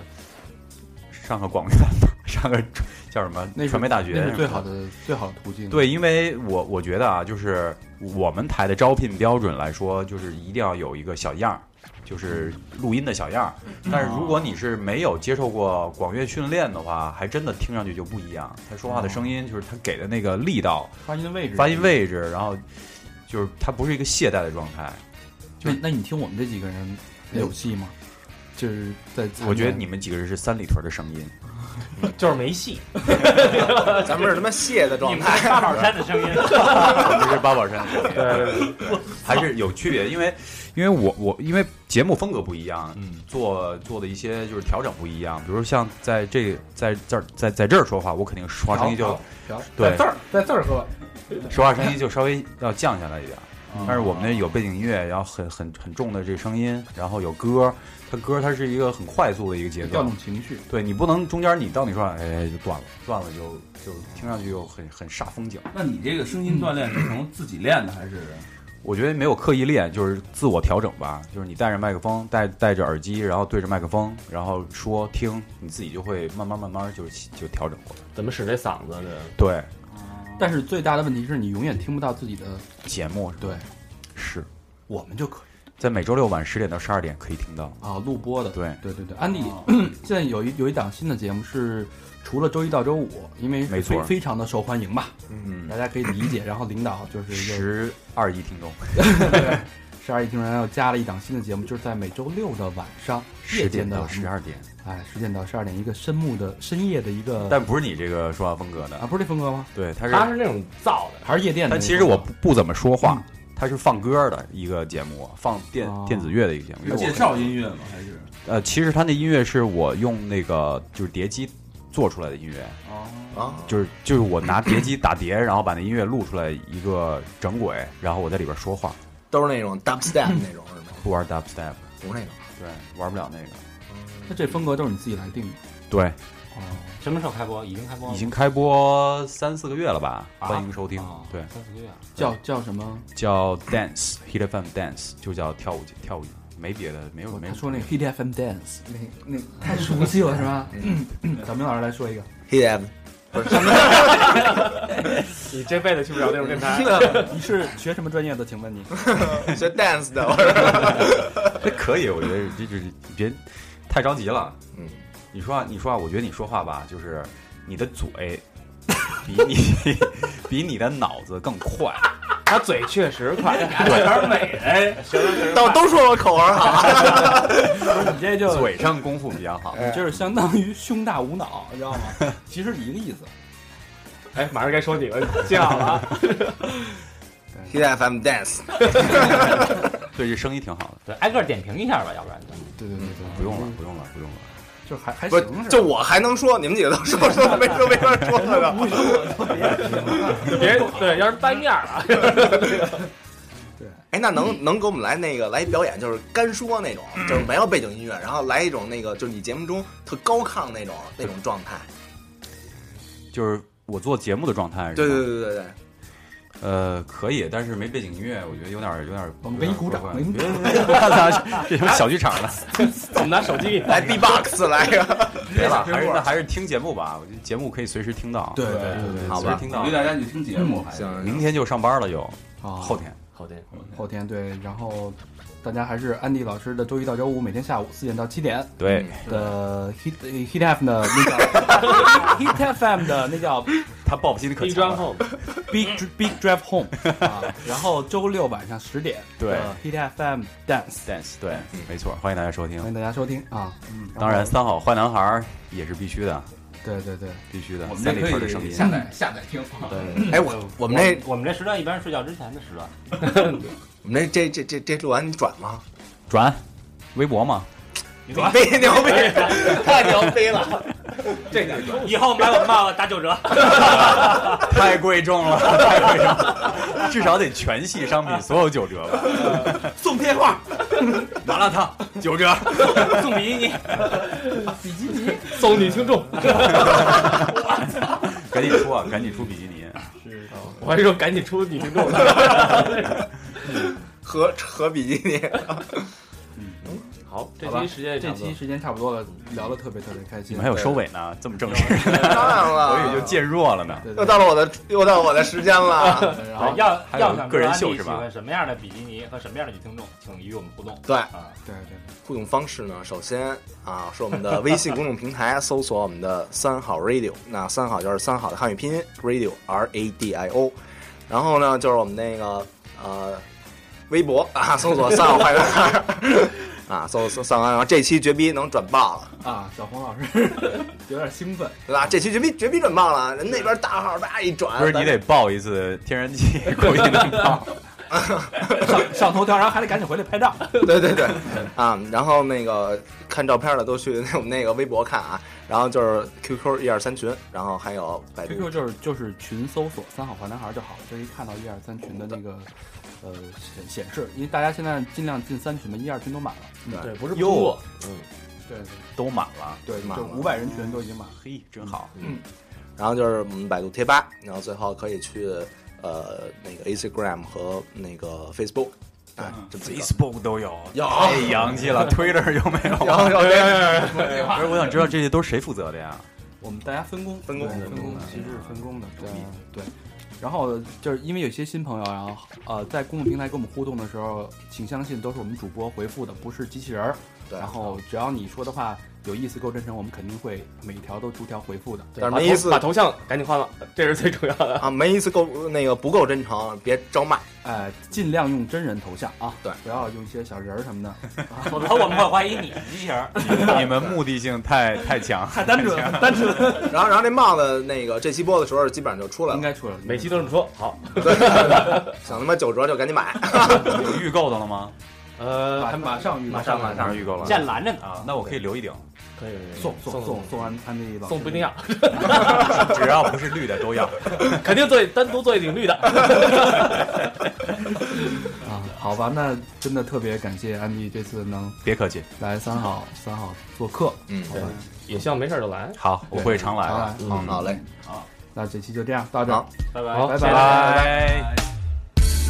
[SPEAKER 2] 上个广院吧，上个 叫什么
[SPEAKER 3] 那是
[SPEAKER 2] 传媒大学
[SPEAKER 3] 那是最
[SPEAKER 2] 什么
[SPEAKER 3] 好的最好的途径。
[SPEAKER 2] 对，因为我我觉得啊，就是我们台的招聘标准来说，就是一定要有一个小样儿，就是录音的小样儿。
[SPEAKER 3] 嗯
[SPEAKER 2] 但是如果你是没有接受过广乐训练的话，还真的听上去就不一样。他说
[SPEAKER 3] 哦
[SPEAKER 2] 话的声音，就是他给的那个力道、
[SPEAKER 3] 发音的位置，
[SPEAKER 2] 发音位置，然后就是他不是一个懈怠的状态。
[SPEAKER 3] 那那你听我们这几个人有戏吗？就是在
[SPEAKER 2] 我觉得你们几个人是三里屯的声音，
[SPEAKER 6] 就是没戏，
[SPEAKER 5] 咱们是他妈蟹的
[SPEAKER 4] 你
[SPEAKER 5] 状
[SPEAKER 4] 们
[SPEAKER 5] 态，啊
[SPEAKER 4] 是八宝山的声音，
[SPEAKER 2] 我们是八宝山的声音。还是有区别，因为因为我我因为节目风格不一样，
[SPEAKER 6] 嗯，
[SPEAKER 2] 做做的一些就是调整不一样，比如像在这在这儿在在这儿说话，我肯定说话声音就对
[SPEAKER 3] 在这儿在这儿喝，
[SPEAKER 2] 说话声音就稍微要降下来一点儿。但是我们那有背景音乐，然后很很很重的这个声音，然后有歌，它歌它是一个很快速的一个节
[SPEAKER 3] 调
[SPEAKER 2] 奏嗯
[SPEAKER 3] 动，情绪。
[SPEAKER 2] 对你不能中间你到你说话哎就断了，断了就就听上去又很很煞风景。
[SPEAKER 7] 那你这个声音锻炼是从自己练的还是？
[SPEAKER 2] 我觉得没有刻意练，就是自我调整吧。就是你带着麦克风，戴戴着耳机，然后对着麦克风，然后说听，你自己就会慢慢慢慢就就调整过来。
[SPEAKER 6] 怎么使这嗓子呢？
[SPEAKER 2] 对，
[SPEAKER 3] 但是最大的问题是你永远听不到自己的，
[SPEAKER 2] 节目
[SPEAKER 3] 对
[SPEAKER 2] 是
[SPEAKER 3] 我们就可
[SPEAKER 2] 在每周六晚十点到十二点可以听到。
[SPEAKER 3] 以啊，录播的。
[SPEAKER 2] 对，嗯
[SPEAKER 3] 对对对，安迪
[SPEAKER 7] 哦
[SPEAKER 3] 现在有一有一档新的节目是除了周一到周五，因为
[SPEAKER 2] 没错
[SPEAKER 3] 非非常的受欢迎吧，
[SPEAKER 2] 嗯
[SPEAKER 3] 大，家可以理解。然后领导就是有
[SPEAKER 2] 十二亿听众，
[SPEAKER 3] 十二亿听众又加了一档新的节目，就是在每周六的晚上夜
[SPEAKER 2] 十
[SPEAKER 3] 间
[SPEAKER 2] 点
[SPEAKER 3] 的
[SPEAKER 2] 到十，二点，
[SPEAKER 3] 哎，十点到十二点，一个深暮的深夜的一个
[SPEAKER 2] 但不是你这个说话风格
[SPEAKER 3] 啊，
[SPEAKER 2] 的，
[SPEAKER 3] 不是这风格吗？
[SPEAKER 2] 对，他
[SPEAKER 6] 他
[SPEAKER 2] 是，
[SPEAKER 6] 是那种造的，
[SPEAKER 3] 还是夜店的
[SPEAKER 2] 但
[SPEAKER 3] 那种？
[SPEAKER 2] 其实我不不怎么说话，他是放歌的一个节目，放电
[SPEAKER 3] 嗯哦
[SPEAKER 2] 电子乐的一个节目。因为我
[SPEAKER 7] 介绍音乐吗？还是
[SPEAKER 2] 呃，其实他那音乐是我用那个就是碟机做出来的音乐，
[SPEAKER 7] 哦，
[SPEAKER 5] 啊，
[SPEAKER 2] 就是就是我拿碟机打碟，然后把那音乐录出来一个整轨，然后我在里边说话，
[SPEAKER 5] 都是那种 dubstep 那种是吗？
[SPEAKER 2] 不玩 dubstep，
[SPEAKER 5] 不是那种。
[SPEAKER 2] 对，玩不了那个。
[SPEAKER 3] 那这风格都是你自己来定的。
[SPEAKER 2] 对，
[SPEAKER 3] 哦，
[SPEAKER 4] 嗯什么时候开播？已经开播了吗，
[SPEAKER 2] 已经开播三四个月了吧？
[SPEAKER 4] 啊
[SPEAKER 2] 欢迎收听。
[SPEAKER 4] 哦
[SPEAKER 2] 对，
[SPEAKER 4] 三四个月啊。
[SPEAKER 3] 叫叫什么？
[SPEAKER 2] 叫 Dance Hit FM Dance，就叫跳舞跳舞，没别的，没有
[SPEAKER 3] 我
[SPEAKER 2] 没
[SPEAKER 3] 他
[SPEAKER 2] 有。
[SPEAKER 3] 说那个 Hit FM Dance，那那太熟悉了是吧？嗯，嗯 小明老师来说一个，
[SPEAKER 5] Hit
[SPEAKER 6] 你这辈子去不了那种电 台。
[SPEAKER 3] 你是学什么专业的？请问你
[SPEAKER 5] F 学 dance 的，我说
[SPEAKER 2] 那可以，我觉得这就是别太着急了。
[SPEAKER 5] 嗯，
[SPEAKER 2] 你说话，你说话，我觉得你说话吧，就是你的嘴比你比你的脑子更快。
[SPEAKER 6] 他嘴确实快，
[SPEAKER 7] 点美哎，
[SPEAKER 5] 都都说我口儿好，
[SPEAKER 3] 你这 就
[SPEAKER 2] 嘴上功夫比较好。
[SPEAKER 3] 你就是相当于胸大无脑，你知道吗？ 其实一个意思。
[SPEAKER 6] 哎，马上该说你了，接好了啊。
[SPEAKER 5] Hit FM dance，
[SPEAKER 2] 对，这声音挺好的。
[SPEAKER 4] 对，挨个点评一下吧，要不然就
[SPEAKER 3] 对对对对，
[SPEAKER 2] 不用了，不用了，不用了。
[SPEAKER 3] 啊就还还
[SPEAKER 5] 不
[SPEAKER 3] 行
[SPEAKER 5] 是
[SPEAKER 3] 是吧，
[SPEAKER 5] 就我还能说，你们几个都说说没说没法说了都。
[SPEAKER 6] 你别对，要是掰面啊了，
[SPEAKER 5] 哎，那能能给我们来那个来一表演，就是干说那种，就是没有背景音乐，然后来一种那个，就是你节目中特高亢那种那种状态。
[SPEAKER 2] 就是我做节目的状态是吧。
[SPEAKER 5] 对对对对对，
[SPEAKER 2] 呃，可以，但是没背景音乐，我觉得有点儿有点儿。
[SPEAKER 3] 我们给你鼓掌
[SPEAKER 2] 有
[SPEAKER 3] 我给
[SPEAKER 2] 点
[SPEAKER 3] 你
[SPEAKER 2] 儿
[SPEAKER 3] 鼓
[SPEAKER 2] 别别别别别这什么小剧场的？
[SPEAKER 6] 我们拿手机给你
[SPEAKER 5] 来 B-box 来一个。
[SPEAKER 2] 别了，还是那还是听节目吧。我觉得节目可以随时听到。
[SPEAKER 3] 对对
[SPEAKER 7] 对
[SPEAKER 3] 对
[SPEAKER 5] 好
[SPEAKER 2] 随时
[SPEAKER 5] 吧
[SPEAKER 2] 听
[SPEAKER 7] 鼓
[SPEAKER 2] 到
[SPEAKER 7] 励。大家去听节目，还是
[SPEAKER 5] 行
[SPEAKER 2] 明天就上班了，又
[SPEAKER 3] 啊
[SPEAKER 2] 后天。
[SPEAKER 6] 好的，
[SPEAKER 3] 后天对，然后大家还是安迪老师的周一到周五每天下午四点到七点
[SPEAKER 2] 对，
[SPEAKER 3] 的 Hit 呃 Hit FM 的那叫 Hit FM 的那叫
[SPEAKER 2] 他报复心可
[SPEAKER 6] 一
[SPEAKER 2] 强
[SPEAKER 6] 砖
[SPEAKER 2] 了。
[SPEAKER 6] 后
[SPEAKER 3] Big Big Drive Home 啊，然后周六晚上十点
[SPEAKER 2] 对
[SPEAKER 7] 嗯
[SPEAKER 3] 的 Hit FM Dance，
[SPEAKER 2] dance，对，没错，欢迎大家收听
[SPEAKER 3] 欢。迎大家收听啊。后
[SPEAKER 2] 当然，三好坏男孩儿也是必须的，
[SPEAKER 3] 对对对，
[SPEAKER 2] 必须的。
[SPEAKER 7] 我们
[SPEAKER 2] 三里屯的
[SPEAKER 7] 这
[SPEAKER 2] 声
[SPEAKER 7] 可以
[SPEAKER 2] 音，
[SPEAKER 7] 下载下载听。
[SPEAKER 2] 对，
[SPEAKER 5] 哎，我我们这
[SPEAKER 4] 我们这时段一般是睡觉之前的时段，
[SPEAKER 5] 我们这这这这这录完你转吗？
[SPEAKER 2] 转微 博嘛，
[SPEAKER 5] 逼牛逼， 太牛逼了！
[SPEAKER 6] 这个
[SPEAKER 4] 以后买我骂我打九折。
[SPEAKER 2] 太贵重了，太贵重 了，至少得全系商品所有九折吧。
[SPEAKER 3] 送贴画，
[SPEAKER 2] 麻辣烫 九折，
[SPEAKER 4] 送比基尼，
[SPEAKER 3] 比基尼，
[SPEAKER 6] 送女听众，
[SPEAKER 2] 赶紧出啊，赶紧出比基尼。
[SPEAKER 6] 我还说赶紧出女 听众，
[SPEAKER 5] 和和比基 尼，
[SPEAKER 6] 好， 这
[SPEAKER 3] 好吧
[SPEAKER 6] 期时间也差
[SPEAKER 3] 嗯这
[SPEAKER 6] 不多
[SPEAKER 3] 期时间差不多了，聊的特别特别开
[SPEAKER 2] 你
[SPEAKER 3] 心
[SPEAKER 2] 们还。有收尾呢，这么正式，
[SPEAKER 7] 啊
[SPEAKER 5] 当然
[SPEAKER 2] 我以为
[SPEAKER 5] 了
[SPEAKER 2] 就，渐弱了呢。
[SPEAKER 3] 对
[SPEAKER 5] 又
[SPEAKER 3] 对，
[SPEAKER 5] 到了我的又到我的时间了。
[SPEAKER 3] 对然
[SPEAKER 4] 对
[SPEAKER 3] 后
[SPEAKER 4] 要
[SPEAKER 2] 还有
[SPEAKER 4] 要想
[SPEAKER 2] 个人
[SPEAKER 4] 知道
[SPEAKER 2] 秀
[SPEAKER 4] 安迪
[SPEAKER 2] 是吧
[SPEAKER 4] 喜欢什么样的比基尼和什么样的女听众，请与我们 互动
[SPEAKER 5] 对，
[SPEAKER 4] 啊！
[SPEAKER 3] 对对对，
[SPEAKER 5] 互动方式呢，首先啊是我们的微信公众平台，搜索我们的三好 radio，那三好就是三好的汉语拼音 radio r a d i o，然后呢就是我们那个呃微博啊，搜索三好坏男孩儿啊， 搜搜三好坏男孩儿，这期绝逼能转爆了，
[SPEAKER 3] 啊，小红老师 有点兴奋，
[SPEAKER 5] 对吧？这期绝逼绝逼转爆了，人那边大号大一转，
[SPEAKER 2] 不是你
[SPEAKER 5] 咱
[SPEAKER 2] 得报一次天然 气，估计能报。
[SPEAKER 3] 上上头条，然后还得赶紧回来拍照。
[SPEAKER 5] 对对对，啊，然后那个看照片的都去我们那个微博看啊，然后就是 QQ 一二三群，然后还有百度
[SPEAKER 3] QQ 就是就是群搜索“三好坏男孩”就好了，就可以看到一二三群的那个呃显显示，因为大家现在尽量进三群嘛，一二群都满了。嗯
[SPEAKER 6] 对，不是
[SPEAKER 2] 哟
[SPEAKER 6] 不过
[SPEAKER 3] 对
[SPEAKER 2] 都满了，
[SPEAKER 3] 对
[SPEAKER 5] 满
[SPEAKER 3] 就
[SPEAKER 5] 了
[SPEAKER 3] 五百人群都已经满了。
[SPEAKER 2] 嘿，真好。
[SPEAKER 5] 然后就是我们百度贴吧，然后最后可以去呃那个 Instagram 和那个 Facebook，哎，这么几个。
[SPEAKER 2] 嗯 Facebook 都有，
[SPEAKER 5] 有
[SPEAKER 2] 太洋气 了。Twitter 有没有？
[SPEAKER 5] 然后然后
[SPEAKER 2] 不是，我想知道这些都是谁负责的呀？
[SPEAKER 3] 我们大家分工，
[SPEAKER 5] 分工
[SPEAKER 3] 对
[SPEAKER 5] 分
[SPEAKER 3] 分
[SPEAKER 5] 工
[SPEAKER 3] 工，其实是分工的，对对。然后就是因为有些新朋友，然后呃，在公众平台跟我们互动的时候，请相信都是我们主播回复的，不是机器人儿。
[SPEAKER 5] 对
[SPEAKER 3] 然后只要你说的话有意思、够真诚，我们肯定会每一条都逐条回复的。
[SPEAKER 5] 但是没意思
[SPEAKER 6] 把头像赶紧换了，这是最重要的。
[SPEAKER 5] 啊，没一次够那个不够真诚，别招骂。
[SPEAKER 3] 呃，尽量用真人头像啊，
[SPEAKER 5] 对
[SPEAKER 3] 不要用一些小人儿什么的。
[SPEAKER 4] 否则我们会怀疑你是机器 人儿。
[SPEAKER 2] 你们目的性太太 强，
[SPEAKER 3] 太单纯，单纯，
[SPEAKER 5] 然后，然后这帽子那个这期播的时候基本上就出来
[SPEAKER 3] 应
[SPEAKER 5] 了，
[SPEAKER 3] 该出来了。
[SPEAKER 6] 每期都这么说，好，
[SPEAKER 5] 想他妈九折就赶紧买。
[SPEAKER 2] 有预购的了吗？
[SPEAKER 6] 呃，
[SPEAKER 3] 马马上预告
[SPEAKER 6] 马上马
[SPEAKER 2] 当然预购了
[SPEAKER 4] 现在拦着呢，
[SPEAKER 2] 啊，那我可以留一顶，
[SPEAKER 6] 可以可以
[SPEAKER 3] 送送
[SPEAKER 6] 送
[SPEAKER 3] 送送安安利老师
[SPEAKER 6] 送不一定要，啊
[SPEAKER 2] 只要不是绿的都要。
[SPEAKER 6] 肯定做一单独做一顶绿的。
[SPEAKER 3] 啊，好吧，那真的特别感谢安迪这次能
[SPEAKER 2] 别客气，
[SPEAKER 3] 来三好三好做客，
[SPEAKER 5] 嗯，
[SPEAKER 3] 好吧，
[SPEAKER 6] 也希望没事儿就来。
[SPEAKER 2] 好，我会常来啊
[SPEAKER 3] 常来
[SPEAKER 2] 的。
[SPEAKER 6] 嗯
[SPEAKER 5] 好嘞，
[SPEAKER 3] 那这期就这样到这儿
[SPEAKER 5] 好，
[SPEAKER 4] 拜拜。
[SPEAKER 6] 好，
[SPEAKER 3] 拜
[SPEAKER 6] 谢谢
[SPEAKER 3] 拜
[SPEAKER 6] 大家
[SPEAKER 2] 拜。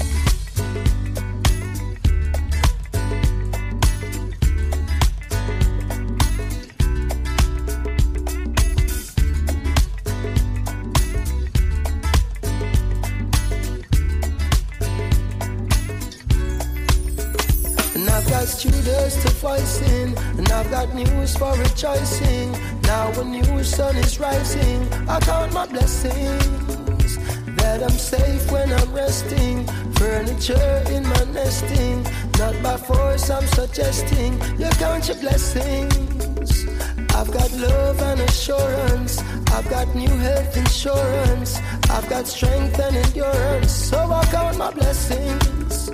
[SPEAKER 8] And I've got students to voicing, and I've got news for rejoicing. Now a new sun is rising, I count my blessings. That I'm safe when I'm resting, furniture in my nesting. Not by force, I'm suggesting you count your blessings. I've got love and assurance, I've got new health insurance, I've got strength and endurance. So I count my blessings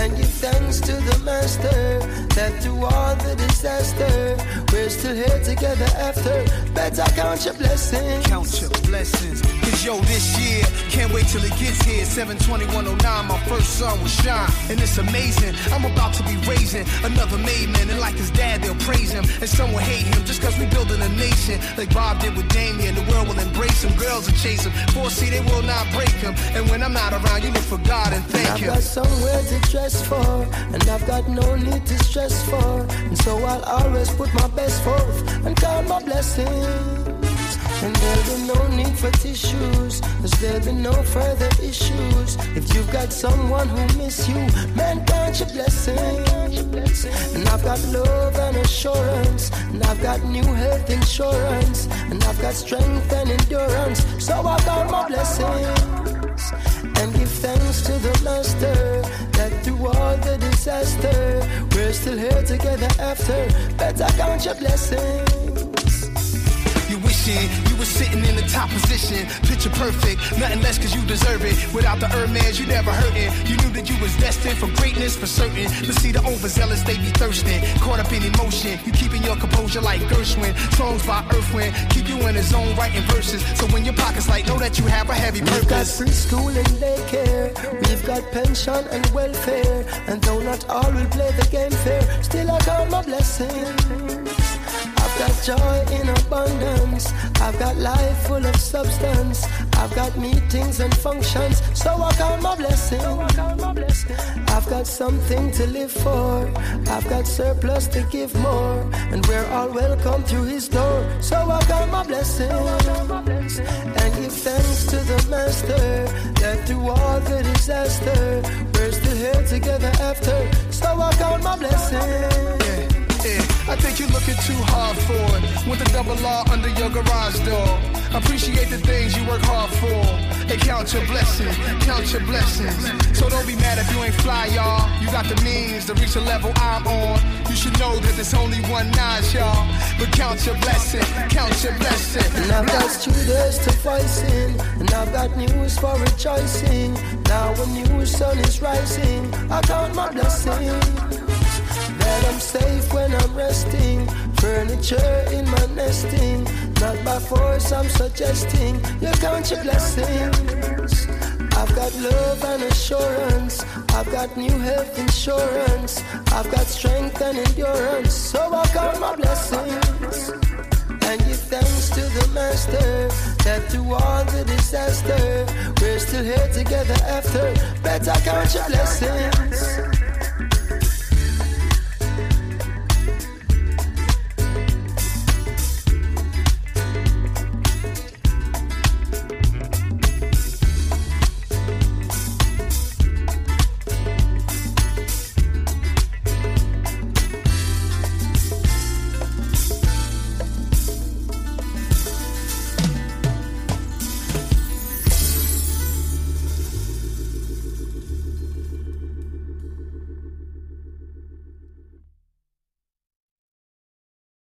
[SPEAKER 8] and give thanks to the master that through all the disaster we're still here together after better count your blessings
[SPEAKER 9] Count your blessings. Cause yo, this year, can't wait till it gets here. 72109, my first son will shine. And it's amazing. I'm about to be raising another made man. And like his dad, they'll praise him. And some will hate him just cause we building a nation. Like Bob did with Damien. The world will embrace him. Girls will chase him. 4C, they will not break him. And when I'm not around, you look for God and thank
[SPEAKER 8] I've
[SPEAKER 9] him.
[SPEAKER 8] got somewhere to dress for, and I've got no need to stress for. And so I'll always put my best forth and count my blessings. And there'll be no need for tissues, cause there'll be no further issues. If you've got someone who miss you, man, count your blessings. And I've got love and assurance, and I've got new health insurance, and I've got strength and endurance. So I count my blessings and give thanks to the master that through all the disaster we're still here together after better count your blessings
[SPEAKER 9] You wishing you were sitting in the top position. Picture perfect, nothing less cause you deserve it. Without the Hermes, you never hurting. You knew that you was destined for greatness for certain. But see the overzealous, they be thirsting. Caught up in emotion, you keeping your composure like Gershwin. Songs by Earthwind, keep you in the zone writing verses. So when your pockets like, know that you have a heavy
[SPEAKER 8] We've got
[SPEAKER 9] purpose.
[SPEAKER 8] preschool and daycare. We've got pension and welfare. And though not all will play the game fair, still I count my blessings. I've got joy in abundance. I've got life full of substance. I've got meetings and functions. So I count my blessings. I've got something to live for. I've got surplus to give more. And we're all welcome through his door. So I count my blessings. And give thanks to the master that through all the disaster, we're still here together after. So I count my blessings.
[SPEAKER 9] Yeah, yeah. Eh, I think you're looking too hard for it. With a double R under your garage door. Appreciate the things you work hard for. And count your blessings, count your blessings. So don't be mad if you ain't fly, y'all. You got the means to reach the level I'm on. You should know that there's only one notch, y'all. But count your blessing, count your blessing.
[SPEAKER 8] And I've got students to voicing, and I've got news for rejoicing. Now a new sun is rising, I count my blessings. That I'm safe when I'm resting, furniture in my nesting. Not by force, I'm suggesting you count your blessings. I've got love and assurance, I've got new health insurance, I've got strength and endurance, so I count my blessings and give thanks to the master that through all the disaster we're still here together after better count your blessings